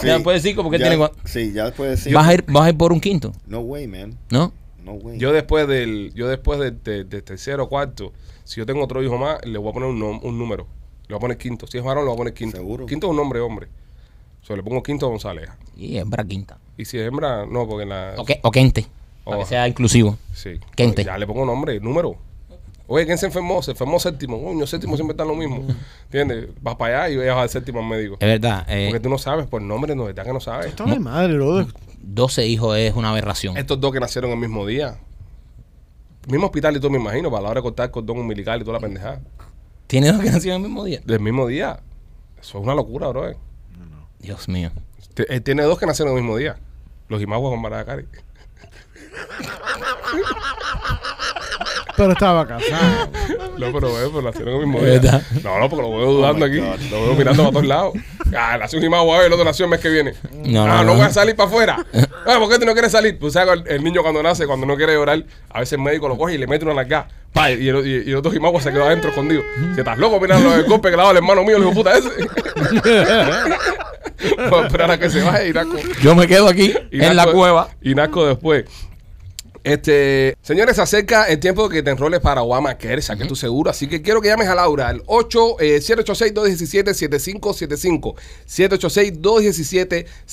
Speaker 2: Ya después de cinco, porque
Speaker 4: Ya-
Speaker 2: tiene cua-
Speaker 4: Sí, ya después de cinco.
Speaker 2: vas, a ir, vas a ir por un quinto,
Speaker 4: No way, man.
Speaker 2: ¿no?
Speaker 4: No way.
Speaker 1: Yo después del yo después del de- del tercero cuarto, si yo tengo otro hijo más, le voy a poner un, nom- un número. Le voy a poner quinto. Si es varón, le voy a poner quinto.
Speaker 4: Seguro.
Speaker 1: Quinto es un nombre, hombre. O sea, le pongo quinto González.
Speaker 2: Y hembra quinta.
Speaker 1: Y si es hembra, no, porque la.
Speaker 2: O, que- o quente, para
Speaker 1: Ojo.
Speaker 2: que sea inclusivo.
Speaker 1: Sí.
Speaker 2: Quente.
Speaker 1: Ya le pongo nombre, número. Oye, ¿quién se enfermó? Se enfermó séptimo. Coño, séptimo siempre está lo mismo. ¿Entiendes? Vas para allá y vas al séptimo al médico.
Speaker 2: Es verdad, Mm. eh,
Speaker 1: Porque tú no sabes, por nombre, no, verdad que no sabes.
Speaker 3: Está de madre, brother.
Speaker 2: 12 hijos es una aberración.
Speaker 1: Estos dos que nacieron el mismo día. Mismo hospital y todo, me imagino, para la hora de cortar el cordón umbilical y toda la pendejada.
Speaker 2: Tiene dos que nacieron el mismo día.
Speaker 1: Del mismo día. Eso es una locura, bro. eh.
Speaker 2: Dios mío.
Speaker 1: Te- él tiene dos que nacieron el mismo día. Los Imaguas con Maracari.
Speaker 3: Pero estaba casado.
Speaker 1: No, pero, eh, pero nacieron el mismo
Speaker 2: Es
Speaker 1: día.
Speaker 2: verdad.
Speaker 1: No, no, porque lo veo dudando
Speaker 4: Oh my
Speaker 1: aquí.
Speaker 4: God.
Speaker 1: Lo veo mirando para todos lados. Ah, nació un Imagua hoy, el otro nació el mes que viene.
Speaker 2: No,
Speaker 1: ah,
Speaker 2: no,
Speaker 1: no,
Speaker 2: no.
Speaker 1: voy a salir para afuera. Ah, ¿Por qué tú no quieres salir? Tú sabes, el, el niño cuando nace, cuando no quiere llorar, a veces el médico lo coge y le mete una larga. Pa, y, el, y, y el otro Imagua se quedó adentro escondido. Si estás loco, mira los golpes que le ha dado el hermano mío, el hijo de puta ese. Voy a esperar a que se vaya y irá con...
Speaker 2: Yo me quedo aquí,
Speaker 1: Y
Speaker 2: en la
Speaker 1: nazco-
Speaker 2: cueva.
Speaker 1: Y nazco después. Este, señores, se acerca el tiempo de que te enroles para Obamacare, saque tu seguro. Así que quiero que llames a Laura al 8, eh, 786-217-7575.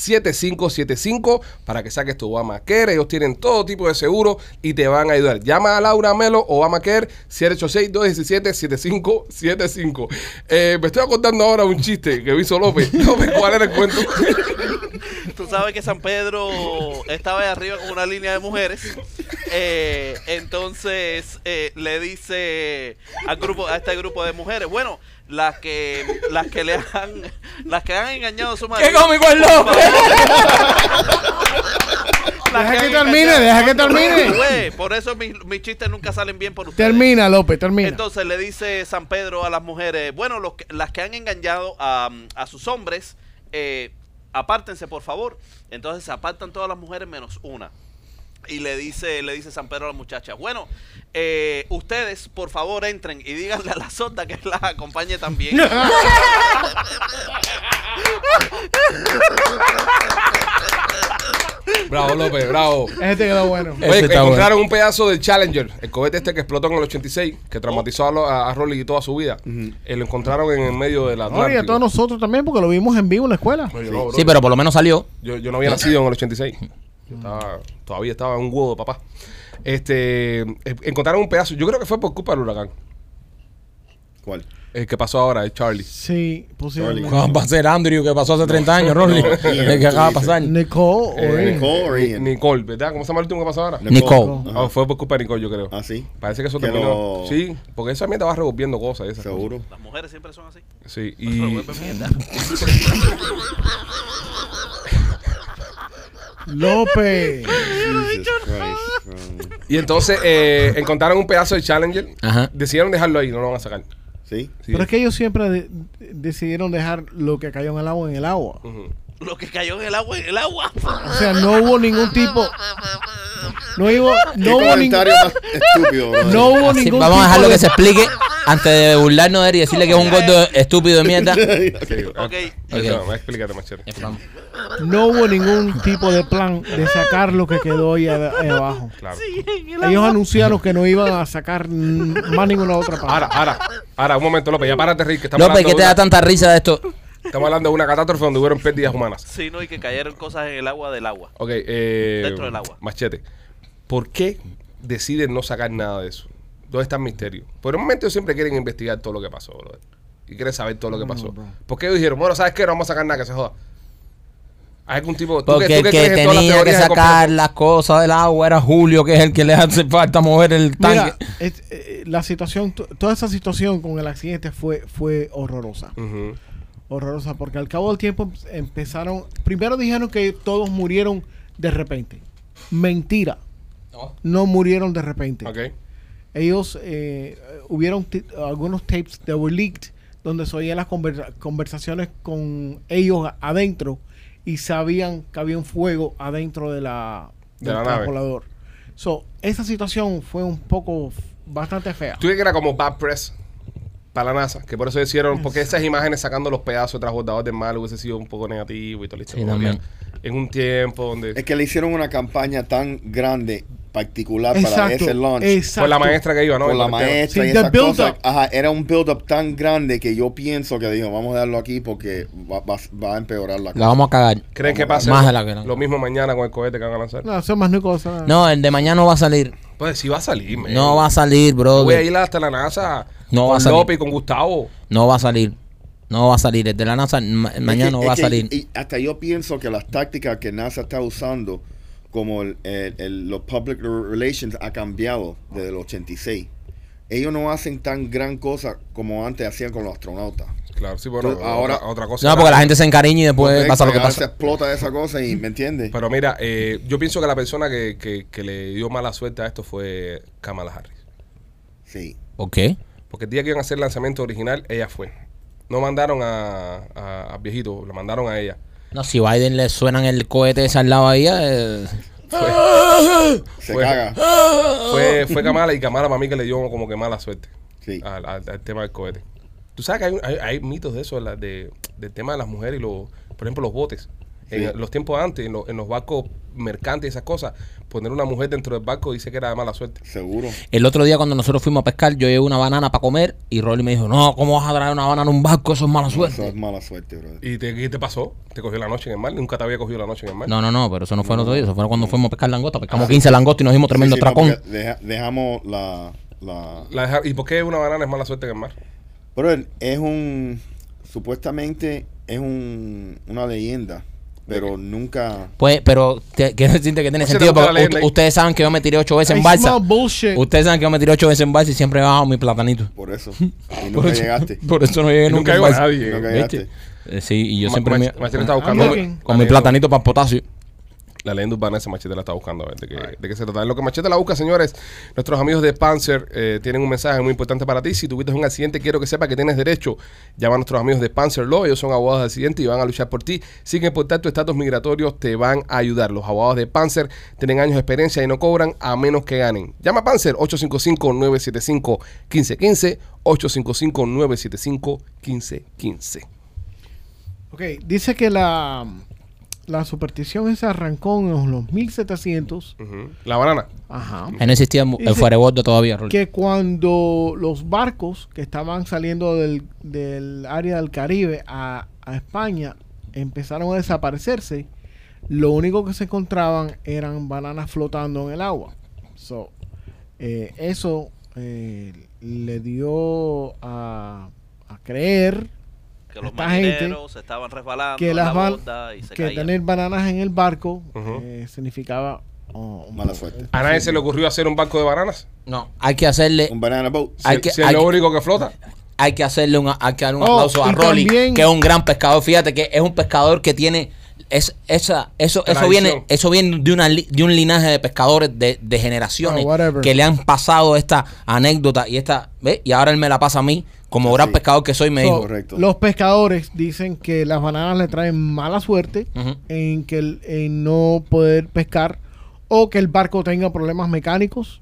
Speaker 1: 786-217-7575 para que saques tu Obamacare. Ellos tienen todo tipo de seguro y te van a ayudar. Llama a Laura Melo, Obamacare, 786-217-7575. Eh, me estoy acordando ahora un chiste que hizo López. López, ¿cuál era el cuento?
Speaker 5: Tú sabes que San Pedro estaba ahí arriba con una línea de mujeres. Eh, entonces eh, le dice al grupo, a este grupo de mujeres, bueno, las que las que le han las que han engañado a su madre.
Speaker 2: ¡Qué cómico el López!
Speaker 3: Deja que termine, deja que termine.
Speaker 5: por eso mis, mis chistes nunca salen bien por ustedes.
Speaker 3: Termina, López, termina.
Speaker 5: Entonces le dice San Pedro a las mujeres, bueno, los que- las que han engañado a, a sus hombres, eh, apártense por favor. Entonces se apartan todas las mujeres menos una. Y le dice, le dice San Pedro a la muchacha, bueno, eh, ustedes por favor entren y díganle a la sota que las acompañe también.
Speaker 3: Ah,
Speaker 1: Bravo, López, bravo.
Speaker 3: Este quedó bueno.
Speaker 2: Ese
Speaker 1: Oye,
Speaker 2: está
Speaker 1: encontraron un pedazo del Challenger, el cohete este que explotó en el 86, que traumatizó a, lo- a- a Rolly toda su vida. Eh, lo encontraron en el medio del Atlántico.
Speaker 3: Oye, a todos nosotros también, porque lo vimos en vivo en la escuela.
Speaker 1: No, yo, no, bro.
Speaker 2: Sí, pero por lo menos salió.
Speaker 1: yo, yo no había nacido en el 86. Yo estaba- todavía estaba en un huevo de papá. Este, eh, encontraron un pedazo, yo creo que fue por culpa del huracán,
Speaker 4: ¿Cuál?
Speaker 1: el que pasó ahora, el Charlie.
Speaker 3: Sí, posiblemente.
Speaker 2: ¿Cómo va a ser Andrew que pasó hace 30 años, Rolly?
Speaker 4: No, tío,
Speaker 2: el que acaba de
Speaker 4: tú dices.
Speaker 2: pasar.
Speaker 3: Nicole
Speaker 1: Eh,
Speaker 3: Oren.
Speaker 4: Nicole Orient.
Speaker 1: Nicole, ¿verdad? ¿Cómo se llama el último que pasó ahora?
Speaker 2: Nicole.
Speaker 1: Ah, fue por culpa de Nicole, yo creo.
Speaker 4: Ah, sí.
Speaker 1: Parece que eso
Speaker 4: Que
Speaker 1: terminó.
Speaker 4: lo-
Speaker 1: Sí, porque esa mierda va revolviendo cosas. y esas cosas.
Speaker 4: Seguro.
Speaker 5: Las mujeres siempre son así.
Speaker 1: Sí, y.
Speaker 3: López.
Speaker 4: Jesus Christ, bro.
Speaker 1: Y entonces eh, encontraron un pedazo de Challenger.
Speaker 2: Ajá.
Speaker 1: Decidieron dejarlo ahí, no lo van a sacar.
Speaker 4: ¿Sí?
Speaker 1: Sí.
Speaker 3: Pero es que ellos siempre de- decidieron dejar lo que cayó en el agua en el agua.
Speaker 1: Ujú.
Speaker 5: Lo que cayó en el agua, en el agua.
Speaker 3: O sea, no hubo ningún tipo. No hubo,
Speaker 4: ¿Qué
Speaker 3: no hubo, ningún-
Speaker 4: comentario más estúpido, bro?
Speaker 3: no hubo
Speaker 2: Así,
Speaker 3: ningún
Speaker 2: vamos a
Speaker 3: tipo
Speaker 2: dejarlo
Speaker 3: de-
Speaker 2: que se explique antes de burlarnos de él y decirle que es un gordo estúpido de mierda. pues,
Speaker 5: Ok.
Speaker 1: Ah, Eso, explícate, machete.
Speaker 3: No hubo ningún tipo de plan de sacar lo que quedó ahí, ad- ahí abajo.
Speaker 1: Claro.
Speaker 3: Ellos anunciaron que no iban a sacar mm, más ninguna otra parte.
Speaker 1: Ahora, ahora, ahora, un momento, López, ya párate, Rick, que estamos,
Speaker 2: López,
Speaker 1: hablando
Speaker 2: ¿qué te
Speaker 1: de
Speaker 2: da
Speaker 1: una,
Speaker 2: tanta risa de esto?
Speaker 1: estamos hablando de una catástrofe donde hubieron pérdidas humanas.
Speaker 5: Sí, no, y que cayeron cosas en el agua del agua.
Speaker 1: Ok, eh,
Speaker 5: Dentro del agua.
Speaker 1: Machete, ¿por qué deciden no sacar nada de eso? ¿Dónde está el misterio? Por el momento ellos siempre quieren investigar todo lo que pasó, brother. Y quieren saber todo lo que pasó. ¿Por qué ellos dijeron, bueno, ¿sabes qué? No vamos a sacar nada que se joda? ¿Hay algún tipo de...
Speaker 2: Porque el que tenía que sacar las cosas del agua era Julio, que es el que le hace falta mover el tanque.
Speaker 3: Mira, es- eh, la situación, to- toda esa situación con el accidente fue, fue horrorosa. Horrorosa, porque al cabo del tiempo empezaron. Primero dijeron que todos murieron de repente. Mentira. No murieron de repente.
Speaker 1: Ok.
Speaker 3: Ellos eh, hubieron ti- algunos tapes that were leaked donde se oían las conver- conversaciones con ellos adentro y sabían que había un fuego adentro de la
Speaker 1: De
Speaker 3: del
Speaker 1: la nave.
Speaker 3: transbordador. So, esa situación fue un poco f- bastante fea.
Speaker 1: Tú ves que era como bad press para la NASA, que por eso hicieron, porque esas imágenes sacando los pedazos de transbordador del mal hubiese sido un poco negativo y todo listo.
Speaker 2: Sí, también.
Speaker 1: En un tiempo donde...
Speaker 4: Es que le hicieron una campaña tan grande, particular para
Speaker 3: Exacto.
Speaker 4: ese launch.
Speaker 3: exacto.
Speaker 1: Por la maestra que iba, ¿no?
Speaker 4: Con
Speaker 1: Y
Speaker 4: la
Speaker 1: por el tema.
Speaker 4: maestra
Speaker 3: Sí,
Speaker 4: y
Speaker 3: the
Speaker 4: esas
Speaker 3: build
Speaker 4: cosas.
Speaker 3: up.
Speaker 4: Ajá, era un build-up tan grande que yo pienso que dijo, vamos a darlo aquí porque va, va- va a empeorar la
Speaker 2: La
Speaker 4: cosa.
Speaker 2: vamos a cagar.
Speaker 1: ¿Creen que pase
Speaker 2: Más
Speaker 1: lo,
Speaker 2: de la que no.
Speaker 1: lo mismo mañana con el cohete que van a lanzar?
Speaker 3: No, eso es más no hay cosa.
Speaker 2: No, el de mañana no va a salir.
Speaker 1: Pues sí va a salir, man.
Speaker 2: No va a salir, bro.
Speaker 1: Voy a ir hasta la NASA
Speaker 2: No va a
Speaker 1: con
Speaker 2: salir.
Speaker 1: López y con Gustavo.
Speaker 2: No va a salir. No va a salir. El de la NASA ma- mañana
Speaker 4: Es que-
Speaker 2: no
Speaker 4: es
Speaker 2: va a
Speaker 4: que-
Speaker 2: salir.
Speaker 4: y hasta yo pienso que las tácticas que NASA está usando, como el, el- el- los public relations, ha cambiado desde el 86. Ellos no hacen tan gran cosa como antes hacían con los astronautas.
Speaker 1: Claro, sí, bueno,
Speaker 4: Pues ahora-
Speaker 1: otra, otra cosa.
Speaker 2: No, porque la gente se encariña y después
Speaker 4: Correcto,
Speaker 2: Pues, pasa lo
Speaker 4: y
Speaker 2: que
Speaker 4: ahora Se
Speaker 2: pasa.
Speaker 4: explota esa cosa y, ¿me entiendes?
Speaker 1: Pero mira, eh, yo pienso que la persona que, que- que le dio mala suerte a esto fue Kamala Harris.
Speaker 4: Sí.
Speaker 2: ¿Por qué?
Speaker 1: Porque el día que iban a hacer el lanzamiento original, ella fue. No mandaron a, a- al viejito, la mandaron a ella.
Speaker 2: No, si Biden le suenan el cohete ese al lado ahí, eh,
Speaker 4: Se
Speaker 1: Bueno.
Speaker 4: caga.
Speaker 1: Fue,
Speaker 2: Oh.
Speaker 1: fue Kamala y Kamala para mí que le dio como que mala suerte
Speaker 4: Sí.
Speaker 1: al, al- al tema del cohete. Tú sabes que hay, hay- hay mitos de eso, de la- de- del tema de las mujeres y los, por ejemplo, los botes. En
Speaker 4: Sí.
Speaker 1: los tiempos antes, en, los- en los barcos mercantes y esas cosas, poner una mujer dentro del barco dice que era de mala suerte.
Speaker 4: Seguro.
Speaker 2: el otro día cuando nosotros fuimos a pescar, yo llevé una banana para comer y Rolly me dijo, no, ¿cómo vas a traer una banana a un barco? Eso es mala
Speaker 4: Eso es
Speaker 2: suerte.
Speaker 4: mala suerte, brother.
Speaker 1: ¿Y te, qué te pasó? ¿Te cogió la noche en el mar? Nunca te había cogido la noche en el mar.
Speaker 2: No, no, no, pero eso no fue el otro día, eso fue cuando fuimos a pescar langosta. Pescamos 15 langostas y nos dimos tremendo
Speaker 4: Sí, sí, no,
Speaker 2: tracón.
Speaker 4: porque deja- dejamos la, la...
Speaker 1: La deja- ¿Y por qué una banana es mala suerte en el mar?
Speaker 4: Brother, es un... Supuestamente es un, una leyenda, pero nunca...
Speaker 2: Pues, pero te- quiero decirte que tiene
Speaker 1: Pues si
Speaker 2: sentido
Speaker 1: te gusta
Speaker 2: porque
Speaker 1: la leyenda
Speaker 2: ust-
Speaker 1: ahí.
Speaker 2: ustedes saben que yo me tiré ocho veces en
Speaker 3: I
Speaker 2: balsa.
Speaker 3: smell bullshit.
Speaker 2: Ustedes saben que yo me tiré ocho veces en balsa y siempre he bajado mi platanito.
Speaker 4: Por eso. Y nunca llegaste.
Speaker 2: Por eso no llegué nunca,
Speaker 1: Nunca llegó
Speaker 2: en
Speaker 1: a
Speaker 2: balsa.
Speaker 1: nadie.
Speaker 4: Nunca
Speaker 2: ¿Viste?
Speaker 4: llegaste.
Speaker 2: Eh, sí, y yo
Speaker 1: Ma-
Speaker 2: siempre
Speaker 1: Mach-
Speaker 2: me- Ah,
Speaker 1: Machete está buscando.
Speaker 3: I'm looking.
Speaker 2: con mi
Speaker 1: leyenda-
Speaker 2: platanito para potasio.
Speaker 1: La leyenda urbana, ese machete la está buscando, a ver de qué, de qué se trata. En Lo que machete la busca, señores, nuestros amigos de Panzer eh, tienen un mensaje muy importante para ti. Si tuviste un accidente, quiero que sepa que tienes derecho. Llama a nuestros amigos de Panzer Law, ellos son abogados de accidente y van a luchar por ti. Sin importar tu estatus migratorio, te van a ayudar. Los abogados de Panzer tienen años de experiencia y no cobran a menos que ganen. Llama a Panzer 855-975-1515, 855-975-1515.
Speaker 3: Ok, dice que la, la superstición esa arrancó en los 1700.
Speaker 1: Ujú. La banana.
Speaker 3: Ajá.
Speaker 2: Ahí no existía mu- el
Speaker 3: Dice-
Speaker 2: fuerebordo todavía, Rolly.
Speaker 3: Que cuando los barcos que estaban saliendo del, del área del Caribe a, a España empezaron a desaparecerse, lo único que se encontraban eran bananas flotando en el agua. So, eh, eso eh, le dio a, a creer
Speaker 5: Que los
Speaker 3: Esta
Speaker 5: marineros se estaban resbalando
Speaker 3: que
Speaker 5: en
Speaker 3: las
Speaker 5: la
Speaker 3: ban-
Speaker 5: borda y se
Speaker 3: que
Speaker 5: caían.
Speaker 3: tener bananas en el barco
Speaker 1: Ujú.
Speaker 3: eh, significaba oh,
Speaker 4: Mala suerte.
Speaker 1: ¿A nadie se le ocurrió hacer un barco de bananas?
Speaker 2: No, hay que hacerle,
Speaker 4: Un banana boat.
Speaker 2: Hay
Speaker 1: Si-
Speaker 2: que-
Speaker 1: si es
Speaker 2: hay
Speaker 1: lo
Speaker 2: que-
Speaker 1: único que flota.
Speaker 2: hay que hacerle un, hay que darle un
Speaker 3: Oh,
Speaker 2: aplauso a
Speaker 3: y
Speaker 2: Rolly,
Speaker 3: también-
Speaker 2: que es un gran pescador. Fíjate que es un pescador que tiene es, esa, eso, eso
Speaker 1: Tradición.
Speaker 2: viene, eso viene de una li- de un linaje de pescadores de, de generaciones
Speaker 3: Oh, whatever.
Speaker 2: que le han pasado esta anécdota y esta, ¿ves? Y ahora él me la pasa a mí como gran
Speaker 4: Sí.
Speaker 2: pescador que soy, me
Speaker 3: So,
Speaker 2: dijo.
Speaker 4: Correcto.
Speaker 3: Los pescadores dicen que las bananas le traen mala suerte
Speaker 2: Ujú.
Speaker 3: en que el- en no poder pescar o que el barco tenga problemas mecánicos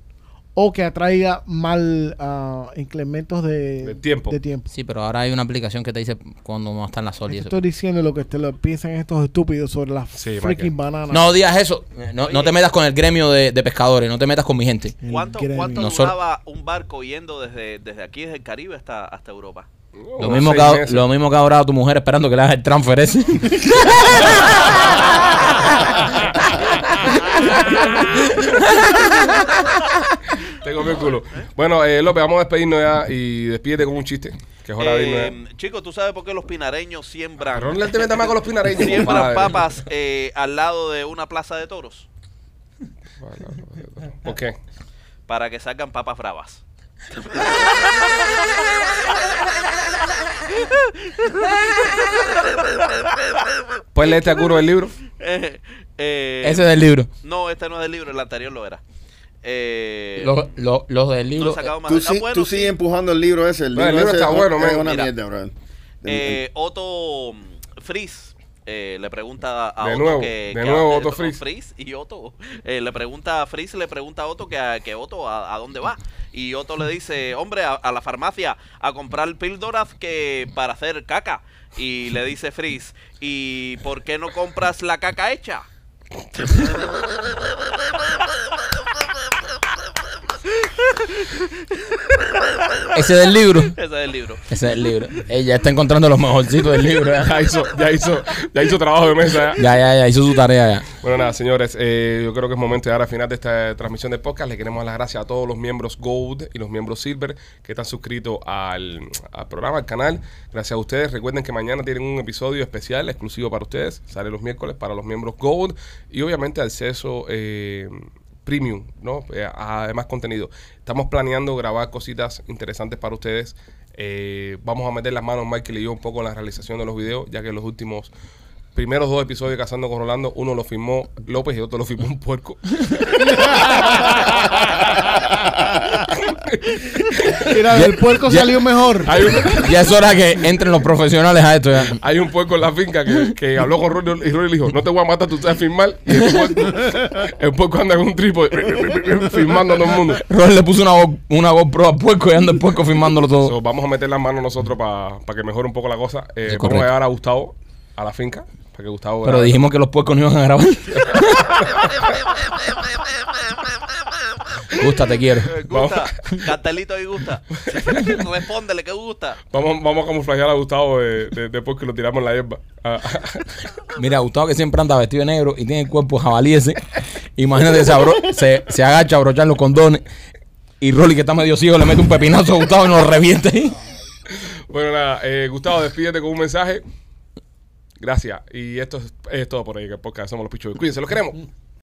Speaker 3: o que atraiga mal ah, incrementos de,
Speaker 1: De tiempo.
Speaker 3: de tiempo.
Speaker 9: Sí, pero ahora hay una aplicación que te dice cuando no están las sol y eso.
Speaker 3: Estoy diciendo lo que te lo piensan estos estúpidos sobre las
Speaker 1: Sí,
Speaker 3: freaking
Speaker 1: Michael.
Speaker 3: bananas.
Speaker 2: No digas eso. No, no te metas con el gremio de, de pescadores. No te metas con mi gente.
Speaker 3: El
Speaker 5: ¿Cuánto,
Speaker 3: gremio.
Speaker 5: cuánto
Speaker 2: No solo-
Speaker 5: duraba un barco yendo desde, desde aquí, desde el Caribe hasta, hasta Europa?
Speaker 2: Lo mismo, que, ha- lo mismo que ha orado tu mujer esperando que le hagas el transfer ese.
Speaker 1: Tengo mi culo. Bueno, eh, López, vamos a despedirnos ya y despídete con un chiste. Que es hora de irnos.
Speaker 5: Eh, Chicos, ¿tú sabes por qué los pinareños
Speaker 1: ya.
Speaker 5: siembran,
Speaker 1: Cabrón, le te metas más con los pinareños.
Speaker 5: siembran
Speaker 1: compadre.
Speaker 5: papas eh, al lado de una plaza de toros?
Speaker 1: ¿Por qué?
Speaker 5: Para que salgan papas bravas.
Speaker 1: Pues leerte a curo el libro.
Speaker 5: Eh, eh,
Speaker 2: ese es el libro.
Speaker 5: No, este no es del libro, el anterior lo era. Eh,
Speaker 2: Los los- los del
Speaker 5: no he
Speaker 2: libro.
Speaker 5: sacado más
Speaker 4: Tú,
Speaker 5: de- ah,
Speaker 4: sí,
Speaker 5: bueno,
Speaker 4: tú
Speaker 5: sí.
Speaker 4: sigues empujando el libro ese. El
Speaker 1: No,
Speaker 4: libro,
Speaker 1: el libro
Speaker 4: ese
Speaker 1: está
Speaker 4: es-
Speaker 1: bueno,
Speaker 4: es
Speaker 1: man.
Speaker 4: una
Speaker 5: Mira.
Speaker 4: mierda, bro. El-
Speaker 5: Eh, Otto mm, Frizz eh, le pregunta a
Speaker 1: De
Speaker 5: Otto
Speaker 1: nuevo,
Speaker 5: que,
Speaker 1: de
Speaker 5: que-
Speaker 1: nuevo
Speaker 5: eh,
Speaker 1: Otto
Speaker 5: no,
Speaker 1: Frizz.
Speaker 5: y Otto eh, le pregunta a Frizz le pregunta a Otto que, a- que Otto a, a dónde va y Otto le dice hombre a, a la farmacia a comprar píldoras que para hacer caca y le dice Frizz y por qué no compras la caca hecha
Speaker 2: Ese es del libro. Ese
Speaker 5: ese es el libro
Speaker 2: es el libro. Ella está encontrando los mejorcitos del libro. Ya,
Speaker 1: Ya hizo, ya hizo, ya hizo trabajo de mesa. ya.
Speaker 2: ya, ya. Hizo su tarea ya.
Speaker 1: Bueno, nada, señores, eh, yo creo que es momento de dar al final de esta transmisión de podcast. Le queremos dar las gracias a todos los miembros Gold y los miembros Silver que están suscritos al, al programa, al canal. Gracias a ustedes. Recuerden que mañana tienen un episodio especial, exclusivo para ustedes. Sale los miércoles para los miembros Gold y obviamente acceso. eh, premium, ¿no? Eh, a- a más contenido. Estamos planeando grabar cositas interesantes para ustedes. Eh, vamos a meter las manos, Michael y yo, un poco en la realización de los videos, ya que los últimos primeros dos episodios de Cazando con Rolando, uno lo firmó López y otro lo firmó un puerco.
Speaker 3: Mira, el puerco
Speaker 2: Ya-
Speaker 3: salió mejor.
Speaker 2: Ah,
Speaker 1: Hay un,
Speaker 2: Ya es hora que entren los profesionales a esto ya.
Speaker 1: hay un puerco en la finca que, que habló con Rolly y Rolly le dijo, no te voy a matar, tú te vas a firmar. Y el puerco, el puerco anda con un trípode firmando a todo el mundo.
Speaker 2: Rol le puso una, go- una GoPro al puerco y anda el puerco firmándolo todo.
Speaker 1: So, vamos a meter las manos nosotros para que mejore un poco la cosa. Eh,
Speaker 2: Es
Speaker 1: vamos a
Speaker 2: correcto.
Speaker 1: llevar a Gustavo a la finca para que Gustavo
Speaker 2: Pero
Speaker 1: grabe.
Speaker 2: dijimos que los puercos no iban a grabar. Gusta, te quiero.
Speaker 5: Eh, gusta cartelito ahí gusta respóndele que gusta
Speaker 1: Vamos, vamos a camuflajear a Gustavo de, de- después que lo tiramos en la hierba. Ah,
Speaker 2: Mira, Gustavo que siempre anda vestido de negro y tiene el cuerpo jabalí ese. Imagínate, se, abro- se, se agacha a abrochar los condones. Y Rolly, que está medio ciego, le mete un pepinazo a Gustavo y nos revienta ahí.
Speaker 1: bueno, nada, eh, Gustavo, despídete con un mensaje. Gracias. Y esto es, es todo por ahí, que el podcast somos los pichos. Cuídense, los queremos.